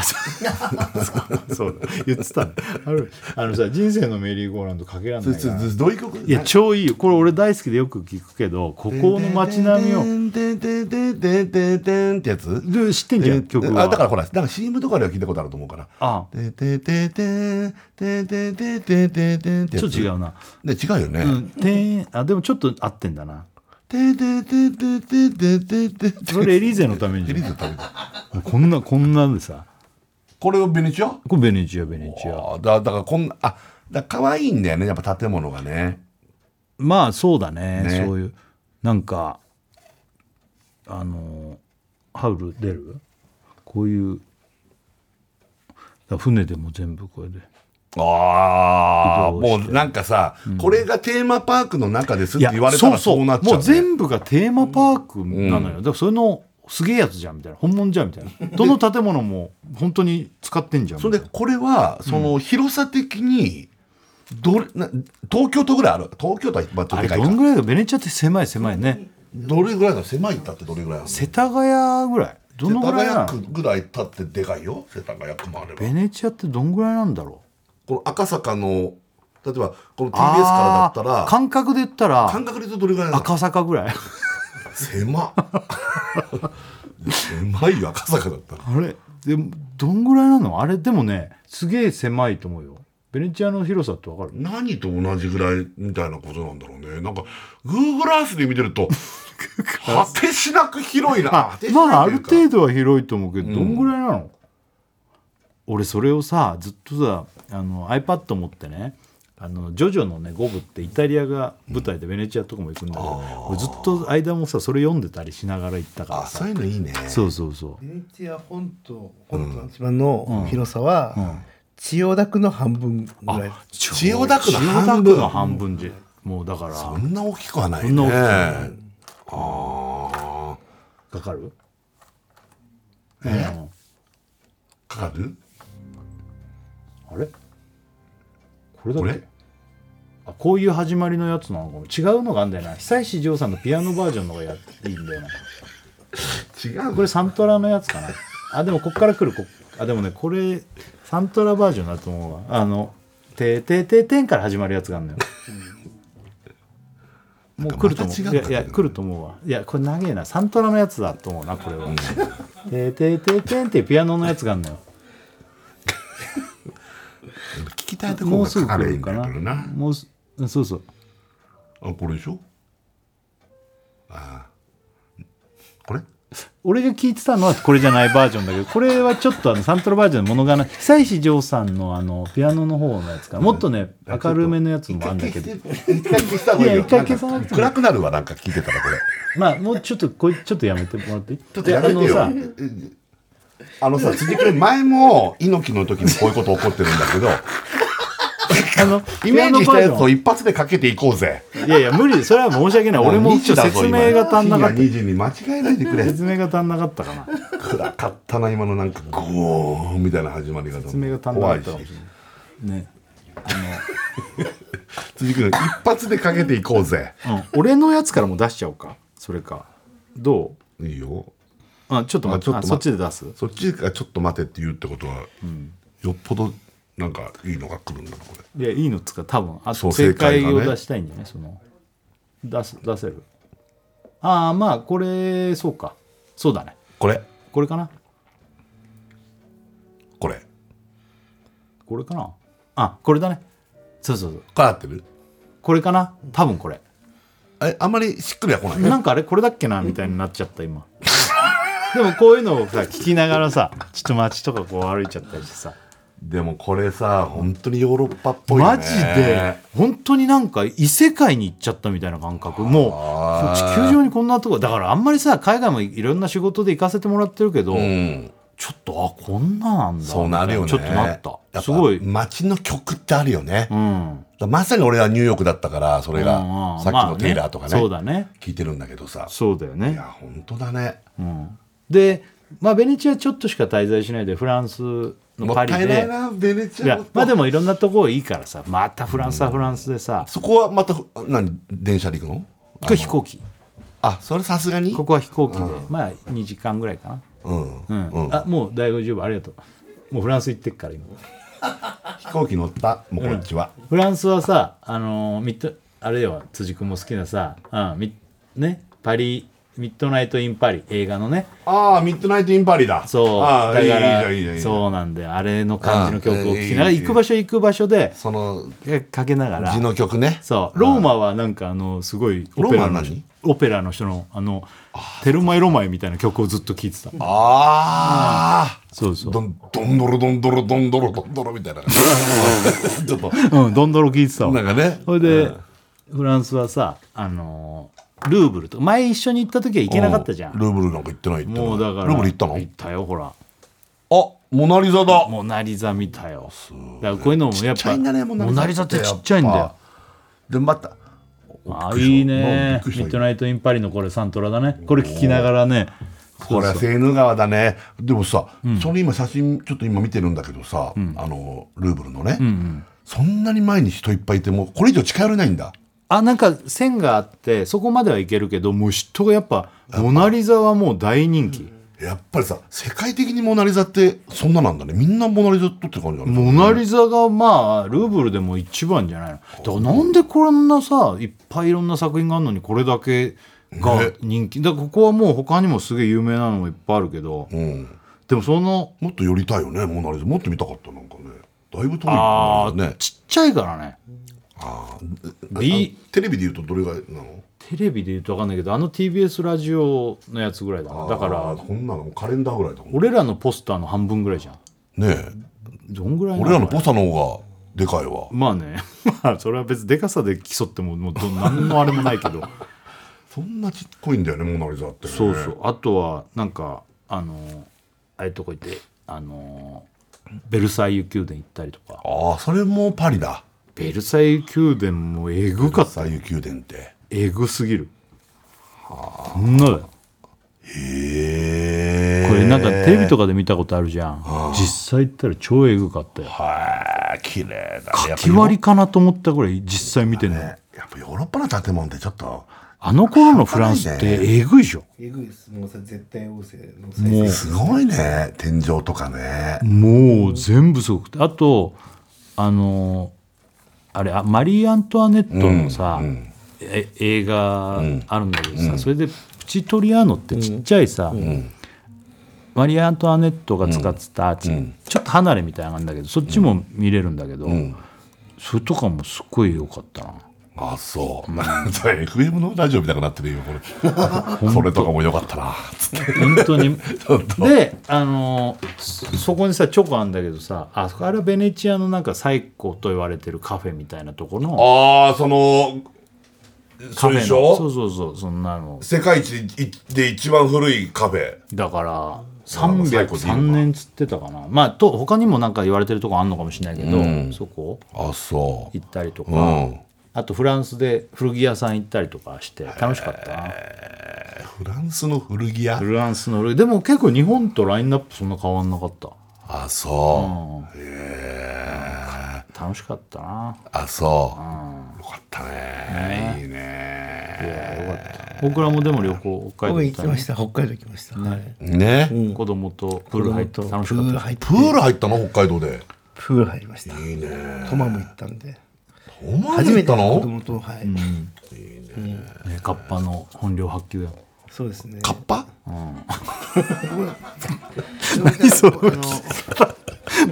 Speaker 1: そうだ言ってたねあるあのさ人生のメリーゴーランドかけらんないから
Speaker 2: どういうこと
Speaker 1: いや超いいよこれ俺大好きでよく聞くけどここの街並みを
Speaker 2: てんてんてんてんてんてんてんってやつ
Speaker 1: で知ってんじゃん曲は
Speaker 2: あだからほらなんか CM とかでは聞いたことあると思うから
Speaker 1: あ
Speaker 2: ててててててててててんってやつ
Speaker 1: ちょっと違うな、
Speaker 2: で違うよね、
Speaker 1: うん、てんあでもちょっと合ってんだな
Speaker 2: ててててててててて
Speaker 1: それエリーゼのためにじゃんこんなこんなんでさ
Speaker 2: これをベネチア
Speaker 1: これベネチアベネチア
Speaker 2: あだだからこんなあだから可愛いんだよねやっぱ建物がね
Speaker 1: まあそうだね
Speaker 2: ね
Speaker 1: そういうなんかあのハウル出るこういうだ船でも全部これで
Speaker 2: ああ
Speaker 1: 移動
Speaker 2: も
Speaker 1: して
Speaker 2: うなんかさ、これがテーマパークの中ですって言われた
Speaker 1: そう
Speaker 2: ら
Speaker 1: そ
Speaker 2: そううなっちゃう,、ね、
Speaker 1: もう全部がテーマパークなのよ、だからそれのすげえやつじゃんみたいな本物じゃんみたい などの建物も本当に使ってんじゃん
Speaker 2: それでこれはその広さ的にどれな東京都ぐらいある東京都はまあちょっと
Speaker 1: あれ
Speaker 2: でかい
Speaker 1: ど
Speaker 2: か
Speaker 1: んぐらいがベネチアって狭い狭いね
Speaker 2: どれぐらいだ狭いったってどれぐらいあるの
Speaker 1: 世田谷ぐらいどのぐらいなの
Speaker 2: 世田谷区ぐらい経ってでかいよ世田谷区もあれば
Speaker 1: ベネチアってどんぐらいなんだろ
Speaker 2: この赤坂の例えばこの TBS か
Speaker 1: う
Speaker 2: らだった
Speaker 1: あー
Speaker 2: ら
Speaker 1: 感覚で言ったら
Speaker 2: 感覚で言うとどれぐらいなの
Speaker 1: 赤坂ぐらい
Speaker 2: 狭っ狭いよ赤坂だったら
Speaker 1: あれでもどんぐらいなのあれでもねすげえ狭いと思うよベネチアの広さってわかる
Speaker 2: 何と同じぐらいみたいなことなんだろうねなんか Google Earth で見てると果てしなく広いな
Speaker 1: あ
Speaker 2: 果てし
Speaker 1: まあ
Speaker 2: な
Speaker 1: ある
Speaker 2: くというか
Speaker 1: 程度は広いと思うけどどんぐらいなの、俺それをさずっとさあの iPad 持ってねあのジョジョのね五部ってイタリアが舞台でベネチアとかも行くんだけど、俺ずっと間もさそれ読んでたりしながら行ったから
Speaker 2: あ
Speaker 1: さ
Speaker 2: そういうのいいね
Speaker 1: そうそうそう
Speaker 3: ベネチア本島本島の一番の広さは、
Speaker 1: ん
Speaker 3: 千代田区の半分ぐらい
Speaker 2: 千代田区の
Speaker 1: 千代田
Speaker 2: 半
Speaker 1: 区
Speaker 2: 分
Speaker 1: の半分じゃもうだから
Speaker 2: そんな大きくはない
Speaker 1: そんな大きく
Speaker 2: ねあ
Speaker 1: かかるうん
Speaker 2: ーかかる
Speaker 1: あれこれだ
Speaker 2: こ
Speaker 1: っ
Speaker 2: れ
Speaker 1: けあこういう始まりのやつなのかも違うのがあんだよな久石譲さんのピアノバージョンの方がやいいんだよな
Speaker 2: 違う
Speaker 1: これサントラのやつか なあでもこっから来るこあでもねこれサントラバージョンだと思うわあの「てーてーてーてん」から始まるやつがあるのよもう来ると思う
Speaker 2: なん
Speaker 1: い
Speaker 2: かまた違う
Speaker 1: やいや来ると思うわいやこれ長えなサントラのやつだと思うなこれは「てーてーてーてん」っていうピアノのやつがあるのよ
Speaker 2: 聞きたいとこ
Speaker 1: も
Speaker 2: ろ
Speaker 1: う
Speaker 2: が
Speaker 1: す
Speaker 2: かか
Speaker 1: ぐ来
Speaker 2: れ
Speaker 1: る
Speaker 2: ん
Speaker 1: か
Speaker 2: だ
Speaker 1: な
Speaker 2: けどな
Speaker 1: もうすうんそうそう
Speaker 2: あこれでしょあーこれ
Speaker 1: 俺が聞いてたのはこれじゃないバージョンだけどこれはちょっとあのサントラバージョンの物がない久石譲さんのあのピアノの方のやつかなもっとね明るめのやつもあるんだけど
Speaker 2: 一回消した方がいいよ
Speaker 1: いや一回消さなくても
Speaker 2: んか暗くなるわなんか聞いてたらこれ
Speaker 1: まあもうちょっとこれちょっとやめてもらっていい
Speaker 2: ちょっとやめて
Speaker 1: で
Speaker 2: よ
Speaker 1: あのさ
Speaker 2: あのさ辻君前も猪木の時にこういうこと起こってるんだけど
Speaker 1: あの
Speaker 2: イメージしたやつを
Speaker 1: い
Speaker 2: 一発でかけていこうぜ
Speaker 1: やいや無理それは申し訳ない俺も
Speaker 2: 2
Speaker 1: ちょ
Speaker 2: 時だ
Speaker 1: っと
Speaker 2: ぞ
Speaker 1: 説明が足んなかっ
Speaker 2: 今深夜2時に間違えないでく
Speaker 1: た
Speaker 2: れ
Speaker 1: 説明が足んなかったかな
Speaker 2: 暗かったな今のなんかゴーンみたいな始まり方
Speaker 1: 説明が足んなか
Speaker 2: 怖
Speaker 1: っ
Speaker 2: いした
Speaker 1: かもしれないね
Speaker 2: 辻君一発でかけていこうぜ
Speaker 1: あの、うん、俺のやつからも出しちゃおうかそれかどう
Speaker 2: いいよ
Speaker 1: あちょっと待って
Speaker 2: あ
Speaker 1: あ
Speaker 2: ち
Speaker 1: そ
Speaker 2: ょっと待って
Speaker 1: っちで出す
Speaker 2: そっちがちょっと待てって言うってことは、よっぽどなんかいいのが来るんだなこれ
Speaker 1: いやいいのっつうか多分あ
Speaker 2: そう
Speaker 1: と正解
Speaker 2: 正解
Speaker 1: を
Speaker 2: がね
Speaker 1: 出したいんじゃないその出す出せるああまあこれそうかそうだね
Speaker 2: これ
Speaker 1: これかな
Speaker 2: これこ
Speaker 1: これかなあこれだねそうそうそう
Speaker 2: れ合ってる
Speaker 1: これかな多分これ
Speaker 2: えあんまりしっくりは来ない
Speaker 1: なんかあれこれだっけなみたいになっちゃった今 でもこういうのをさ聞きながらさちょっと街とかこう歩いちゃったりしてさ
Speaker 2: でもこれさ本当にヨーロッパっぽいよね
Speaker 1: マジで本当になんか異世界に行っちゃったみたいな感覚もう
Speaker 2: あー
Speaker 1: 地球上にこんなとこだからあんまりさ海外もいろんな仕事で行かせてもらってるけど、
Speaker 2: うん
Speaker 1: ちょっとあこんななんだ
Speaker 2: そうなるよね
Speaker 1: ちょっとなっ
Speaker 2: や
Speaker 1: た
Speaker 2: ぱ
Speaker 1: すごい、うん、
Speaker 2: 街の曲ってあるよね、だか
Speaker 1: うん
Speaker 2: らまさに俺はニューヨークだったからそれが、
Speaker 1: うん
Speaker 2: さっき
Speaker 1: まあ
Speaker 2: のテイラーとかね,、
Speaker 1: そうだね
Speaker 2: 聞いてるんだけどさ
Speaker 1: そうだよ
Speaker 2: い
Speaker 1: ね
Speaker 2: や本当だね
Speaker 1: うん、で、まあ、ベネチアちょっとしか滞在しないでフランスの
Speaker 2: もっ
Speaker 1: パリ
Speaker 2: た
Speaker 1: で
Speaker 2: いないなベネチア
Speaker 1: いやまあで
Speaker 2: も
Speaker 1: もいろんなとこいいからさまたフランスはフランスでさ、
Speaker 2: そこはまた何電車で行くの
Speaker 1: これ飛行機
Speaker 2: あそれさすがに
Speaker 1: ここは飛行機で、まあ2時間ぐらいか
Speaker 2: うん
Speaker 1: な、うん
Speaker 2: うん
Speaker 1: あもう第50部ありがとうもうフランス行ってっから今
Speaker 2: 飛行機乗ったもうこっちは、
Speaker 1: フランスはさあのーミッドあれよ辻君も好きなさ、うんみね、パリミッドナイト・イン・パリ映画のね
Speaker 2: ああミッドナイトインパリだ
Speaker 1: そう
Speaker 2: ああ
Speaker 1: だ
Speaker 2: いい
Speaker 1: か
Speaker 2: じゃ
Speaker 1: ら
Speaker 2: んいいじゃんいいじゃん
Speaker 1: そうなんだよあれの感じの曲を聴
Speaker 2: あいい
Speaker 1: きながら
Speaker 2: いい
Speaker 1: 行く場所行く場所で
Speaker 2: その
Speaker 1: かけながら
Speaker 2: 字の曲ね
Speaker 1: そうローマはなんかあのすごいオペラ
Speaker 2: ローマ
Speaker 1: の
Speaker 2: 何
Speaker 1: オペラの人のあの「テルマエロマエ」みたいな曲をずっと聴いてた
Speaker 2: ああ
Speaker 1: そうそう
Speaker 2: どんどんどろどんどろどんどろどんどろみたいなちょっと
Speaker 1: うんどんどろ聴いてた
Speaker 2: な
Speaker 1: わ
Speaker 2: んかね
Speaker 1: それでフランスはさあのルーブルと前一緒に行った時は行けなかったじゃ
Speaker 2: うんルーブルなんか行ってない行ってない
Speaker 1: もうだから
Speaker 2: ルーブル行ったの
Speaker 1: 行ったよほら
Speaker 2: あモナリザだ
Speaker 1: モナ・リザ見たよだからこういうのもやっ
Speaker 2: ちっちゃ
Speaker 1: ぱ
Speaker 2: いんだねモナリザ
Speaker 1: モナ・リザってちっちゃいん
Speaker 2: や
Speaker 1: だ
Speaker 2: っ
Speaker 1: よ
Speaker 2: ぱでまた
Speaker 1: あ
Speaker 2: びっくりした
Speaker 1: い
Speaker 2: な
Speaker 1: い
Speaker 2: んか
Speaker 1: ね
Speaker 2: びっくりした
Speaker 1: ミッドナイト・イン・パリのこれサントラだねこれ聞きながらね
Speaker 2: これは
Speaker 1: そうそう
Speaker 2: セーヌ川だねでもさ、それ今写真ちょっと今見てるんだけどさ、あのルーブルのね、そんなに前に人いっぱいいてもうこれ以上近寄れないんだ
Speaker 1: あなんか線があってそこまではいけるけどもう人がやっぱモナ・リザはもう大人気
Speaker 2: へやっぱりさ世界的にモナ・リザってそんななんだねみんなモナ・リザ撮ってる感じだね
Speaker 1: モナ・リザがまあルーブルでも一番じゃないのだからなんでこんなさいっぱいいろんな作品があるのにこれだけが人気、だからここはもう他にもすげえ有名なのもいっぱいあるけど、
Speaker 2: うん、
Speaker 1: でもその
Speaker 2: もっと寄りたいよねモナ・リザもっと見たかったなんかねだいぶ遠い
Speaker 1: あ
Speaker 2: よ
Speaker 1: ー、
Speaker 2: ね
Speaker 1: ちっちゃいからね
Speaker 2: あー
Speaker 1: B
Speaker 2: あテレビで言うとどれぐらいなの
Speaker 1: テレビで言うと分かんないけどあの TBS ラジオのやつぐらいだなだか
Speaker 2: あ
Speaker 1: ら
Speaker 2: ーこんなのカレンダーぐらいだもんね
Speaker 1: 俺らのポスターの半分ぐらいじゃん
Speaker 2: え
Speaker 1: どんぐらいな
Speaker 2: 俺らのポスターの方がでかいわ
Speaker 1: まあね まあそれは別にでかさで競ってももうど何のあれもないけ ど
Speaker 2: そんなちっこいんだよねモナ・リザってね
Speaker 1: そうそうあとはなんかあのああいうとこ行ってあのベルサイユ宮殿行ったりとか
Speaker 2: ああそれもパリだ
Speaker 1: ベルサイユ宮殿もえぐかった
Speaker 2: 左右宮殿って
Speaker 1: えぐすぎるこんなだよ
Speaker 2: へえ
Speaker 1: これなんかテレビとかで見たことあるじゃん、実際行ったら超えぐかったよ
Speaker 2: はい綺麗だ
Speaker 1: かき割りかなと思ったぐらい実際見てんの、
Speaker 2: ねやっぱヨーロッパの建物ってちょっと
Speaker 1: あの頃のフランスってえぐいでしょ
Speaker 3: えぐいですもうさ絶対王政の
Speaker 1: もう
Speaker 3: 最
Speaker 2: すごいね天井とかね
Speaker 1: もう全部すごくてあとあのあれあマリー・アントワネットのさ、え映画あるんだけどさ、それでプチトリアーノってちっちゃいさ、マリー・アントワネットが使ってたアーチ、ちょっと離れみたいなのがあるんだけどそっちも見れるんだけど、それとかもすっごい良かった な。
Speaker 2: あそうなんだ FM のラジオみたいになってるよこれそれとかもよかったなつって
Speaker 1: 本当に
Speaker 2: 本
Speaker 1: であのーそそこにさチョコあんだけどさあそこあれはベネチアのなんか最高と言われてるカフェみたいなとこの
Speaker 2: ああその
Speaker 1: カ
Speaker 2: そうで
Speaker 1: フェの
Speaker 2: し
Speaker 1: そ
Speaker 2: ょ
Speaker 1: うそうそうそんなの
Speaker 2: 世界一で一番古いカフェ
Speaker 1: だから
Speaker 2: 最高でいいの
Speaker 1: 303
Speaker 2: か
Speaker 1: 年つってたかなまあと他にもなんか言われてるとこあんのかもしれないけど、そこ
Speaker 2: あそ
Speaker 1: 行ったりとか、
Speaker 2: ううん
Speaker 1: あとフランスで古着屋さん行ったりとかして楽しかったな
Speaker 2: フランスの古着屋
Speaker 1: フランスの古着でも結構日本とラインナップそんな変わんなかった
Speaker 2: あそう
Speaker 1: うん楽しかったな
Speaker 2: あそうよかったねいいね
Speaker 1: 僕らもでも旅行北海道行
Speaker 3: 僕行
Speaker 1: っ
Speaker 3: き
Speaker 1: た
Speaker 3: ま
Speaker 1: ね
Speaker 3: した北海道行きました、はい
Speaker 2: ね
Speaker 1: 子供とプール入って
Speaker 3: 子供と
Speaker 1: 楽しかったよ
Speaker 2: プール入ったの北海道で
Speaker 3: プール入りましたいいねトマム行ったんで
Speaker 2: お前
Speaker 3: 初
Speaker 2: 初
Speaker 3: め
Speaker 2: め
Speaker 3: て
Speaker 2: た
Speaker 3: 子
Speaker 2: の
Speaker 3: 供とはい、
Speaker 1: ねカッパの本領発揮だ
Speaker 3: そうですね
Speaker 2: カッパ
Speaker 3: 何それ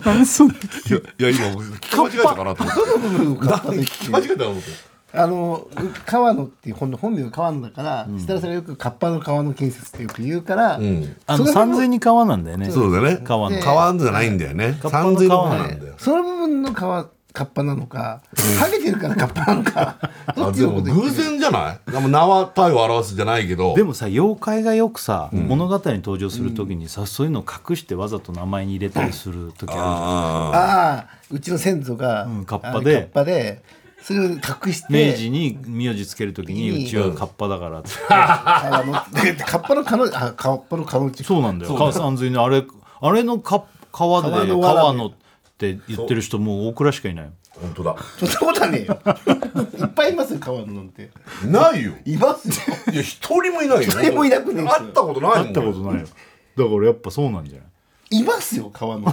Speaker 1: 何それ
Speaker 2: いやいや今聞き間違えたかなと思って聞き間違えたかなと思って
Speaker 3: あの川野っていう本の本名が川野だから、設楽さんがよく「カッパの川の建設」ってよく言うから、
Speaker 2: ん
Speaker 1: あの
Speaker 3: それ
Speaker 1: 三
Speaker 3: も
Speaker 1: 千に川なんだよね
Speaker 2: そうだね
Speaker 1: 川の
Speaker 2: 川じゃないんだよね
Speaker 1: カッパの
Speaker 2: 三千の川なんだよ
Speaker 3: その部分の川カッパなのかハゲてるからカッパなのかど
Speaker 2: あ
Speaker 3: っち
Speaker 2: で
Speaker 3: の
Speaker 2: も
Speaker 3: こと
Speaker 2: 偶然じゃないでも名は体を表すじゃないけど
Speaker 1: でもさ妖怪がよくさ、物語に登場する時にさそういうのを隠してわざと名前に入れたりする時あ
Speaker 2: あ
Speaker 3: ああうちの先祖が、
Speaker 1: んカッパで
Speaker 3: あのカッパでそれを隠し
Speaker 1: るじゃん
Speaker 3: て
Speaker 1: 明治に名字つける時に
Speaker 3: うん
Speaker 1: うちはカッパだからって、
Speaker 3: あのでカッパの彼女あカッパの彼女
Speaker 1: そうなんだよ川三千にあれあれのカ川で
Speaker 3: 川
Speaker 1: 川
Speaker 3: の
Speaker 1: の
Speaker 3: わらべ
Speaker 1: って言ってる人もう大倉しかいないよ
Speaker 2: あ本当だ
Speaker 3: そんなことはねえよいっぱいいますよ川野なんて
Speaker 2: ないよ
Speaker 3: いますよ
Speaker 2: いや一人もいないよ
Speaker 3: 一人もいなくねえ
Speaker 2: 会ったことないもん
Speaker 1: 会ったことないよだからやっぱそうなんじゃない
Speaker 3: いますよ川野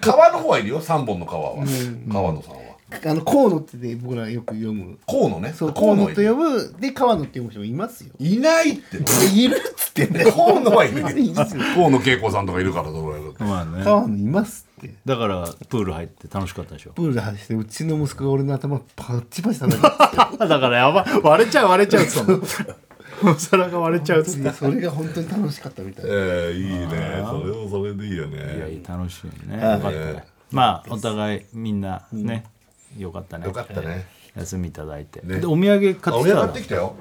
Speaker 2: 川の方はいるよ三本の川は川野さんは
Speaker 3: あの河野ってね僕らよく読む
Speaker 2: 河野ね
Speaker 3: そう河野
Speaker 2: はい
Speaker 3: と
Speaker 2: る
Speaker 3: 読むで川野って読む人もいますよ
Speaker 2: いないって
Speaker 3: いるっつってね
Speaker 2: 河野はいる
Speaker 3: いますよ
Speaker 2: 河野恵子さんとかいるからどれだ
Speaker 1: まあね
Speaker 3: 川野いますって
Speaker 1: だからプール入って楽しかったでしょ
Speaker 3: プールで話してうちの息子が俺の頭パッチパチなん だ
Speaker 1: だからやばい割れちゃう割れちゃうっつ ったのお皿が割れちゃうっつっ
Speaker 3: けどそれが本当に楽しかったみたいな
Speaker 2: ええいいねそれもそれでいいよ
Speaker 1: たいや
Speaker 2: ね
Speaker 1: いや楽しいねよかったねまあお互いみんなねよかったね
Speaker 2: よかったね
Speaker 1: 休みいただいて
Speaker 2: ね
Speaker 1: でお土産
Speaker 2: あ
Speaker 1: 買っ
Speaker 2: お土
Speaker 1: てき
Speaker 2: 産買
Speaker 1: たの
Speaker 2: ってきたよ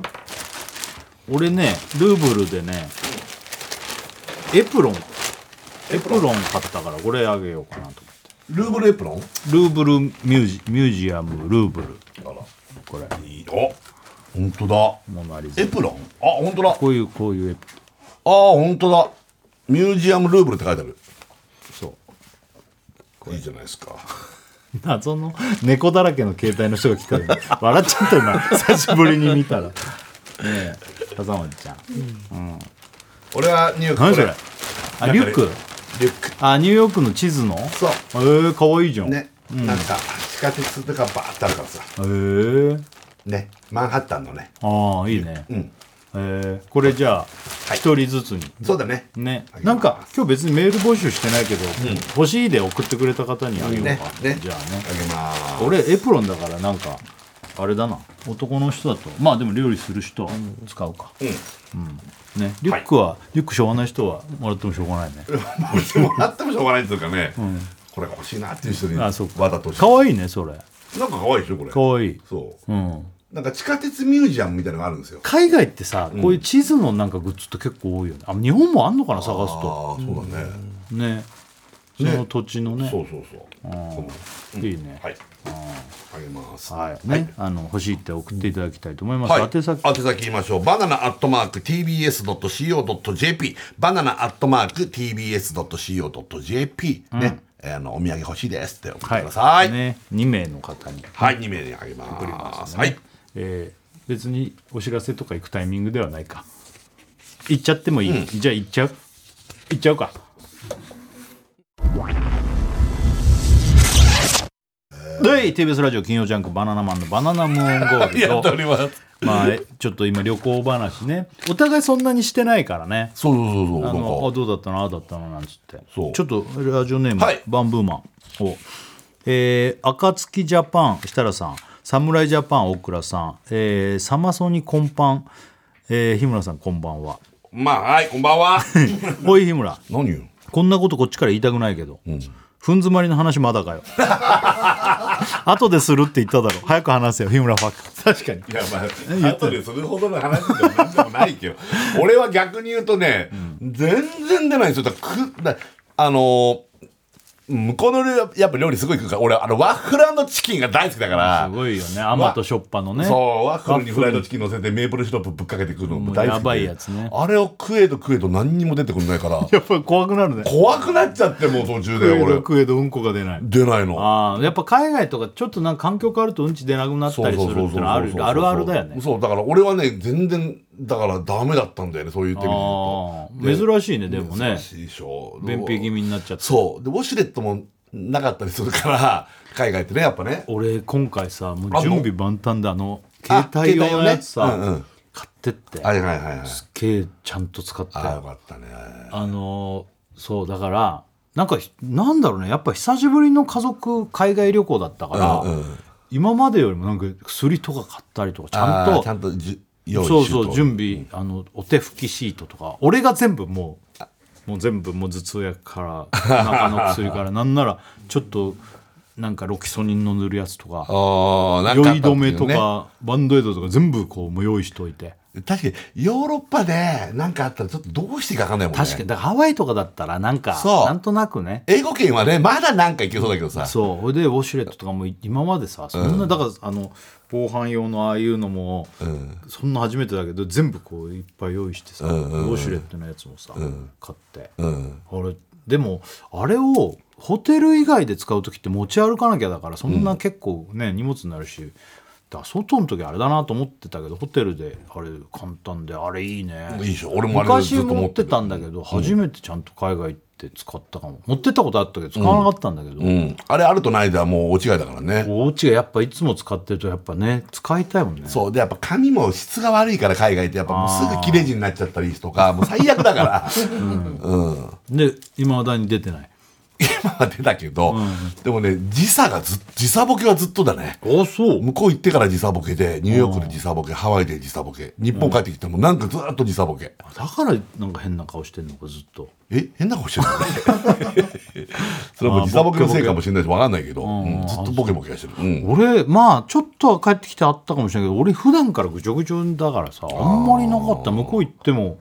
Speaker 1: 俺ねルーブルでねエプロンエプロン買ったからこれあげようかなと思って
Speaker 2: ルーブルエプロン
Speaker 1: ルーブルミュージミュージアムルーブル
Speaker 2: あら
Speaker 1: これ
Speaker 2: いいお本当だ
Speaker 1: モナリザ
Speaker 2: エプロンあ本当だあ
Speaker 1: こういうこういうエプ
Speaker 2: 本当だミュージアムルーブルって書いてある
Speaker 1: そう
Speaker 2: いいじゃないですか
Speaker 1: 謎の猫だらけの携帯の人が来たよ ね笑っちゃったよな久しぶりに見たらねえ笠松ちゃん、うん
Speaker 2: 俺はニューヨーク
Speaker 1: 何
Speaker 2: こ
Speaker 1: そ
Speaker 2: れ
Speaker 1: れあリュック
Speaker 2: リュック
Speaker 1: あニューヨークの地図のへ
Speaker 2: そ
Speaker 1: えー、かわいいじゃ
Speaker 2: うんね、なんか地下鉄とかバーってあるからさ
Speaker 1: へえー、
Speaker 2: ねマンハッタンのね
Speaker 1: ああいいね、
Speaker 2: うん
Speaker 1: えーこれじゃあ
Speaker 2: はい
Speaker 1: 一人ずつに
Speaker 2: そうだね
Speaker 1: ね
Speaker 2: あげます
Speaker 1: なんか今日別にメール募集してないけど、欲しいで送ってくれた方にあげようか、
Speaker 2: ねね
Speaker 1: じゃあね
Speaker 2: あげまーす
Speaker 1: 俺エプロンだからなんかあれだな男の人だとまあでも料理する人は使うか、
Speaker 2: うん
Speaker 1: ねリュックは、リュックしょうがない人はもらってもしょうがないね
Speaker 2: もうもらってもしょうがないっていうかね、これ欲しいなっていう人にわ
Speaker 1: あ
Speaker 2: ざ
Speaker 1: そうか
Speaker 2: として
Speaker 1: かわいいねそれ
Speaker 2: なんか可愛いでしょこれ
Speaker 1: かわいい
Speaker 2: そ
Speaker 1: うん
Speaker 2: うなんか地下鉄ミュージアムみたいなのがあるんですよ
Speaker 1: 海外ってさ、こういう地図のなんかグッズって結構多いよねあ日本もあんのかな探すと
Speaker 2: ああそうだね、
Speaker 1: ねその土地のね
Speaker 2: そうそうそうそう
Speaker 1: いいね
Speaker 2: はいあげます
Speaker 1: はい、ね、あの欲しいって送っていただきたいと思います、
Speaker 2: はい、
Speaker 1: 宛先
Speaker 2: 言いましょうバナナアットマーク TBS.CO.JP バナナアットマーク TBS.CO.JP ね、えーあのお土産欲しいですって送ってくださいはい、
Speaker 1: ね、2名の方に、
Speaker 2: 2名にあげます
Speaker 1: すね
Speaker 2: はい
Speaker 1: えー別にお知らせとか行くタイミングではないか行っちゃってもいい、じゃあ行っちゃう行っちゃうかはい、TBS ラジオ金曜ジャンク「バナナマンのバナナムーンゴール ド」
Speaker 2: やっております
Speaker 1: まあえちょっと今旅行話ねお互いそんなにしてないからね
Speaker 2: そうそうそうそうな
Speaker 1: あ
Speaker 2: ん
Speaker 1: のあ
Speaker 2: か
Speaker 1: どうだったのああだったのなんつって
Speaker 2: そう
Speaker 1: ちょっとラジオネーム、
Speaker 2: はい
Speaker 1: バンブーマンをえー、暁ジャパン設楽さん侍ジャパン大倉さん、えー、サマソニコンパン、えー、日村さんこんばんは
Speaker 2: まあはいこんばん は
Speaker 1: おい日村
Speaker 2: 何よ
Speaker 1: こんなことこっちから言いたくないけど、ふん詰まりの話まだかよ 後でするって言っただろ早く話せよ日村ファック確かに
Speaker 2: いやまあ後でするほどの話でも何でもないけど 俺は逆に言うとね、全然出ないんですよだからくだあのー向こうの料理やっぱ料理すごい食うから俺あのワッフルチキンが大好きだから
Speaker 1: す、ごいよね甘としょっぱのね
Speaker 2: そうワッフルにフライドチキン乗せてメープルシロップぶっかけてくるのも大好きで
Speaker 1: もうやばいやつね
Speaker 2: あれを食えど食えど何にも出てくれない から
Speaker 1: やっぱり怖くなるね
Speaker 2: 怖くなっちゃってもう途中で
Speaker 1: 食えど
Speaker 2: 俺
Speaker 1: 食えどうんこが出ない
Speaker 2: 出ないの
Speaker 1: ああやっぱ海外とかちょっとなんか環境変わるとうんち出なくなったりするっていうのはあるあるあるだよね
Speaker 2: そうだから俺はね全然だからダメだったんだよねそう言ってみる
Speaker 1: あ
Speaker 2: と
Speaker 1: あ珍しいねでもね
Speaker 2: 難しいでしょ
Speaker 1: 便秘気味になっちゃって
Speaker 2: そうでウォシュレットもなかったりするから海外ってねやっぱね
Speaker 1: 俺今回さもう
Speaker 2: あ
Speaker 1: 準備万端であの携帯用のやつさ、
Speaker 2: 携帯用ねうんうん
Speaker 1: 買ってって
Speaker 2: はいはいはいはい
Speaker 1: すっげえちゃんと使って
Speaker 2: ああよ
Speaker 1: あ
Speaker 2: かったね
Speaker 1: のーそうだからなんかひなんだろうねやっぱ久しぶりの家族海外旅行だったから、
Speaker 2: うんうん
Speaker 1: 今までよりもなんか薬とか買ったりとかちゃん
Speaker 2: あ
Speaker 1: と
Speaker 2: ーちゃんとじゅ用意
Speaker 1: そう
Speaker 2: しよ
Speaker 1: そう
Speaker 2: と
Speaker 1: 準備、あのお手拭きシートとか俺が全部もうもう全部もう頭痛 薬からお腹の薬からなんならちょっとなんかロキソニンの塗るやつとか
Speaker 2: ああなん
Speaker 1: 酔
Speaker 2: かあ
Speaker 1: い
Speaker 2: った
Speaker 1: 止
Speaker 2: んだ
Speaker 1: め
Speaker 2: よね
Speaker 1: とかバンドエイドとか全部こうもう用意しといて
Speaker 2: 確かにヨーロッパでなんかあったらちょっとどうしていいか分かんないもんね
Speaker 1: 確かにだからハワイとかだったらなんか
Speaker 2: そう
Speaker 1: なんとなくね
Speaker 2: 英語圏はねまだなんかいけそうだけどさ
Speaker 1: そうそれでウォシュレットとかも今までさそんな、だからあの防犯用のああいうのも、そんな初めてだけど全部こういっぱい用意してさ、ウォシュレットのやつもさ、買って、
Speaker 2: うん
Speaker 1: あれでもあれをホテル以外で使う時って持ち歩かなきゃだからそんな結構ね、荷物になるしだから外の時あれだなと思ってたけどホテルであれ簡単であれいいね
Speaker 2: いいでしょ俺もあれ
Speaker 1: 昔
Speaker 2: ずっと
Speaker 1: 持
Speaker 2: 持っ
Speaker 1: っ
Speaker 2: て
Speaker 1: て
Speaker 2: る
Speaker 1: たんだけど、初めてちゃんと海外行って使ったかも持ってったことあったけど使わなかったんだけど、
Speaker 2: うんあれあるとないではもう大違いだからね
Speaker 1: お家がやっぱいつも使ってるとやっぱね使いたいもんね
Speaker 2: そうでやっぱ髪も質が悪いから海外ってやっぱもうすぐ切れ字になっちゃったりとかもう最悪だ から、うん
Speaker 1: で今話題に出てない
Speaker 2: 今は出たけど、でもね時差がず時差ボケはずっとだね
Speaker 1: あそう
Speaker 2: 向こう行ってから時差ボケでニューヨークで時差ボケハワイで時差ボケ日本帰ってきてもなんかずっと時差ボケ、
Speaker 1: だからなんか変な顔してんのかずっと
Speaker 2: え変な顔してるね それはもう時差ボケのせいかもしれないし分かんないけど、うんずっとボケボケはしてる、うん
Speaker 1: 俺まあちょっとは帰ってきてあったかもしれないけど俺普段からぐちょぐちょだからさあんまりなかった向こう行っても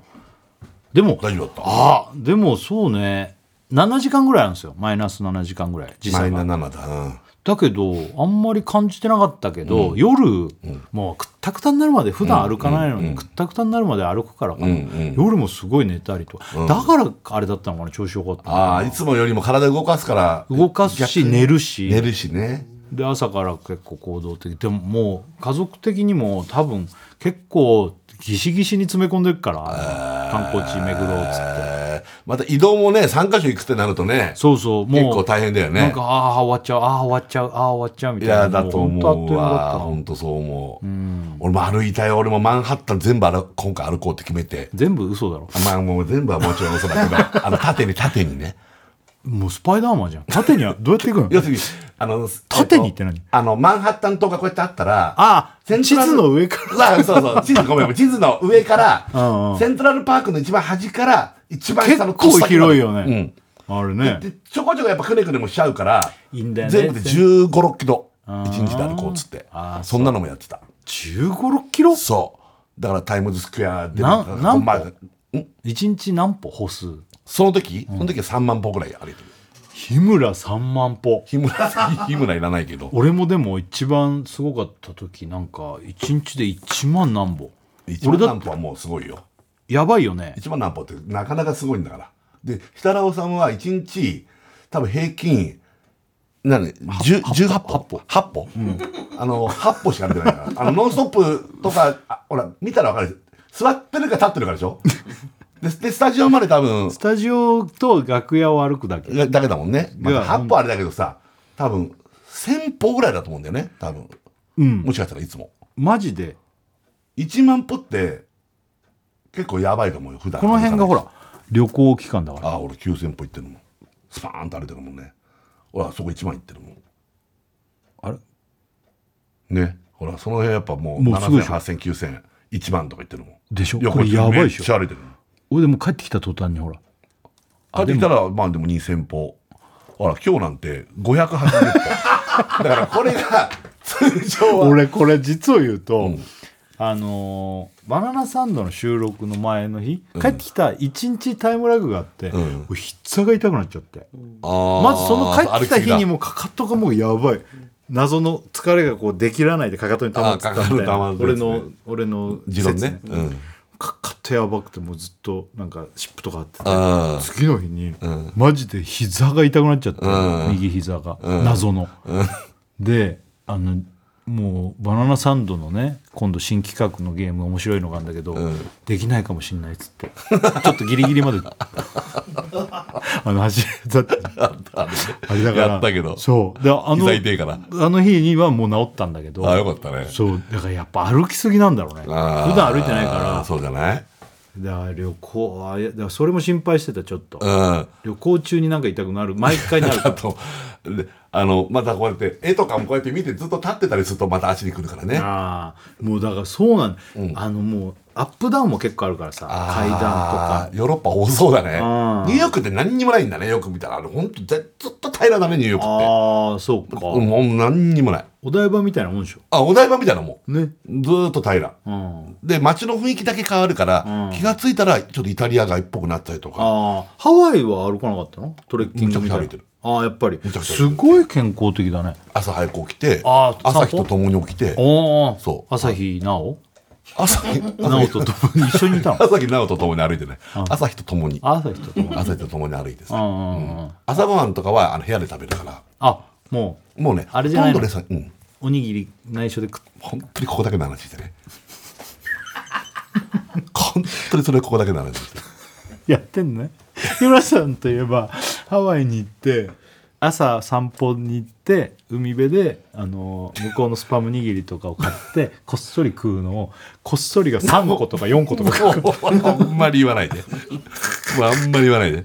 Speaker 1: でも
Speaker 2: 大丈夫だった
Speaker 1: あでもそうね7時間ぐらいなんですよマイナス7時間ぐらい時
Speaker 2: マ
Speaker 1: 差
Speaker 2: イ
Speaker 1: が
Speaker 2: ナ7だ、うん
Speaker 1: だけどあんまり感じてなかったけど、夜、もうくったくたになるまで普段歩かないのに、くったくたになるまで歩くからかな、夜もすごい寝たりとか、だからあれだったのかな調子よかったの
Speaker 2: ああいつもよりも体動かすから
Speaker 1: 動かすし寝るし
Speaker 2: 寝るしね
Speaker 1: で朝から結構行動的でももう家族的にも多分結構ギシギシに詰め込んでいくから観光地巡ろうっつって
Speaker 2: えーまた移動もね3か所行くってなるとね
Speaker 1: そうそうもう
Speaker 2: 結構大変だよね
Speaker 1: なんかああ終わっちゃうああ終わっちゃうああ終わっちゃうみた
Speaker 2: い
Speaker 1: いな
Speaker 2: やだと
Speaker 1: もう
Speaker 2: 思
Speaker 1: 本
Speaker 2: う
Speaker 1: 当あ
Speaker 2: わ
Speaker 1: っという間だった
Speaker 2: 本当そう思う、俺も歩いたよ俺もマンハッタン全部歩今回歩こうって決めて
Speaker 1: 全部嘘だろ
Speaker 2: まあもう全部はもちろん嘘だけ どあの縦に縦にね
Speaker 1: もうスパイダーマンじゃん縦にはどうやっていくの
Speaker 2: 要するにあの
Speaker 1: 縦にって何
Speaker 2: えとあのマンハッタン島がこうやってあったら
Speaker 1: ああ
Speaker 2: セン
Speaker 1: 地
Speaker 2: トラル
Speaker 1: 図の 上から
Speaker 2: あそうそう地図ごめ ん地図の上から
Speaker 1: うんうん
Speaker 2: セントラルパークの一番端から一番下
Speaker 1: 結
Speaker 2: の
Speaker 1: 構広いよね、
Speaker 2: うん
Speaker 1: あれね
Speaker 2: でちょこちょこやっぱくねくねもしちゃうから
Speaker 1: いいんだよね
Speaker 2: 全部で1 5 6キロ
Speaker 1: あ
Speaker 2: 一
Speaker 1: ー
Speaker 2: 日で歩こうっつって
Speaker 1: あー
Speaker 2: そんなのもやってた
Speaker 1: 1 5キロ
Speaker 2: そうだからタイムズスクエアで
Speaker 1: な
Speaker 2: なんか
Speaker 1: 何歩
Speaker 2: まあん
Speaker 1: 一日何歩歩数
Speaker 2: その時、その時は3万歩ぐらい歩いてる
Speaker 1: 日村3万歩
Speaker 2: 日村日村いらないけど
Speaker 1: 俺もでも一番すごかった時なんか一日で1万何歩
Speaker 2: 1
Speaker 1: 俺
Speaker 2: 万
Speaker 1: だ
Speaker 2: 何
Speaker 1: って
Speaker 2: 歩はもうすごいよ
Speaker 1: やばいよね
Speaker 2: 1万何歩ってなかなかすごいんだからで設楽さんは1日多分平均何10 18歩8歩、あの8歩しか歩いてないからあの「ノンストップ!」とかあほら見たら分かる座ってるか立ってるかでしょででスタジオまで多分
Speaker 1: スタジオと楽屋を歩くだけ
Speaker 2: だけだもんね、ま
Speaker 1: い
Speaker 2: あ、
Speaker 1: や
Speaker 2: 8歩あれだけどさ多分1000歩ぐらいだと思うんだよね多分
Speaker 1: うん
Speaker 2: もしかしたらいつも
Speaker 1: マジで
Speaker 2: 1万歩って結構やばいと思うよ普段
Speaker 1: この辺がほら旅行期間だから
Speaker 2: ああ俺9000歩行ってるもんスパーンと歩いてるもんねほらそこ1万行ってるもん
Speaker 1: あれ
Speaker 2: ねほらその辺やっぱもう
Speaker 1: もうすごいでしょ
Speaker 2: 70008000 1万とか行ってるもん
Speaker 1: でしょ
Speaker 2: いや
Speaker 1: これやばいで
Speaker 2: め
Speaker 1: し
Speaker 2: っちゃ
Speaker 1: ょ
Speaker 2: 歩いてるもん
Speaker 1: 俺でも帰ってきた途端にほら
Speaker 2: 帰ってきたらまあでも2000歩ほら今日なんて580歩 だからこれが通常は
Speaker 1: 俺これ実を言うと、あのーバナナサンド」の収録の前の日帰ってきた1日タイムラグがあって、
Speaker 2: ん
Speaker 1: 俺膝が痛くなっちゃって、ま
Speaker 2: ま
Speaker 1: ずその帰ってきた日に
Speaker 2: も
Speaker 1: もかかとがもうやばい謎の疲れがこうできらないでかかとに溜まってたみたい
Speaker 2: あーかかと溜ま
Speaker 1: な
Speaker 2: るやつね
Speaker 1: 俺の俺の
Speaker 2: 持論
Speaker 1: 説
Speaker 2: ね、うん、
Speaker 1: かかとやばくてもうずっとなんか湿布とかあってて
Speaker 2: あー
Speaker 1: 次の日に、
Speaker 2: ん
Speaker 1: マジで膝が痛くなっちゃって、
Speaker 2: うん
Speaker 1: 右膝が、謎の、であのもうバナナサンドのね今度新企画のゲーム面白いのがあるんだけど、できないかもしんないっつってちょっとギリギリ まであの走れたってあれだから
Speaker 2: やったけど
Speaker 1: そうであの
Speaker 2: 膝痛いから
Speaker 1: あの日にはもう治ったんだけど
Speaker 2: ああよかったね
Speaker 1: そうだからやっぱ歩きすぎなんだろうね普
Speaker 2: あー
Speaker 1: 段歩いてないから
Speaker 2: そうじゃない
Speaker 1: だから旅行はあいやだからそれも心配してたちょっと、
Speaker 2: うん
Speaker 1: 旅行中になんか痛くなる毎回なるか
Speaker 2: あ
Speaker 1: ら
Speaker 2: とであのまたこうやって絵とかもこうやって見てずっと立ってたりするとまた足にくるから ね
Speaker 1: ああもうだからそうなん、あのもうアップダウンも結構あるからさ
Speaker 2: あー
Speaker 1: 階段とか
Speaker 2: ヨーロッパ多そうだね
Speaker 1: ん
Speaker 2: ニューヨークって何にもないんだねよく見たらあの本当ずずっと平らだねニューヨーク
Speaker 1: ああそうか、
Speaker 2: ってもう何にもない
Speaker 1: お台場みたいなもんでしょ
Speaker 2: あお台場みたいなもん
Speaker 1: ね
Speaker 2: ずーっと平ら
Speaker 1: うん
Speaker 2: で街の雰囲気だけ変わるから、
Speaker 1: うん
Speaker 2: 気がついたらちょっとイタリア街っぽくなったりとか
Speaker 1: ああハワイは歩かなかったのトレッキングみたいな
Speaker 2: めちゃくちゃ歩いてる
Speaker 1: ああやっぱり
Speaker 2: めちゃくちゃ歩いて
Speaker 1: す
Speaker 2: る
Speaker 1: ごい健康的だね
Speaker 2: 朝早く起きて
Speaker 1: あー
Speaker 2: 朝日と共に起きて
Speaker 1: おお
Speaker 2: そう
Speaker 1: 朝日奈央
Speaker 2: 朝日
Speaker 1: 奈央と共に一緒にいたの
Speaker 2: 朝日奈央と共に歩いてね朝日と共に
Speaker 1: 朝日と共に
Speaker 2: 朝日と共に歩いて
Speaker 1: う
Speaker 2: さ
Speaker 1: んうんうん
Speaker 2: 朝ごはんとかはあの部屋で食べるから
Speaker 1: あもう
Speaker 2: もうね
Speaker 1: あれじゃないの
Speaker 2: ほとんどレストランうん
Speaker 1: おにぎり内緒で食っ
Speaker 2: 本当にここだけの話して ね本当にそれはここだけの話して
Speaker 1: やってんのね日村さんといえばハワイに行って朝散歩に行って海辺で、あの向こうのスパム握りとかを買 ってこっそり食うのをこっそりが3個とか4個とか食う
Speaker 2: あんまり言わないであんまり言わないで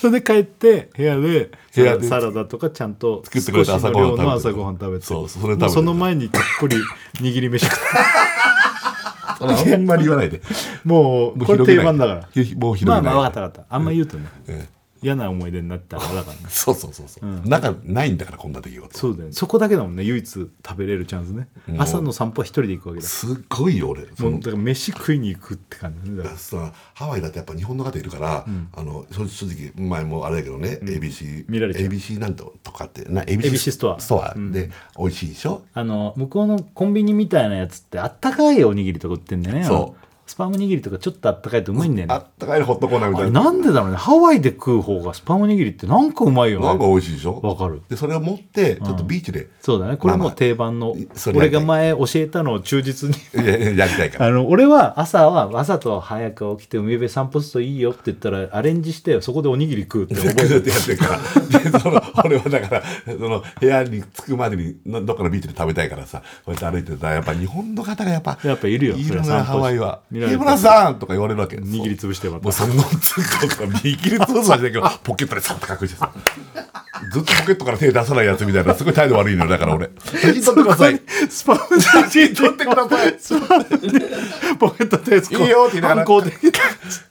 Speaker 1: それで帰って部屋で
Speaker 2: 部屋で
Speaker 1: サラダとかちゃんと
Speaker 2: 作ってくれた朝ごはん食べて
Speaker 1: 少しの量の朝ごはん食べて
Speaker 2: そうそれ食べて
Speaker 1: もその前にたっぷり握り飯 食って
Speaker 2: あんまり言わ ないで
Speaker 1: もうこれ定番だから
Speaker 2: もう広げ
Speaker 1: ま
Speaker 2: な
Speaker 1: あ
Speaker 2: い
Speaker 1: まあ分かった分かったあんま言うとね、
Speaker 2: え
Speaker 1: 嫌な思い出になったからだからね
Speaker 2: えそうそうそうそう、中ないんだからこんな出来事
Speaker 1: そうだよねそこだけだもんね唯一食べれるチャンスね
Speaker 2: うん
Speaker 1: 朝の散歩は一人で行くわけだ
Speaker 2: すっごいよ俺そ
Speaker 1: もう
Speaker 2: の
Speaker 1: だから飯食いに行くって感じねだから
Speaker 2: さハワイだってやっぱ日本の方いるから、あの正正直前もあれだけどね、ABC
Speaker 1: 見られちゃう
Speaker 2: ABC なんととかってな ABC,
Speaker 1: ABC ストア
Speaker 2: ストアで美味しいでしょ、
Speaker 1: あの向こうのコンビニみたいなやつってあったかいおにぎりとか売ってんだよね
Speaker 2: そう
Speaker 1: スパム握りとかちょっとあったかいとうまいんだよね
Speaker 2: あったかいホットコーナーみ
Speaker 1: あ
Speaker 2: た
Speaker 1: れ
Speaker 2: いな
Speaker 1: なんでだろうねハワイで食う方がスパム握りってなんかうまいよね
Speaker 2: なんか美味しいでしょ
Speaker 1: わかる
Speaker 2: でそれを持ってちょっとビーチで、
Speaker 1: そうだねこれもう定番の
Speaker 2: それや
Speaker 1: 俺
Speaker 2: りたい
Speaker 1: が前教えたのを忠実に
Speaker 2: いやいややりたいから
Speaker 1: あの俺は朝はわざと早く起きて海辺散歩するといいよって言ったらアレンジしてそこでおにぎり食うって 覚えて
Speaker 2: 覚
Speaker 1: る
Speaker 2: えてやってるからでその俺はだからその部屋に着くまでにのどっかのビーチで食べたいからさこうやって歩いてたらやっぱ日本の方がやっぱ
Speaker 1: やっぱいるよ
Speaker 2: い
Speaker 1: それ
Speaker 2: る
Speaker 1: は
Speaker 2: のよ
Speaker 1: 散歩し
Speaker 2: ハワイは「
Speaker 1: 見られて
Speaker 2: 日
Speaker 1: る
Speaker 2: 村さん!」とか言われるわけ
Speaker 1: 握りつぶしてま
Speaker 2: もう
Speaker 1: た
Speaker 2: そのつうか握りつぶすわけだけ どポケットでさっと隠してさ ずっとポケットから手出さないやつみたいなすごい態度悪いのよだから俺写真撮ってください
Speaker 1: スパム
Speaker 2: 写真撮ってください
Speaker 1: ポケット手
Speaker 2: いいよって言いながら
Speaker 1: 反抗的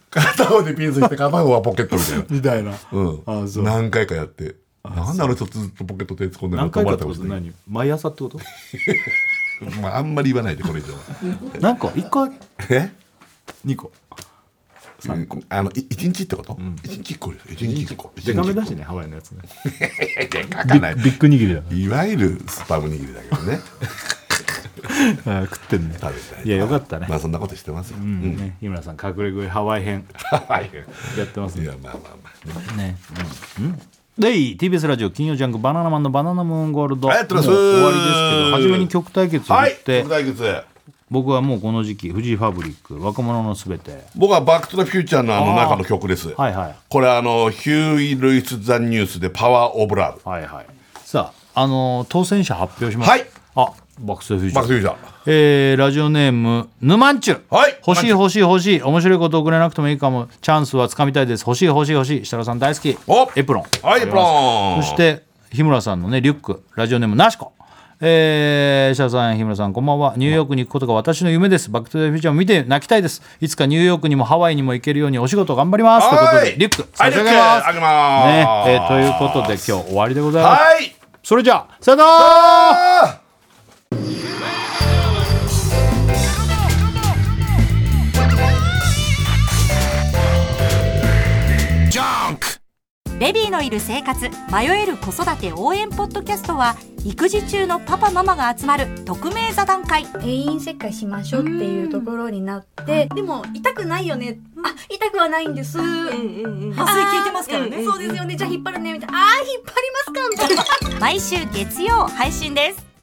Speaker 2: 片方でピンスして片方はポケットみたいな
Speaker 1: みたいな
Speaker 2: うん
Speaker 1: あそう
Speaker 2: 何回かやってなんであの人ずっとポケット手突っ込んでるのっ
Speaker 1: 何
Speaker 2: て
Speaker 1: 回
Speaker 2: 思われた
Speaker 1: かって
Speaker 2: こ
Speaker 1: ことと
Speaker 2: ない
Speaker 1: 何毎朝ってこと
Speaker 2: まあ、あんまり言わないでこれ以上は
Speaker 1: なんか一個
Speaker 2: え
Speaker 1: 二個
Speaker 2: あのい一日ってこと、一日一個です一日一個一日
Speaker 1: デ
Speaker 2: 一個
Speaker 1: カめだしねハワイのやつね
Speaker 2: でかかない
Speaker 1: ビッグ握りだ
Speaker 2: いわゆるスパム握りだけどね
Speaker 1: あー食ってんね
Speaker 2: 食べたい
Speaker 1: いやよかったね
Speaker 2: まあそんなことしてますよ、
Speaker 1: うんね日村さん隠れ食いハワイ編
Speaker 2: はい
Speaker 1: やってます
Speaker 2: い
Speaker 1: ね
Speaker 2: やまあまあまあ、ね、
Speaker 1: ねうんで TBS ラジオ金曜ジャンク「バナナマンのバナナムーンゴールド」
Speaker 2: ありがとうございま
Speaker 1: も
Speaker 2: す
Speaker 1: 終わりですけど初めに曲対決を
Speaker 2: は
Speaker 1: 言
Speaker 2: い
Speaker 1: って、
Speaker 2: 僕対決
Speaker 1: 僕はもうこの時期フジファブリック若者のすべて
Speaker 2: 僕は「バック・トゥ・ザ・フューチャー」のあの
Speaker 1: あー
Speaker 2: 中の曲です、
Speaker 1: はいはい
Speaker 2: これあのヒューイ・ルイス・ザ・ニュースで「パワー・オブ・ラブ
Speaker 1: はいはいさああのー当選者発表します
Speaker 2: はい
Speaker 1: あバックストゥ・フュ」ーチ
Speaker 2: バ
Speaker 1: ャ
Speaker 2: ッ
Speaker 1: ー
Speaker 2: ク・トゥ・フューチャー
Speaker 1: えーラジオネームぬまんちゅ
Speaker 2: はい
Speaker 1: 欲しい欲しい欲しい面白いこと送れなくてもいいかもチャンスはつかみたいです欲しい欲しい欲しい設楽さん大好き
Speaker 2: お
Speaker 1: エプロン
Speaker 2: はいエプロン
Speaker 1: そして日村さんのねリュックラジオネームなしこえー、設楽さん日村さんこんばんはニューヨークに行くことが私の夢ですバック・トゥ・ザ・フューチャーを見て泣きたいですいつかニューヨークにもハワイにも行けるようにお仕事頑張りますということでリュック
Speaker 2: はいリュックあげます
Speaker 1: ねえーということで今日終わりでございます、
Speaker 2: はい
Speaker 1: それじゃあさよなら
Speaker 2: あー
Speaker 4: Junk!
Speaker 5: ベビーのいる生活迷える子育て応援ポッドキャストは育児中のパパママが集まる匿名座談会
Speaker 6: 定員切開しましょうっていうところになって、でも痛くないよね、あ痛くはないんです、麻酔効いてますから ね、そうですよねじゃあ引っ張るねみたいなあー引っ張りますかみたいな
Speaker 5: 毎週月曜配信です